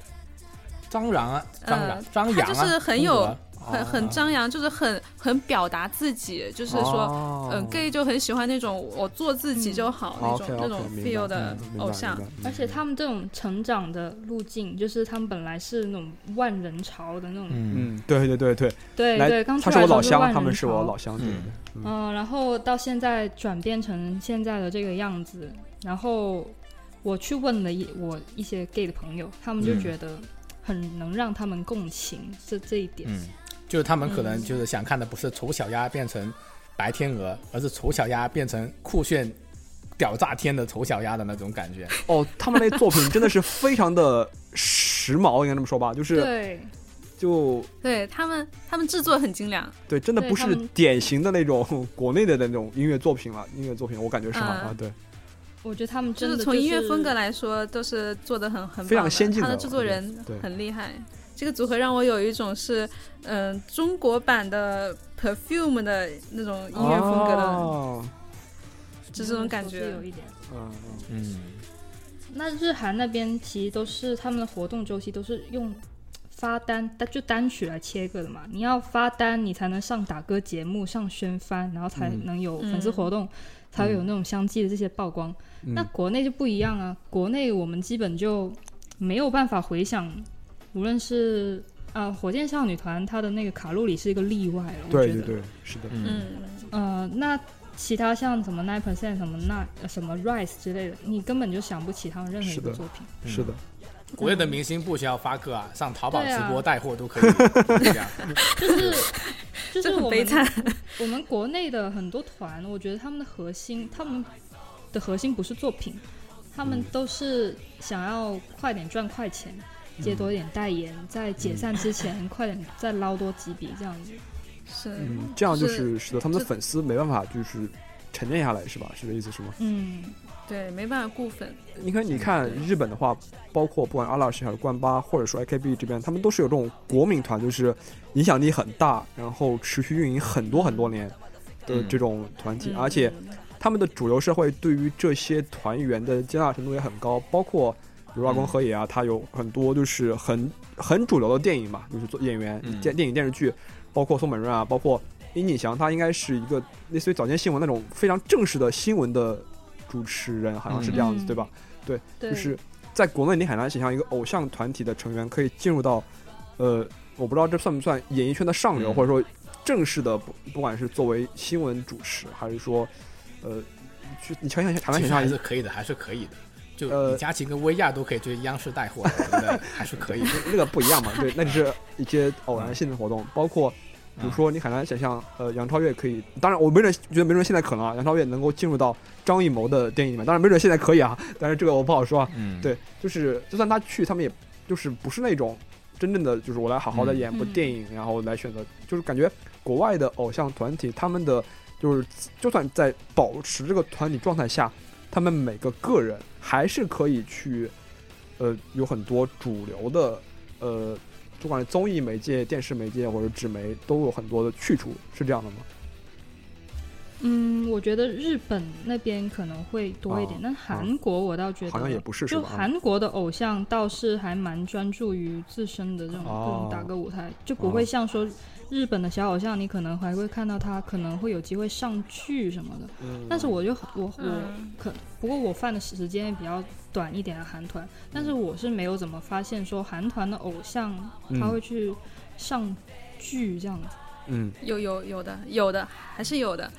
张然啊，张然
呃，
张扬啊，
他就是很有
哦
很很
张，
张扬，就是很很表达自己，就是说。
哦
呃
嗯，gay 就很喜欢那种我做自
嗯
己就好、
哦
那
OK，OK，
种那种
明白
feel 的
嗯明白
偶像，
明白嗯
而且他们这种成长的路径，就是他们本来是那种万人潮的那种，
嗯，
嗯，对对对对，
对
来
对，刚出
他
来
是我老
的时候就
乡，
万
他们
人
是我
潮
老乡，对对对，嗯
嗯，然后到现在转变成现在的这个样子，然后我去问了一我一些 gay 的朋友，他们就
嗯
觉得很能让他们共情，这这一点，
嗯，就是他们可能就是想看的不是丑小鸭变成白天鹅，而是丑小鸭变成酷炫屌炸天的丑小鸭的那种感觉。
哦，他们那作品真的是非常的时髦，应该这么说吧，就是
对
就
对他们，他们制作很精良，
对，真的
对
不
他
是
们
典型的那种国内的那种音乐作品了，音乐作品我感觉是好
嗯
啊，对，
我觉得他们
就
真的、
从音乐风格，来说，都是做的很很
非常
棒
先进的
他的制作人
对对
很厉害。这个组合让我有一种是，嗯、中国版的 Perfume 的那种音乐风格的，
哦
就这种感
是
觉
有。一点。
嗯，
嗯，
那日韩那边其实都是他们的活动周期都是用发单，单就单曲来切割的嘛。你要发单，你才能上打歌节目、上宣翻，然后才
嗯
能有粉丝活动，才会有那种相继的这些曝光。
嗯
那国内就不一样啊，国内我们基本就没有办法回想，无论是啊、呃火箭少女团，它的那个卡路里是一个例外了，我
对
觉
对
得。
对，是的，
嗯
嗯，
呃，那其他像什么 Nine Percent、什么那什么 Rise 之类的，你根本就想不起他们任何一
是
个
的
作品。
是的，
国内的明星不需要发歌啊，上淘宝
对
直
啊
播带货都可以。这样
就是就
这
是我
很悲
们
惨。
我们国内的很多团，我觉得他们的核心，他们的核心不是作品，他
嗯
们都是想要快点赚快钱，接
嗯
多一点代言，在解散之前快点再捞多几笔这样子。
是，
嗯，这样就是是使得他们的
这
粉丝没办法就是沉淀下来，是吧？是这意思是吗？
嗯，
对，没办法固粉，
你看，你看日本的话，包括不管阿拉什还是关八，或者说 AKB 这边，他们都是有这种国民团，就是影响力很大，然后持续运营很多很多年的
嗯
这种团体，
嗯
而且他们的主流社会对于这些团员的接纳程度也很高，包括比如阿
嗯
宫和也啊，他有很多就是很很主流的电影嘛，就是做演员、
嗯
电电影、电视剧，包括松本润啊，包括樱井翔，他应该是一个类似于早间新闻那种非常正式的新闻的主持人，好像是这样子，
嗯
对吧？
对，
就是在国内你很难想象一个偶像团体的成员可以进入到，呃，我不知道这算不算演艺圈的上流，
嗯
或者说正式的，不不管是作为新闻主持，还是说，呃，去你想想很难
其实
想象
还
一
是可以的，还是可以的。就
呃
李佳琦跟薇娅都可以追央视带货，我觉得还是可以的。
那个不一样嘛，对，那只是一些偶然性的活动，包括比如说你很难想象，
嗯
呃，杨超越可以，当然我没准觉得没准现在可能啊，杨超越能够进入到张艺谋的电影里面，当然没准现在可以啊，但是这个我不好说啊，
嗯，
对，就是就算他去，他们也就是不是那种真正的，就是我来好好的演部
嗯
电影，然后来选择，就是感觉国外的偶像团体，他们的就是就算在保持这个团体状态下，他们每个个人还是可以去，呃，有很多主流的，呃，不管是综艺媒介、电视媒介或者纸媒，都有很多的去处，是这样的吗？
嗯，我觉得日本那边可能会多一点
哦，
但韩国我倒觉得
好像也不是，啊是
就
吧？
韩国的偶像倒是还蛮专注于自身的这种各
哦
种打歌舞台，就不会像说日本的小偶像，你可能还会看到他可能会有机会上剧什么的。
嗯
但是我就我我
嗯，
可不过我犯的时间也比较短一点的韩
嗯
团，但是我是没有怎么发现说韩团的偶像他
嗯
会去上剧这样子。
嗯
有有有的有的还是有的，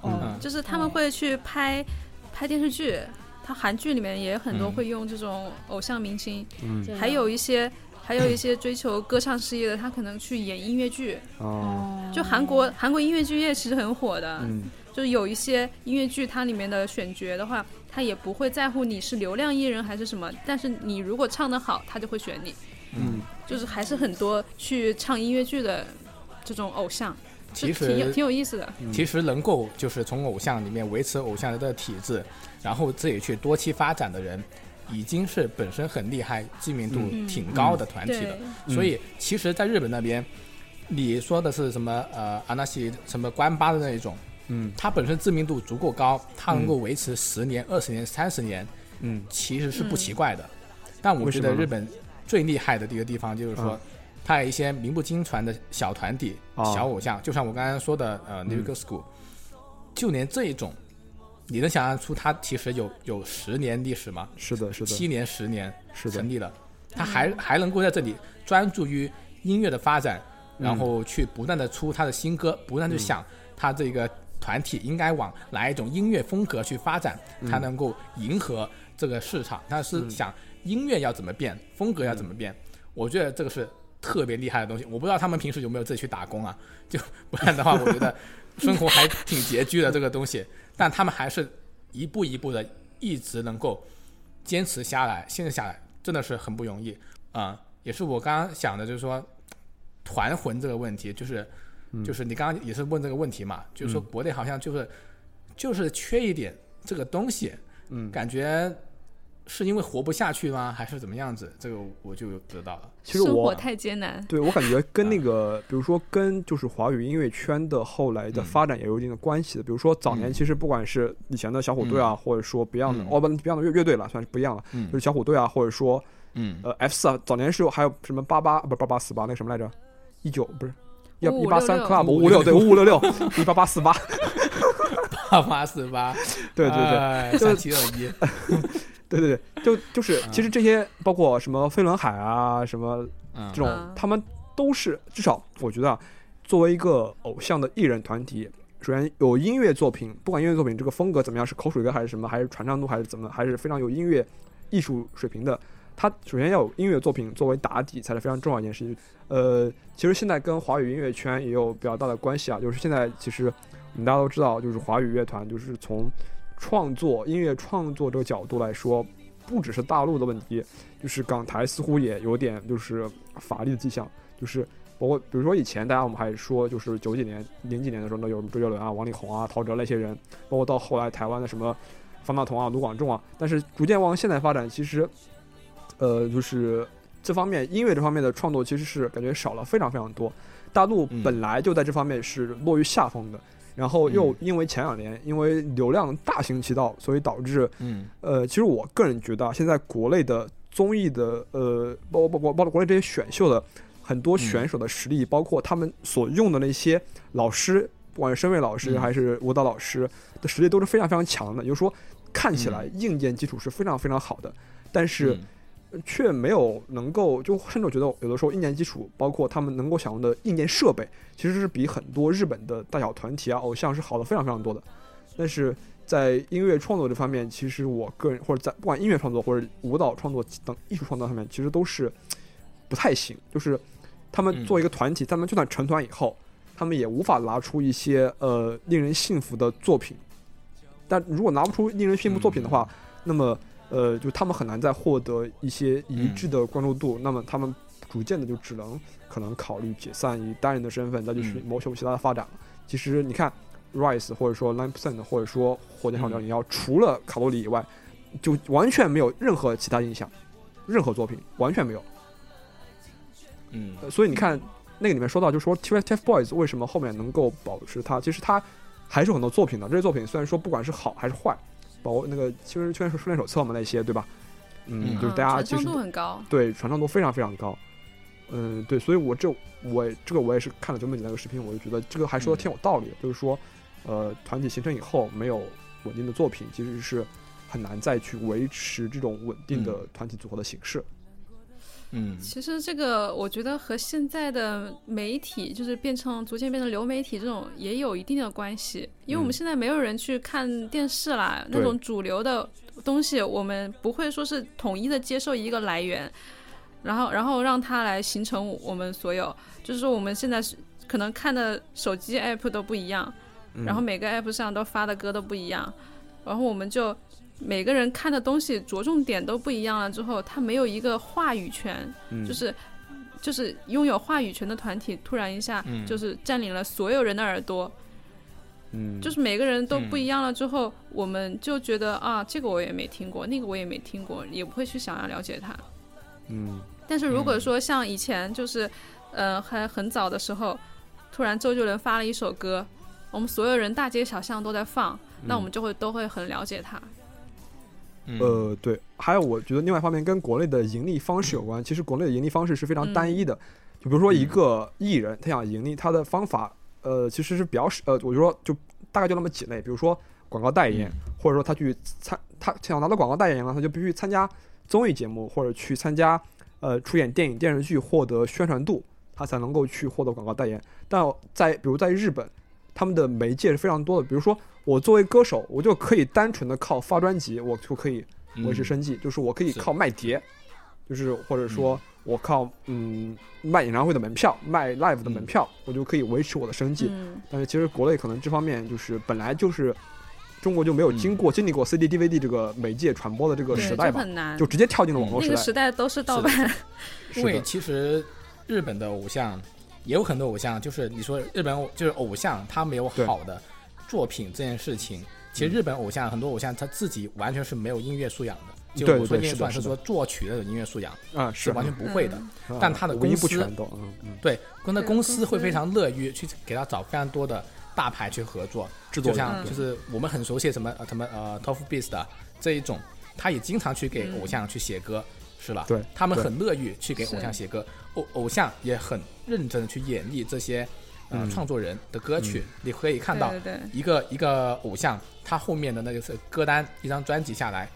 哦
嗯，
就是他们
哦
会去拍拍电视剧，它韩剧里面也有很多
嗯
会用这种偶像明星，
嗯
这样
还有一些还有一些追求歌唱事业的，他可能去演音乐剧。
啊
哦，
就韩国韩国音乐剧业其实很火的，
嗯
就是有一些音乐剧它里面的选角的话，他也不会在乎你是流量艺人还是什么，但是你如果唱得好，他就会选你。
嗯
就是还是很多去唱音乐剧的这种偶像，就
其
挺有
实
挺有意思的。
其实能够就是从偶像里面维持偶像的体制，然后自己去多期发展的人，已经是本身很厉害、知名度
嗯
挺高的团体了
对。，
所以其实，在日本那边，你说的是什么呃阿纳西什么关八的那一种，
嗯
它本身知名度足够高，它能
嗯
够维持十年、二十年、三十年，
嗯
其实是不奇怪的。但我
为
觉
什
得
么呢
日本最厉害的一个地方就是说
啊，
它有一些名不经传的小团体、
啊
小偶像，就像我刚刚说的呃 n e w Girl School，就
嗯
连这一种，你能想象出它其实有有十年历史吗？
是的是的
七年、十年
是的嗯
成立了，它还还能够在这里专注于音乐的发展，
嗯
然后去不断的出他的新歌，不断地去想他这个团体应该往哪一种音乐风格去发展，
嗯
才能够迎合这个市场。他是想音乐要怎么变，风格要怎么变，
嗯
我觉得这个是特别厉害的东西。我不知道他们平时有没有自己去打工啊，就 不然的话，我觉得生活还挺拮据的这个东 西，但他们还是一步一步的一直能够坚持下来，坚持下来真的是很不容易啊、也是我刚刚想的，就是说团魂这个问题，就是、
嗯
就是你刚刚也是问这个问题嘛，就是说国内好像就是、就是缺一点这个东西，嗯，感觉是因为活不下去吗，还是怎么样子？这个我就不知道了。
其实
生
我
活太艰难。
对我感觉跟那个，比如说跟就是华语音乐圈的后来的发展也有一定的关系的。比如说早年
嗯
其实不管是以前的小虎队啊，或者说 Beyond 的
嗯
哦不 Beyond 的乐乐队了，算是不一样了，
嗯
就是小虎队啊，或者说
嗯
呃 F 四啊，早年是有还有什么八八不是八八四八那个什么来着，一九不是。要一八三
5566
club 五六对五五六六一八八四八
八八四八，
对对对
对
就
三七二一，
对对对就就是其实这些包括什么飞轮海啊什么
嗯
这，种
嗯
他们都是至少我觉得啊，作为一个偶像的艺人团体，首先有音乐作品，不管音乐作品这个风格怎么样，是口水歌还是什么，还是传唱度还是怎么，还是非常有音乐艺术水平的。他首先要有音乐作品作为打底，才是非常重要的一件事情。呃，其实现在跟华语音乐圈也有比较大的关系啊，就是现在其实我们大家都知道，就是华语乐团就是从创作音乐创作这个角度来说，不只是大陆的问题，就是港台似乎也有点就是乏力的迹象，就是包括比如说以前大家我们还说就是九几年零几年的时候呢，有什么周杰伦啊、王力宏啊、陶喆那些人，包括到后来台湾的什么方大同啊、卢广仲啊，但是逐渐往现代发展，其实呃就是这方面音乐这方面的创作其实是感觉少了非常非常多。大陆
嗯
本来就在这方面是落于下风的，然后又
嗯
因为前两年因为流量大行其道，所以导致
嗯
呃，其实我个人觉得啊，现在国内的综艺的呃，包包括包括国内这些选秀的很
嗯
多选手的实力，包括他们所用的那些老师，不管是声乐老师
嗯
还是舞蹈老师的实力都是非常非常强的，也就是说看起来硬件基础是非常非常好的，但是
嗯
却没有能够，就甚至我觉得有的时候硬件基础，包括他们能够享用的硬件设备，其实是比很多日本的大小团体啊、偶像是好的非常非常多的。但是在音乐创作这方面，其实我个人或者在不管音乐创作或者舞蹈创作等艺术创作方面，其实都是不太行。就是他们
嗯
作为一个团体，他们就算成团以后，他们也无法拿出一些呃令人信服的作品。但如果拿不出令人信服作品的话，那么呃，就他们很难再获得一些一致的关注度，那么他们逐渐的就只能可能考虑解散以单人的身份，再去寻
嗯
谋求其他的发展了。其实你看，Rise 或者说 Nine Percent 或者说火箭少年零幺，除了卡路里以外，就完全没有任何其他印象，任何作品完全没有。
嗯
呃所以你看那个里面说到，就说 TFBOYS 为什么后面能够保持它，其实它还是有很多作品的。这些作品虽然说不管是好还是坏，包括那个其实圈训练手册嘛那些，对吧？嗯，
嗯
就是
嗯
大家
传
其
唱
实
度很高。
对传唱度非常非常高。嗯，对，所以我这我这个我也是看了九美姐那个视频，我就觉得这个还说的挺有道理的，就是说，呃，团体形成以后没有稳定的作品，其实是很难再去维持这种稳定的
嗯
团体组合的形式。
嗯
其实这个我觉得和现在的媒体就是变成逐渐变成流媒体这种也有一定的关系，因为我
嗯
们现在没有人去看电视啦，那
对
种主流的东西我们不会说是统一的接受一个来源，然后然后让它来形成我们所有，就是说我们现在是可能看的手机 app 都不一样，
嗯
然后每个 app 上都发的歌都不一样，然后我们就每个人看的东西着重点都不一样了之后，他没有一个话语权，
嗯
就是就是拥有话语权的团体突然一下
嗯
就是占领了所有人的耳朵，
嗯，
就是每个人都不一样了之后，我们就觉得啊，这个我也没听过，那个我也没听过，也不会去想要了解它。
嗯
但是如果
嗯
说像以前就是，呃，还很早的时候，突然周杰伦发了一首歌，我们所有人大街小巷都在放，
嗯
那我们就会都会很了解他。
嗯
呃，对，还有我觉得另外一方面跟国内的盈利方式有关。其实国内的盈利方式是非常单一的，就比如说一个艺人他想盈利，他的方法呃其实是比较少呃，我就说就大概就那么几类，比如说广告代言，
嗯
或者说他去参他想拿到广告代言了，他就必须参加综艺节目或者去参加呃出演电影电视剧获得宣传度，他才能够去获得广告代言。但在比如在日本，他们的媒介是非常多的，比如说。我作为歌手，我就可以单纯的靠发专辑，我就可以
嗯
维持生计，就是我可以
是
靠卖碟，就是或者说我靠嗯卖演唱会的门票、卖 live 的
嗯
门票，我就可以维持我的生计。
嗯，
但是其实国内可能这方面就是本来就是中国就没有
嗯
经过、经历过 CD、DVD 这个媒介传播的这个
对，
时
就
代吧，
很难。
就直接跳进了网络
那
时
个
代。
时代都是盗
是的
版，
因
是
为
的
其实日本的偶像也有很多偶像，就是你说日本偶就是偶像，他没有
对
好的作品这件事情，其
嗯
实日本偶像、很多偶像他自己完全是没有音乐素养的。就
对
我说音
对
乐
是的
素养是
是的
说作曲的音乐素养
啊，是
完全不会的，
嗯
啊
但他的
五音不
公司
全都嗯嗯，
对，跟那
对
公
公
司会
司
非常乐于去给他找非常多的大牌去合作，
制作
就
人
像就是我们很熟悉的什么呃什么呃 t o f Beast 的这一种，他也经常去给偶像去写歌，是吧？
对
他们
对
很乐于去给偶像写歌，偶偶像也很认真的去演绎这些呃
嗯
创作人的歌曲，你可以看到
对对对
一个一个偶像他后面的那个是歌单，一张专辑下来，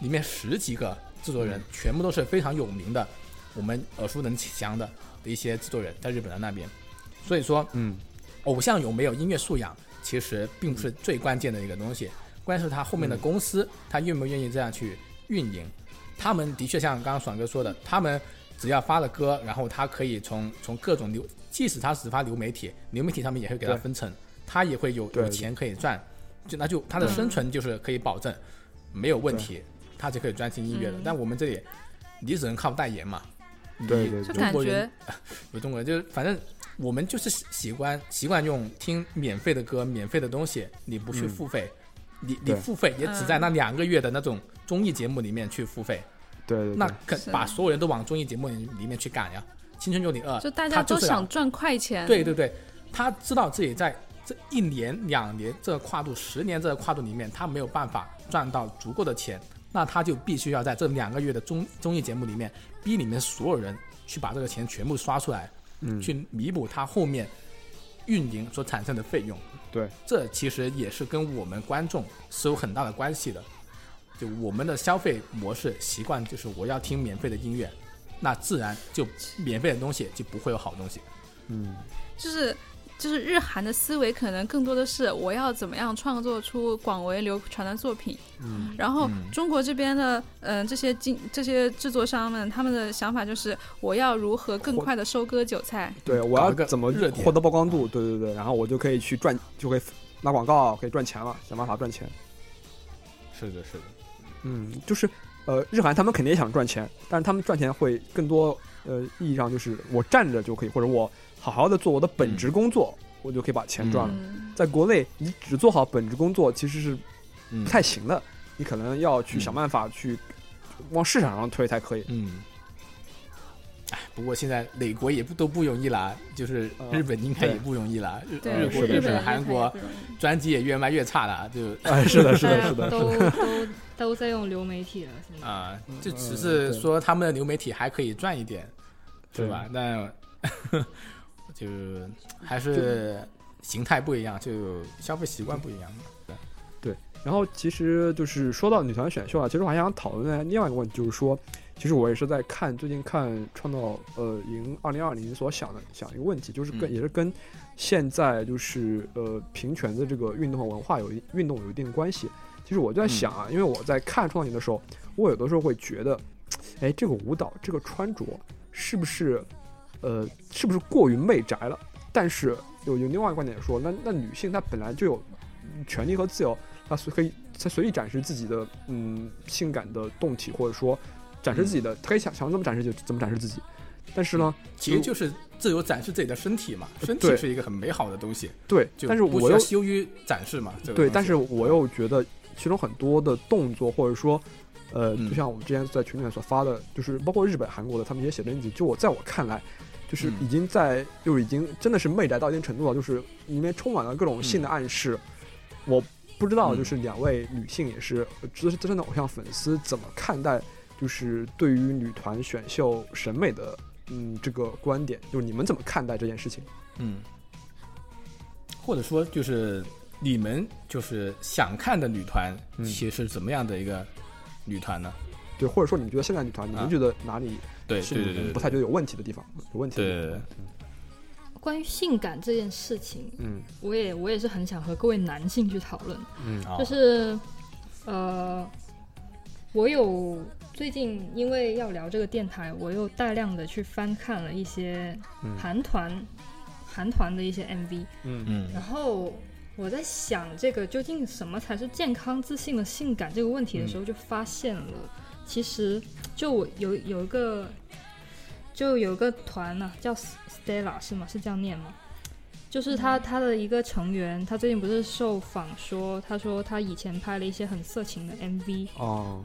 里面十几个制作人全部都是非常有名的，我们耳熟能详的的一些制作人，在日本的那边，所以说，
嗯，
偶像有没有音乐素养，其实并不是最关键的一个东西，关键是他后面的
嗯
公司，他愿不愿意这样去运营。他们的确像刚刚爽哥说的，他们只要发了歌，然后他可以从从各种流，即使他只发流媒体，流媒体上面也会给他
对
分成，他也会有
对
有钱可以赚。就那就它的生存就是可以保证没有问
嗯
题，它就可以专心音乐了。但我们这里，你只能靠代言嘛。
对
你
对
就
对
中
感
国
觉
人不是中国人，就是反正我们就是习习惯习惯用听免费的歌、免费的东西，你不去付费，你你
嗯对
付费也只在
嗯
那两个月的那种综艺节目里面去付费，
对对，
那
对
可
是
把所有人都往综艺节目里里面去赶呀。《青春有你二》，
就大
它
家都
啊是要
想赚快钱，
对对对，他知道自己在这一年、两年这个跨度、十年这个跨度里面，他没有办法赚到足够的钱，那他就必须要在这两个月的综综艺节目里面，逼里面所有人去把这个钱全部刷出来，
嗯
去弥补他后面运营所产生的费用。
对，
这其实也是跟我们观众是有很大的关系的。就我们的消费模式习惯就是我要听免费的音乐，那自然就免费的东西就不会有好东西。
嗯，
就是就是日韩的思维可能更多的是我要怎么样创作出广为流传的作品，
嗯
然后中国这边的嗯、呃这些经这些制作商们他们的想法就是我要如何更快的收割韭菜，
对，我
搞
要
一个
怎么
热点
获得曝光度？对对对，然后我就可以去赚，就可以拉广告，可以赚钱了，想办法赚钱。
是的，是的。
嗯，就是呃，日韩他们肯定也想赚钱，但是他们赚钱会更多呃意义上就是我站着就可以，或者我好好的做我的本职工作，我就可以把钱
啊
赚了。
嗯，
在国内，你只做好本职工作其实是
嗯
不太行的，你可能要去想办法去往市场上推才可以。
嗯。哎，不过现在哪国也不都不容易啦，就是
呃
日本应该也
对
不容易啦，日呃
对，
日
是
国、
的
日
日
是
本
的
本、
人
韩国
不容易
专辑也越卖越差了，就
哎，是的，是
大
的，
家
是的，
都都都在用流媒体了，现在
啊，就只
嗯
是
对
说他们的流媒体还可以赚一点，是
对
吧？那就还是形态不一样，就消费习惯不一样。
然后其实就是说到女团选秀啊，其实我还想讨论另外一个问题，就是说，其实我也是在看最近看《创造呃营二零二零》所想的想一个问题，就是跟、
嗯
也是跟现在就是呃平权的这个运动和文化有一运动有一定关系。其实我就在想啊，因为我在看《创造营》的时候，我有的时候会觉得，哎，这个舞蹈这个穿着是不是呃是不是过于媚宅了？但是有有另外一个观点说，那那女性她本来就有权利和自由，她随可以她随意展示自己的嗯性感的动体，或者说展示自
嗯
己的，她可以想想怎么展示就怎么展示自己。但是呢，
其实就是自由展示自己的身体嘛，身体
对
是一个很美好的东西，
对，
就
但是
不
我
需
又
要羞于展示嘛。这个
对，
东
但
西
是我又觉得其中很多的动作，或者说，呃，
嗯
就像我们之前在群里面所发的，就是包括日本、韩国的，他们也写真集，就我在我看来，就是
嗯
已经在，就是已经真的是媚宅到一定程度了，就是里面充满了各种性的暗示。我不知道，
嗯
就是两位女性也是呃资资深的偶像粉丝怎么看待，就是对于女团选秀审美的。嗯，这个观点就是你们怎么看待这件事情？
嗯，或者说就是你们就是想看的女团，
嗯
其实怎么样的一个女团呢？
对，或者说你们觉得现在女团，你
啊
们觉得哪里
对
是
对对
你
对，
们不太觉得有问题的地方？有问题的地方。
对对对
啊
关于性感这件事情，
嗯
我也我也是很想和各位男性去讨论，
嗯
哦
就是，呃，我有最近因为要聊这个电台，我又大量的去翻看了一些
嗯
韩团、韩团的一些 MV，
嗯
嗯
然后我在想这个究竟什么才是健康自信的性感这个问题的时候，就发现了，其实就我有有一个就有一个团呢、叫 Stella 是吗？是这样念吗？就是他他的一个成员，他最近不是受访说，他说他以前拍了一些很色情的 MV，
哦，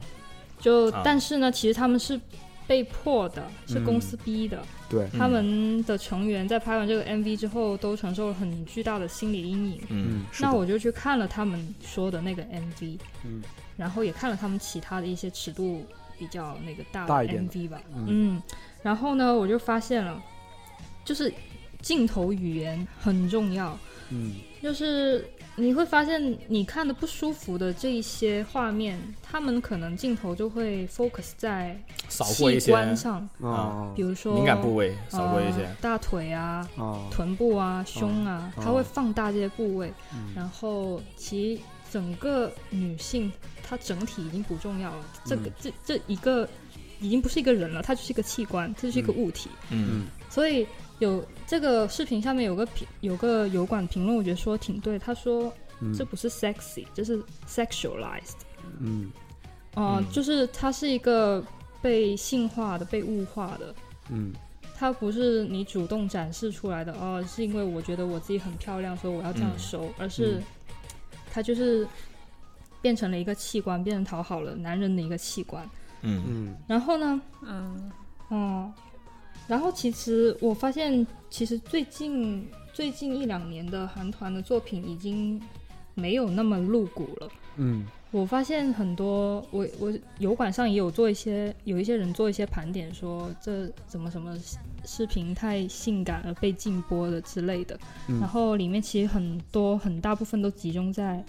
就、
啊
但是呢，其实他们是被迫的，是公司逼的。
对，
嗯
他们的成员在拍完这个 MV 之后，都承受了很巨大的心理阴影。
嗯，
是
那
的
我就去看了他们说的那个 MV，
嗯
然后也看了他们其他的一些尺度比较那个大
大
的
一点的
MV 吧，
嗯
嗯，然后呢，我就发现了，就是镜头语言很重要，
嗯
就是你会发现你看的不舒服的这一些画面，他们可能镜头就会 focus 在
扫过一
器
些
官上，
啊
哦
比如说
敏感部位，
哦
扫过一些
呃，大腿啊，
哦
臀部啊、胸啊，
哦
它会放大这些部位，
嗯
然后其整个女性她整体已经不重要了，这个、
嗯
这这一个已经不是一个人了，它就是一个器官，这就是一个物体，
嗯
所以有这个视频下面有个评有个油管评论，我觉得说得挺对，他说
嗯
这不是 sexy，这是 sexualized。
嗯
呃，
嗯
就是它是一个被性化的、被物化的，
嗯
它不是你主动展示出来的哦，是因为我觉得我自己很漂亮，所以我要这样
嗯
收，而是它就是变成了一个器官，变成讨好了男人的一个器官。
嗯
嗯
然后呢，
嗯
嗯，然后其实我发现，其实最近最近一两年的韩团的作品已经没有那么露骨了。
嗯
我发现很多，我我油管上也有做一些，有一些人做一些盘点说，这怎么什么视频太性感而被禁播的之类的。
嗯
然后里面其实很多很大部分都集中在，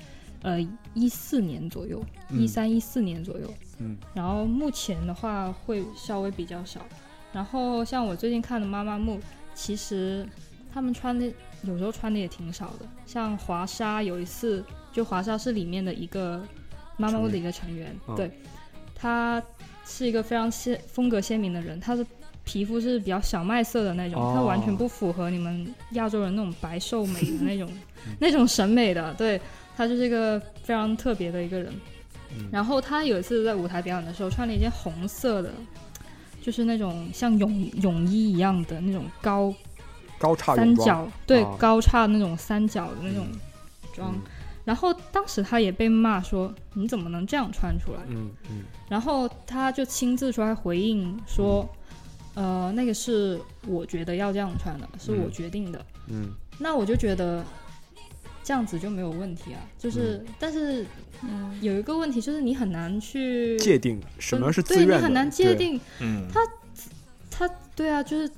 呃，一四年左右，
嗯
一三一四年左右。
嗯
然后目前的话会稍微比较少。然后像我最近看的妈妈木，其实他们穿的有时候穿的也挺少的，像华莎有一次，就华莎是里面的一个妈妈木的一个成员，
成员
对，她是一个非常鲜风格鲜明的人，她的皮肤是比较小麦色的那种，
哦
她完全不符合你们亚洲人那种白瘦美的那种那种审美的，对，她就是一个非常特别的一个人。
嗯
然后她有一次在舞台表演的时候，穿了一件红色的，就是那种像泳泳衣一样的那种高
高叉
三
泳装，
角，对、
啊
高叉那种三角的那种装。
嗯
然后当时她也被骂说：“你怎么能这样穿出来？”
嗯嗯
然后她就亲自出来回应说：“呃，那个是我觉得要这样穿的，是我
嗯
决定的。
嗯
那我就觉得这样子就没有问题啊。就是，但是
嗯，
有一个问题就是你很难去
界定什么是自
嗯对
愿的，
你很难界
对，
定
嗯，
他对啊，就是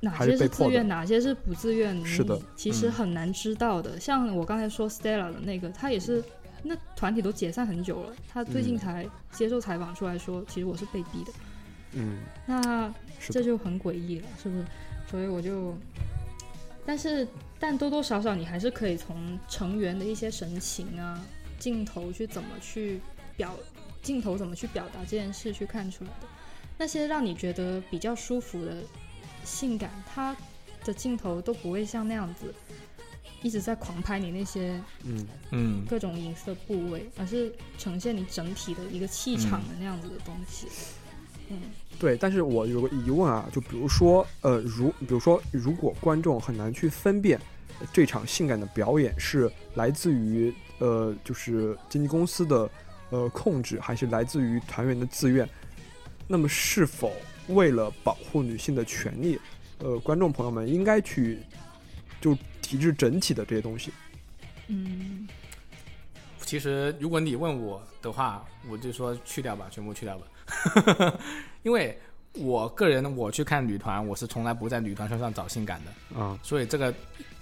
哪
还是
些
被
是
迫
自
的
愿，哪些是不自愿，
是的，
其实
嗯
很难知道的。像我刚才说 Stella 的那个，他也是。那团体都解散很久了，他最近
嗯
才接受采访出来说，其实我是被逼的。
嗯
那
是的
这就很诡异了，是不是？所以我就，但是但多多少少你还是可以从成员的一些神情啊、镜头去怎么去表，镜头怎么去表达这件事去看出来的。那些让你觉得比较舒服的性感，它的镜头都不会像那样子一直在狂拍你那些
嗯
嗯，
各种隐私的部位，而是呈现你整体的一个气场
嗯
的那样子的东西。嗯
对，但是我有个疑问啊，就比如说，呃，如比如说，如果观众很难去分辨呃这场性感的表演是来自于呃，就是经纪公司的呃控制，还是来自于团员的自愿，那么是否为了保护女性的权利，呃，观众朋友们应该去就提至整体的这些东西？
嗯。
其实如果你问我的话，我就说去掉吧，全部去掉吧， 因为我个人我去看女团，我是从来不在女团身上找性感的，
啊，
所以这个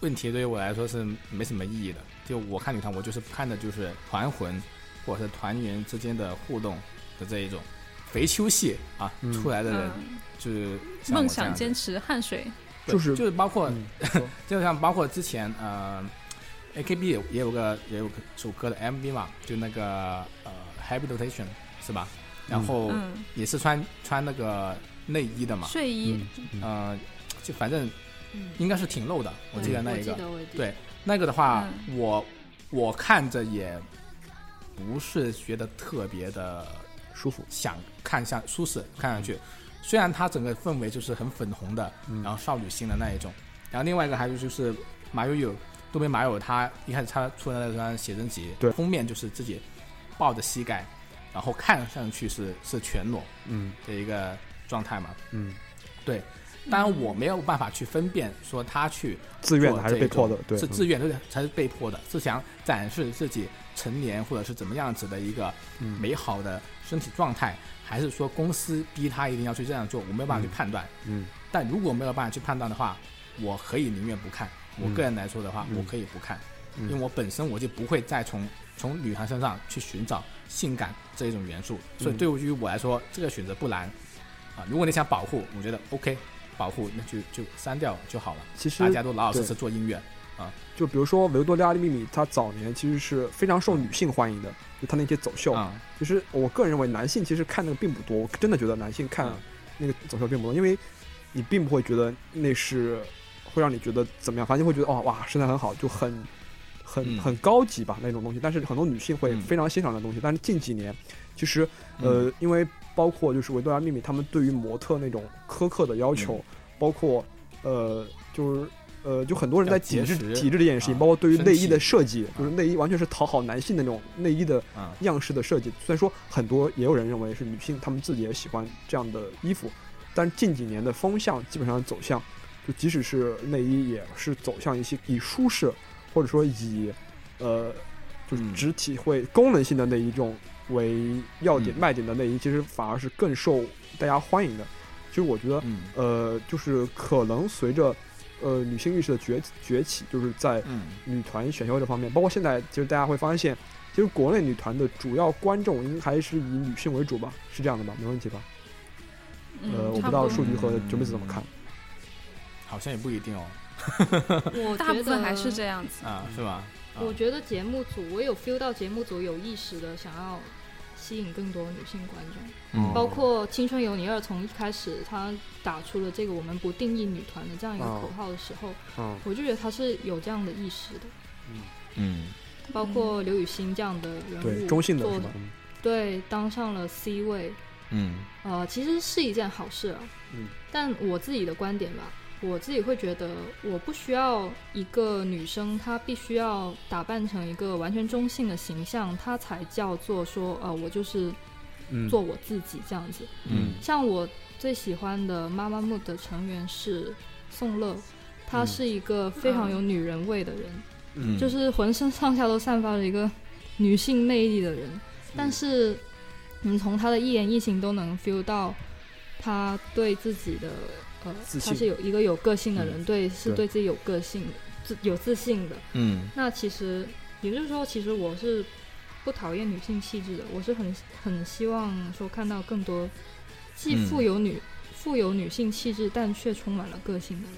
问题对于我来说是没什么意义的。就我看女团，我就是看的就是团魂，或者是团员之间的互动的这一种肥秋系啊、出来的人，
嗯
就是像我这样
梦想
子
坚持汗水，
对
就是
就是包括
嗯你说
就像包括之前呃，AKB 也也有个也有个首歌的 MV 嘛，就那个呃 Happy Rotation 是吧？然后
嗯，
也是穿穿那个内衣的嘛，
睡衣，
呃，就反正应该是挺露的，我记得那一个
嗯我记。得嗯我也记得
对那个的话，我我看着也不是觉得特别的
舒服，
想看上舒适，看上去，虽然它整个氛围就是很粉红的，
嗯
然后少女心的那一种。然后另外一个还有就是马友友，东北马友他一开始他出的那张写真集，
对
封面就是自己抱着膝盖，然后看上去是是全裸
嗯
的一个状态嘛。
嗯，
对，当然我没有办法去分辨说他去
自愿的还是被迫的？对，
是
嗯
自愿的才是被迫的，是想展示自己成年或者是怎么样子的一个
嗯
美好的身体状态，还是说公司逼他一定要去这样做？我没有办法去判断。
嗯
但如果没有办法去判断的话，我可以宁愿不看。我
嗯
个人来说的话，我可以不看，因为我本身我就不会再从从女孩身上去寻找性感这一种元素，所
嗯
以对于我来说，这个选择不难。啊，如果你想保护，我觉得 OK，保护那就就删掉就好了。
其实
大家都老老实
对
实做音乐，
就比如说《维多利亚的秘密》，它早年其实是非常受女性欢迎的，就它那些走秀。
嗯啊，
其实我个人认为，男性其实看那个并不多，我真的觉得男性看
嗯
那个走秀并不多，因为你并不会觉得那是会让你觉得怎么样，反正就会觉得哦哇身材很好，就很很
嗯
很高级吧那种东西，但是很多女性会非常欣赏的东西。但是近几年，其实呃，
嗯
因为包括就是《维多利亚秘密》，他们对于模特那种苛刻的要
嗯
求，包括呃，就是呃，就很多人在
要
抵
节
制
食
抵制这件事情，
啊
包括对于
身
内衣
体
的设计，就是
啊
内衣完全是讨好男性的那种内衣的
啊
样式的设计。虽然说很多也有人认为是女性，她们自己也喜欢这样的衣服，但是近几年的风向基本上走向，就即使是内衣也是走向一些以舒适或者说以呃就是
嗯
只体会功能性的内衣这种为要点
嗯
卖点的内衣，其实反而是更受大家欢迎的。其实我觉得，
嗯
呃，就是可能随着呃女性意识的崛崛起，就是在
嗯
女团选秀这方面，包括现在，其实大家会发现，其实国内女团的主要观众应还是以女性为主吧，是这样的吧？没问题吧？
嗯
呃，我不
差
知
不
道
多
数据和九妹子怎么看。
好像也不一定哦，
我
大部
觉
分
得
还是这样子。
啊，是吧？啊
我觉得节目组，我有 feel 到节目组有意识的想要吸引更多女性观众，
嗯
包括《青春有你二》从一开始他打出了这个“我们不定义女团”的这样一个
哦
口号的时候，
嗯
我就觉得他是有这样的意识的。
嗯
包括刘雨欣这样的人物，
对，中性的
做
是吧？嗯
对当上了 C 位，
嗯
呃，其实是一件好事啊。
嗯，
但我自己的观点吧，我自己会觉得，我不需要一个女生，她必须要打扮成一个完全中性的形象，她才叫做说，呃，我就是
嗯
做我自己这样子。
嗯
像我最喜欢的妈妈木的成员是宋乐，她
嗯
是一个非常有女人味的人，
嗯，
就是浑身上下都散发着一个女性魅力的人。但是你从他的一言一行都能 feel 到，他对自己的呃
自，
他
信
是有一个有个性的人，
嗯
对，是
对
对自己有个性、自有自信的。
嗯
那其实也就是说，其实我是不讨厌女性气质的，我是很很希望说看到更多既
嗯
富有女、富有女性气质，但却充满了个性的人。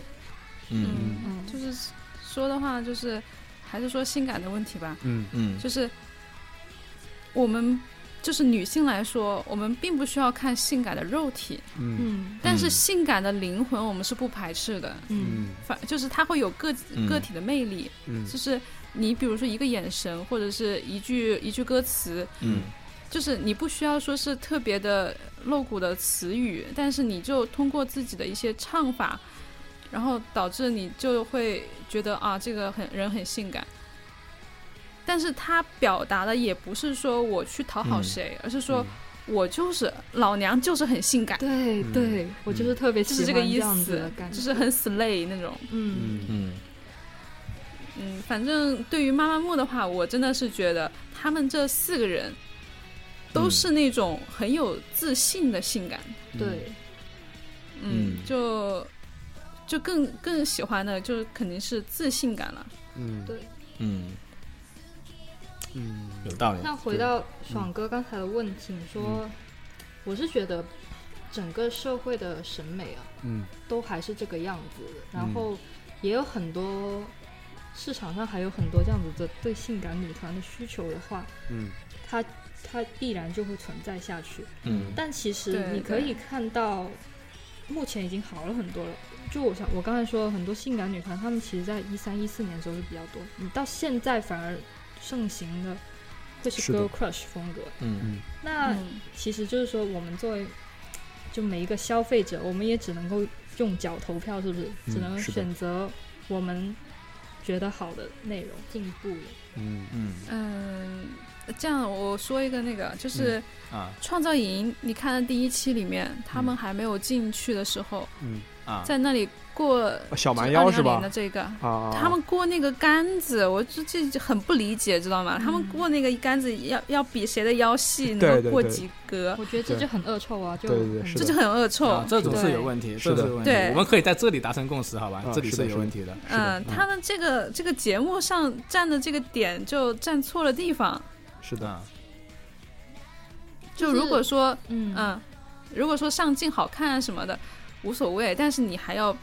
嗯
嗯，
就是说的话，就是还是说性感的问题吧。
嗯
嗯
就是我们就是女性来说，我们并不需要看性感的肉体，
嗯
嗯
但是
嗯
性感的灵魂我们是不排斥的。
嗯
嗯
反就是它会有个
嗯
个体的魅力，
嗯
就是你比如说一个眼神，或者是一句一句歌词，
嗯
就是你不需要说是特别的露骨的词语，但是你就通过自己的一些唱法，然后导致你就会觉得啊，这个很人很性感。但是他表达的也不是说我去讨好
嗯
谁，而是说我就是老娘就是很性感，
对
嗯
对，我就是特别喜
就是
欢
这个意
样子的
思
感，觉，
就是很 slay 那种。
嗯
嗯
嗯
嗯，反正对于妈妈木的话，我真的是觉得他们这四个人都
嗯
是那种很有自信的性感。
对。
嗯
嗯，
就就更更喜欢的，就是肯定是自信感了。
嗯
对
嗯，
嗯
有道理。
那回到爽哥刚才的问题，你说，我是觉得整个社会的审美啊，
嗯
都还是这个样子，然后也有很多市场上还有很多这样子的对性感女团的需求的话，
嗯
它它必然就会存在下去。
嗯
但其实
对
你可
对
以看到，目前已经好了很多了。就我想，我刚才说很多性感女团，她们其实在一三一四年的时候是比较多，你到现在反而盛行的会是
是的
girl crush 风格。
嗯
那
嗯
其实就是说，我们作为就每一个消费者，我们也只能够用脚投票，是不是？
嗯
只能
是的
选择我们觉得好的内容，进步的。
嗯
嗯
嗯，这样我说一个那个，就是《
啊
创造营》你看的第一期里面，他们还没有进去的时候，
嗯，
啊，
在那里过
小蛮腰是
2020
吧
的？这个。
啊，
他们过那个杆子，我这这就很不理解，知道吗？他们过那个杆子要要比谁的腰细，能
对
够
对
过
对
几格，
我觉得这
对
就很恶臭啊，就
对对对
很
是的
这就很恶臭。
啊这种是
对
有问题，
是
这
的
种有问题
对
我们可以在这里达成共识，好吧
啊？
这里
是的
有
是的
问题的。
是的
嗯，他们这个这个节目上站的这个点就站错了地方。
是的，
啊，
就
就是
如果说，
嗯
嗯，如果说上镜好看啊什么的，无所谓，但是你还要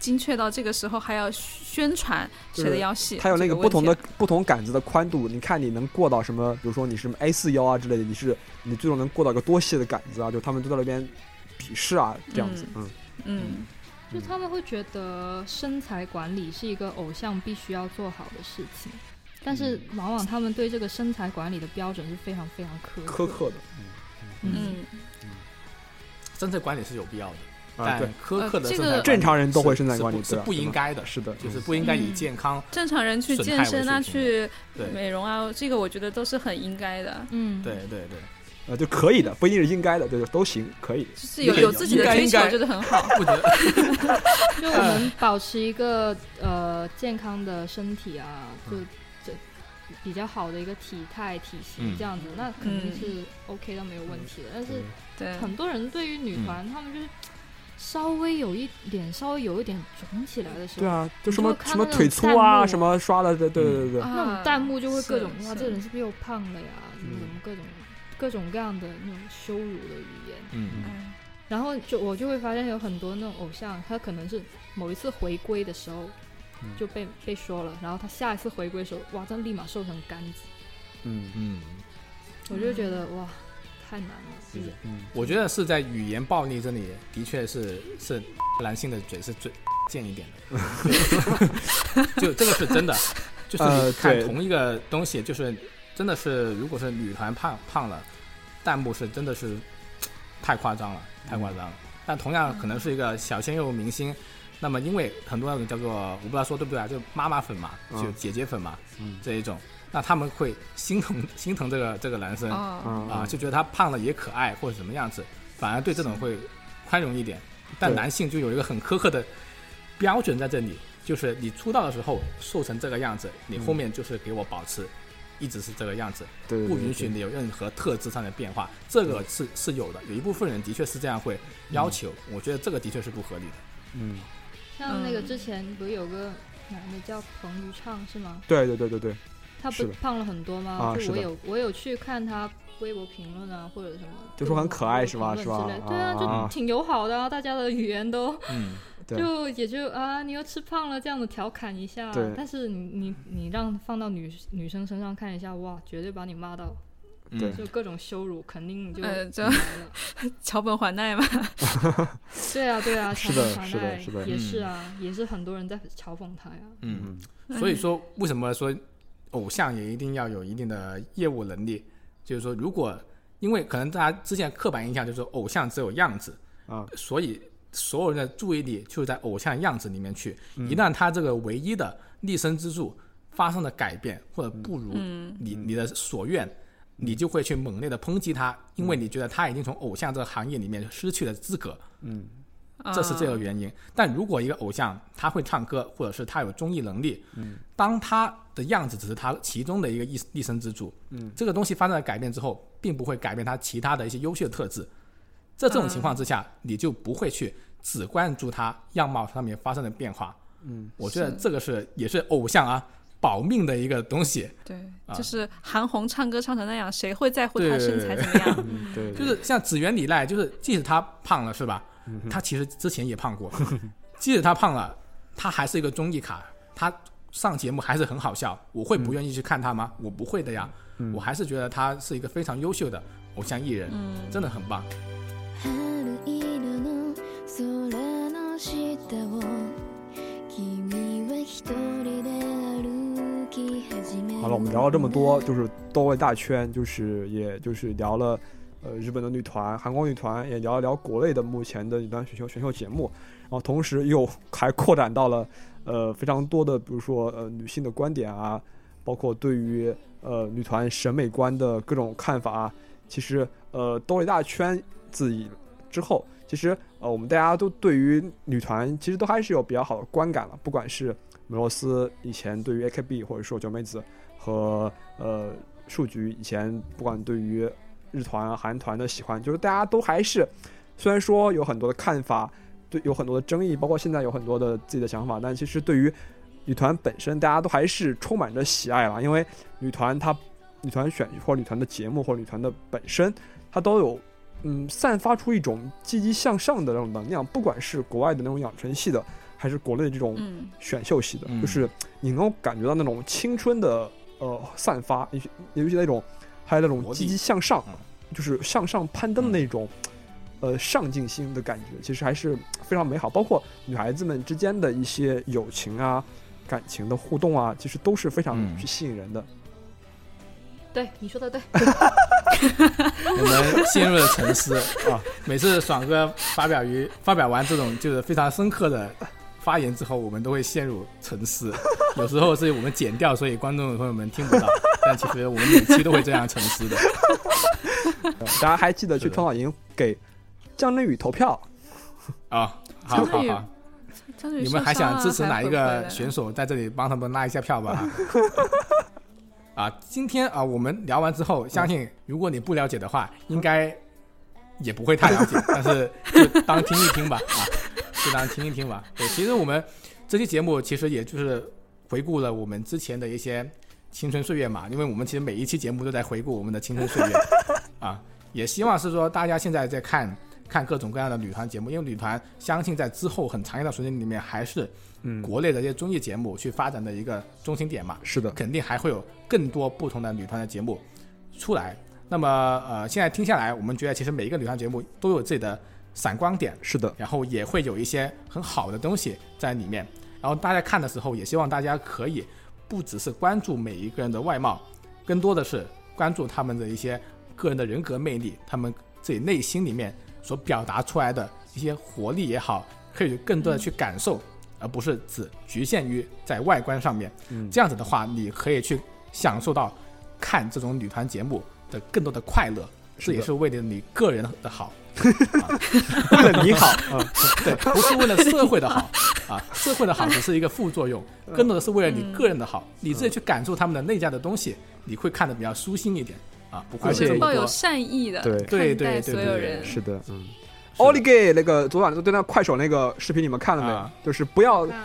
精确到这个时候还要宣传谁的腰细，
它有那
这
个
个
不同的
问题
不同杆子的宽度，你看你能过到什么？比如说你是什么 A 四腰啊之类的，你是你最终能过到个多细的杆子啊？就他们都在那边鄙视啊，这样子，嗯
嗯，
就他们会觉得身材管理是一个偶像必须要做好的事情，但是往往他们对这个身材管理的标准是非常非常苛刻
苛刻的
嗯，
嗯，
身材管理是有必要的，但
啊，对，
苛刻的
呃这
身材
个
管理
正常人都会身材
是
管理
是
对啊
不
对
应
吧
该的，
是的，
就是不应该以
嗯
健康
正常人去
损害嗯
健身啊，
为水平
去
对
美容啊，这个我觉得都是很应该的，
嗯，
对对对，
呃就可以的，不一定是应该的，对，都行，可以。
就是有
对
有自己的
应该
追求
应，该
觉得很好。
不得
就我们保持一个呃健康的身体啊，就
嗯
这比较好的一个体态体
嗯
型这样子，那肯定是 OK 的，没有问题的。但是
对，
很多人对于女团，她们就是稍微有一点稍微有一点肿起来的时候，
对啊，就
你
什
就
么
看
什么
那种
腿粗
弹
啊，
幕
什么刷的，对对对对对，
那种弹幕就会各种
是
哇，
是
这啊人是不是又胖了呀？怎么
嗯
怎么各种各种各样的那种羞辱的语言。
嗯
哎
然后就我就会发现有很多那种偶像，他可能是某一次回归的时候
嗯
就被、被说了，然后他下一次回归的时候，哇，他立马瘦成杆子，
嗯
嗯。
我就觉得、哇，太难了。
是的
嗯，
我觉得是在语言暴力这里，的确是是男性的嘴是最贱一点的，就 这个是真的，就是
呃
你看
对
同一个东西，就是真的是如果是女团胖胖了，弹幕是真的是太夸张了，太夸张了。但同样可能是一个小鲜肉明星，那么因为很多那种叫做我不知道说对不对啊，就妈妈粉嘛，
嗯
就姐姐粉嘛
嗯
这一种，那他们会心疼心疼这个这个男生，
哦，
啊，
啊
就觉得他胖了也可爱或者什么样子，反而对这种会宽容一点。但
对
男性就有一个很苛刻的标准在这里，就是你出道的时候瘦成这个样子，你后面就是给我保持。一直是这个样子，
嗯对，
不允许你有任何特质上的变化，这个是是有的，有一部分人的确是这样会要求，我觉得这个的确是不合理的。
嗯，
像那个
嗯
之前不是有个男的叫彭昱畅是吗？
对对对对对，
他
是
不
的
胖了很多吗？
啊是
就我
的
有我有去看他微博评论啊，或者什么，
就说很可爱是吧
评论之类
是吧
对啊，
啊
就挺友好的啊，大家的语言都
嗯，
对
就也就啊，你又吃胖了这样子调侃一下
对，
但是你你你让放到女女生身上看一下，哇，绝对把你骂到，
嗯
对
就各种羞辱，肯定你就
呃，就
来了。
桥本 环奈嘛，
对啊，对 啊，
是
嘲
的
讽他
是的
那
是的
也是啊，也是很多人在嘲讽他呀。
嗯，所以说为什么说偶像也一定要有一定的业务能力？就是说，如果因为可能大家之前刻板印象就是说偶像只有样子，
啊，
所以所有人的注意力就是在偶像样子里面去。一旦他这个唯一的立身之处发生了改变或者不如你你的所愿，你就会去猛烈的抨击他，因为你觉得他已经从偶像这个行业里面失去了资格。这是这个原因。但如果一个偶像他会唱歌，或者是他有综艺能力，嗯，当他的样子只是他其中的一个一一生之柱，嗯，这个东西发生了改变之后，并不会改变他其他的一些优秀的特质。在这种情况之下，你就不会去只关注他样貌上面发生的变化。嗯，我觉得这个是也是偶像啊保命的一个东西，
对
啊，
就是韩红唱歌唱成那样，谁会在乎
对
她身材怎么样？
嗯对，
就
对
是像紫原李赖，就是即使她胖了是吧？她其实之前也胖过，即使她胖了，她还是一个综艺咖，她上节目还是很好笑。我会不愿意去看她吗？我不会的呀，我还是觉得她是一个非常优秀的偶像艺人，真的很棒。
春色の空の下を君は一人で歩き始め
好了，我们聊了这么多，就是兜了一大圈，就是也就是聊了，呃，日本的女团、韩国女团，也聊了聊国内的目前的女团选秀选秀节目，然后同时又还扩展到了，呃，非常多的，比如说呃女性的观点啊，包括对于呃女团审美观的各种看法啊，其实呃兜了一大圈子以之后，其实呃我们大家都对于女团其实都还是有比较好的观感了，不管是。梅罗斯以前对于 AKB 或者说九妹子和呃数据以前不管对于日团、韩团的喜欢，就是大家都还是虽然说有很多的看法，对有很多的争议，包括现在有很多的自己的想法，但其实对于女团本身，大家都还是充满着喜爱啦。因为女团它女团选或者女团的节目或者女团的本身，它都有。嗯，散发出一种积极向上的那种能量，不管是国外的那种养成系的，还是国内的这种
嗯，
选秀系的，
嗯
就是你能够感觉到那种青春的呃散发，尤其尤其那种还有那种
活力
积极向上
嗯，
就是向上攀登的那种、呃上进心的感觉，其实还是非常美好。包括女孩子们之间的一些友情啊，感情的互动啊，其实都是非常
嗯
去吸引人的。
对，你说的对，
我们陷入了沉思啊！每次爽哥发表于发表完这种就是非常深刻的发言之后，我们都会陷入沉思。有时候是我们剪掉，所以观众朋友们听不到。但其实我们每期都会这样沉思的。
呃大家还记得去
是的
头脑营给江振宇投票，
啊，好好
相当于
好，
张宇
你
受
们还
伤
想
了
支持
还
哪一
回不回
个
来
选手在这里帮他们拉一下票吧？ 啊，今天啊，我们聊完之后，相信如果你不了解的话，应该也不会太了解，但是就当听一听吧，啊，就当听一听吧。对，其实我们这期节目其实也就是回顾了我们之前的一些青春岁月嘛，因为我们其实每一期节目都在回顾我们的青春岁月啊，也希望是说大家现在在看看各种各样的女团节目，因为女团相信在之后很长一段时间里面还是
嗯
国内的这些综艺节目去发展的一个中心点嘛，
是的，
肯定还会有更多不同的女团的节目出来。那么呃，现在听下来，我们觉得其实每一个女团节目都有自己的闪光点，
是的，
然后也会有一些很好的东西在里面。然后大家看的时候，也希望大家可以不只是关注每一个人的外貌，更多的是关注他们的一些个人的人格魅力，他们自己内心里面所表达出来的一些活力也好，可以更多的去感受，而不是只局限于在外观上面。
嗯
这样子的话，你可以去享受到看这种女团节目的更多的快乐，
是
这
的
也是为了你个人的好。
为了你好，嗯，
对， 不是为了社会的好啊，社会的好只是一个副作用，
嗯
更多的是为了你个人的好，你自己去感受他们的内在的东西，你会看得比较舒心一点啊，不会
而且
这么
抱有
多
善意的
对
对
看
对
待
对
所
对
有
对
人，
是的，嗯。
是的
o l i g 那个昨晚就对那快手那个视频你们看了没？
啊
就是不要
看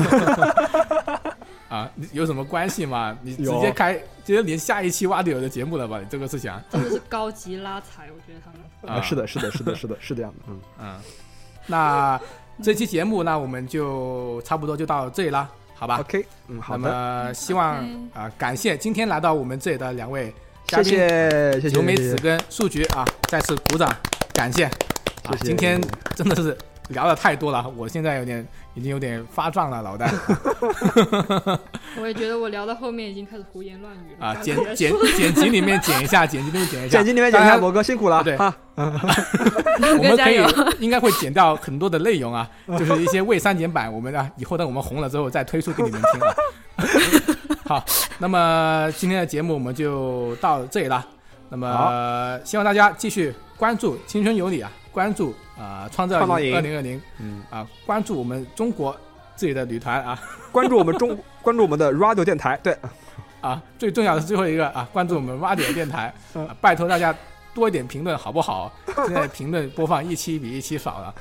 了
啊，你有什么关系吗？你直接
有
开，直接连下一期挖队友的节目了吧？你这个事情啊，
真的是高级拉踩，我觉得他们。
啊
是的，是的，是的，是的，是这样的， 嗯，
嗯，那这期节目那我们就差不多就到这里啦，好吧？
OK，嗯，好
那
的，
么希望啊
嗯 OK、
感谢今天来到我们这里的两位嘉
谢
宾
谢，谢谢，
九美
谢
子
谢
跟数据啊，再次鼓掌，感谢。啊，
谢谢
今天真的是聊的太多了，我现在有点已经有点发胀了，脑 袋
我也觉得我聊到后面已经开始胡言乱语了
啊，
感
剪
觉
剪剪辑里面剪一下，剪辑里面剪一下，
剪辑里面剪
当
一下，
然
博哥辛苦了，
对
啊，
我们
哥
可
加
以
油
应该会剪掉很多的内容啊，就是一些未删减版，我们啊以后等我们红了之后再推出给你们听啊。 好，那么今天的节目我们就到这里了。那么希望大家继续关注《青春有你》啊，关注啊、呃创造
创造营
二零二零
嗯，
啊，关注我们中国自己的女团啊
关注我们中，关注我们的 Radio 电台，对，
啊，最重要的是最后一个啊，关注我们挖点电台，
嗯
啊、拜托大家多一点评论好不好？现在评论播放一期比一期少了。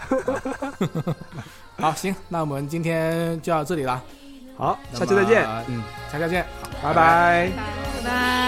啊 好，行，那我们今天就到这里了，
好，下期再见，
那么
嗯，
下期再见，好
拜拜
拜拜。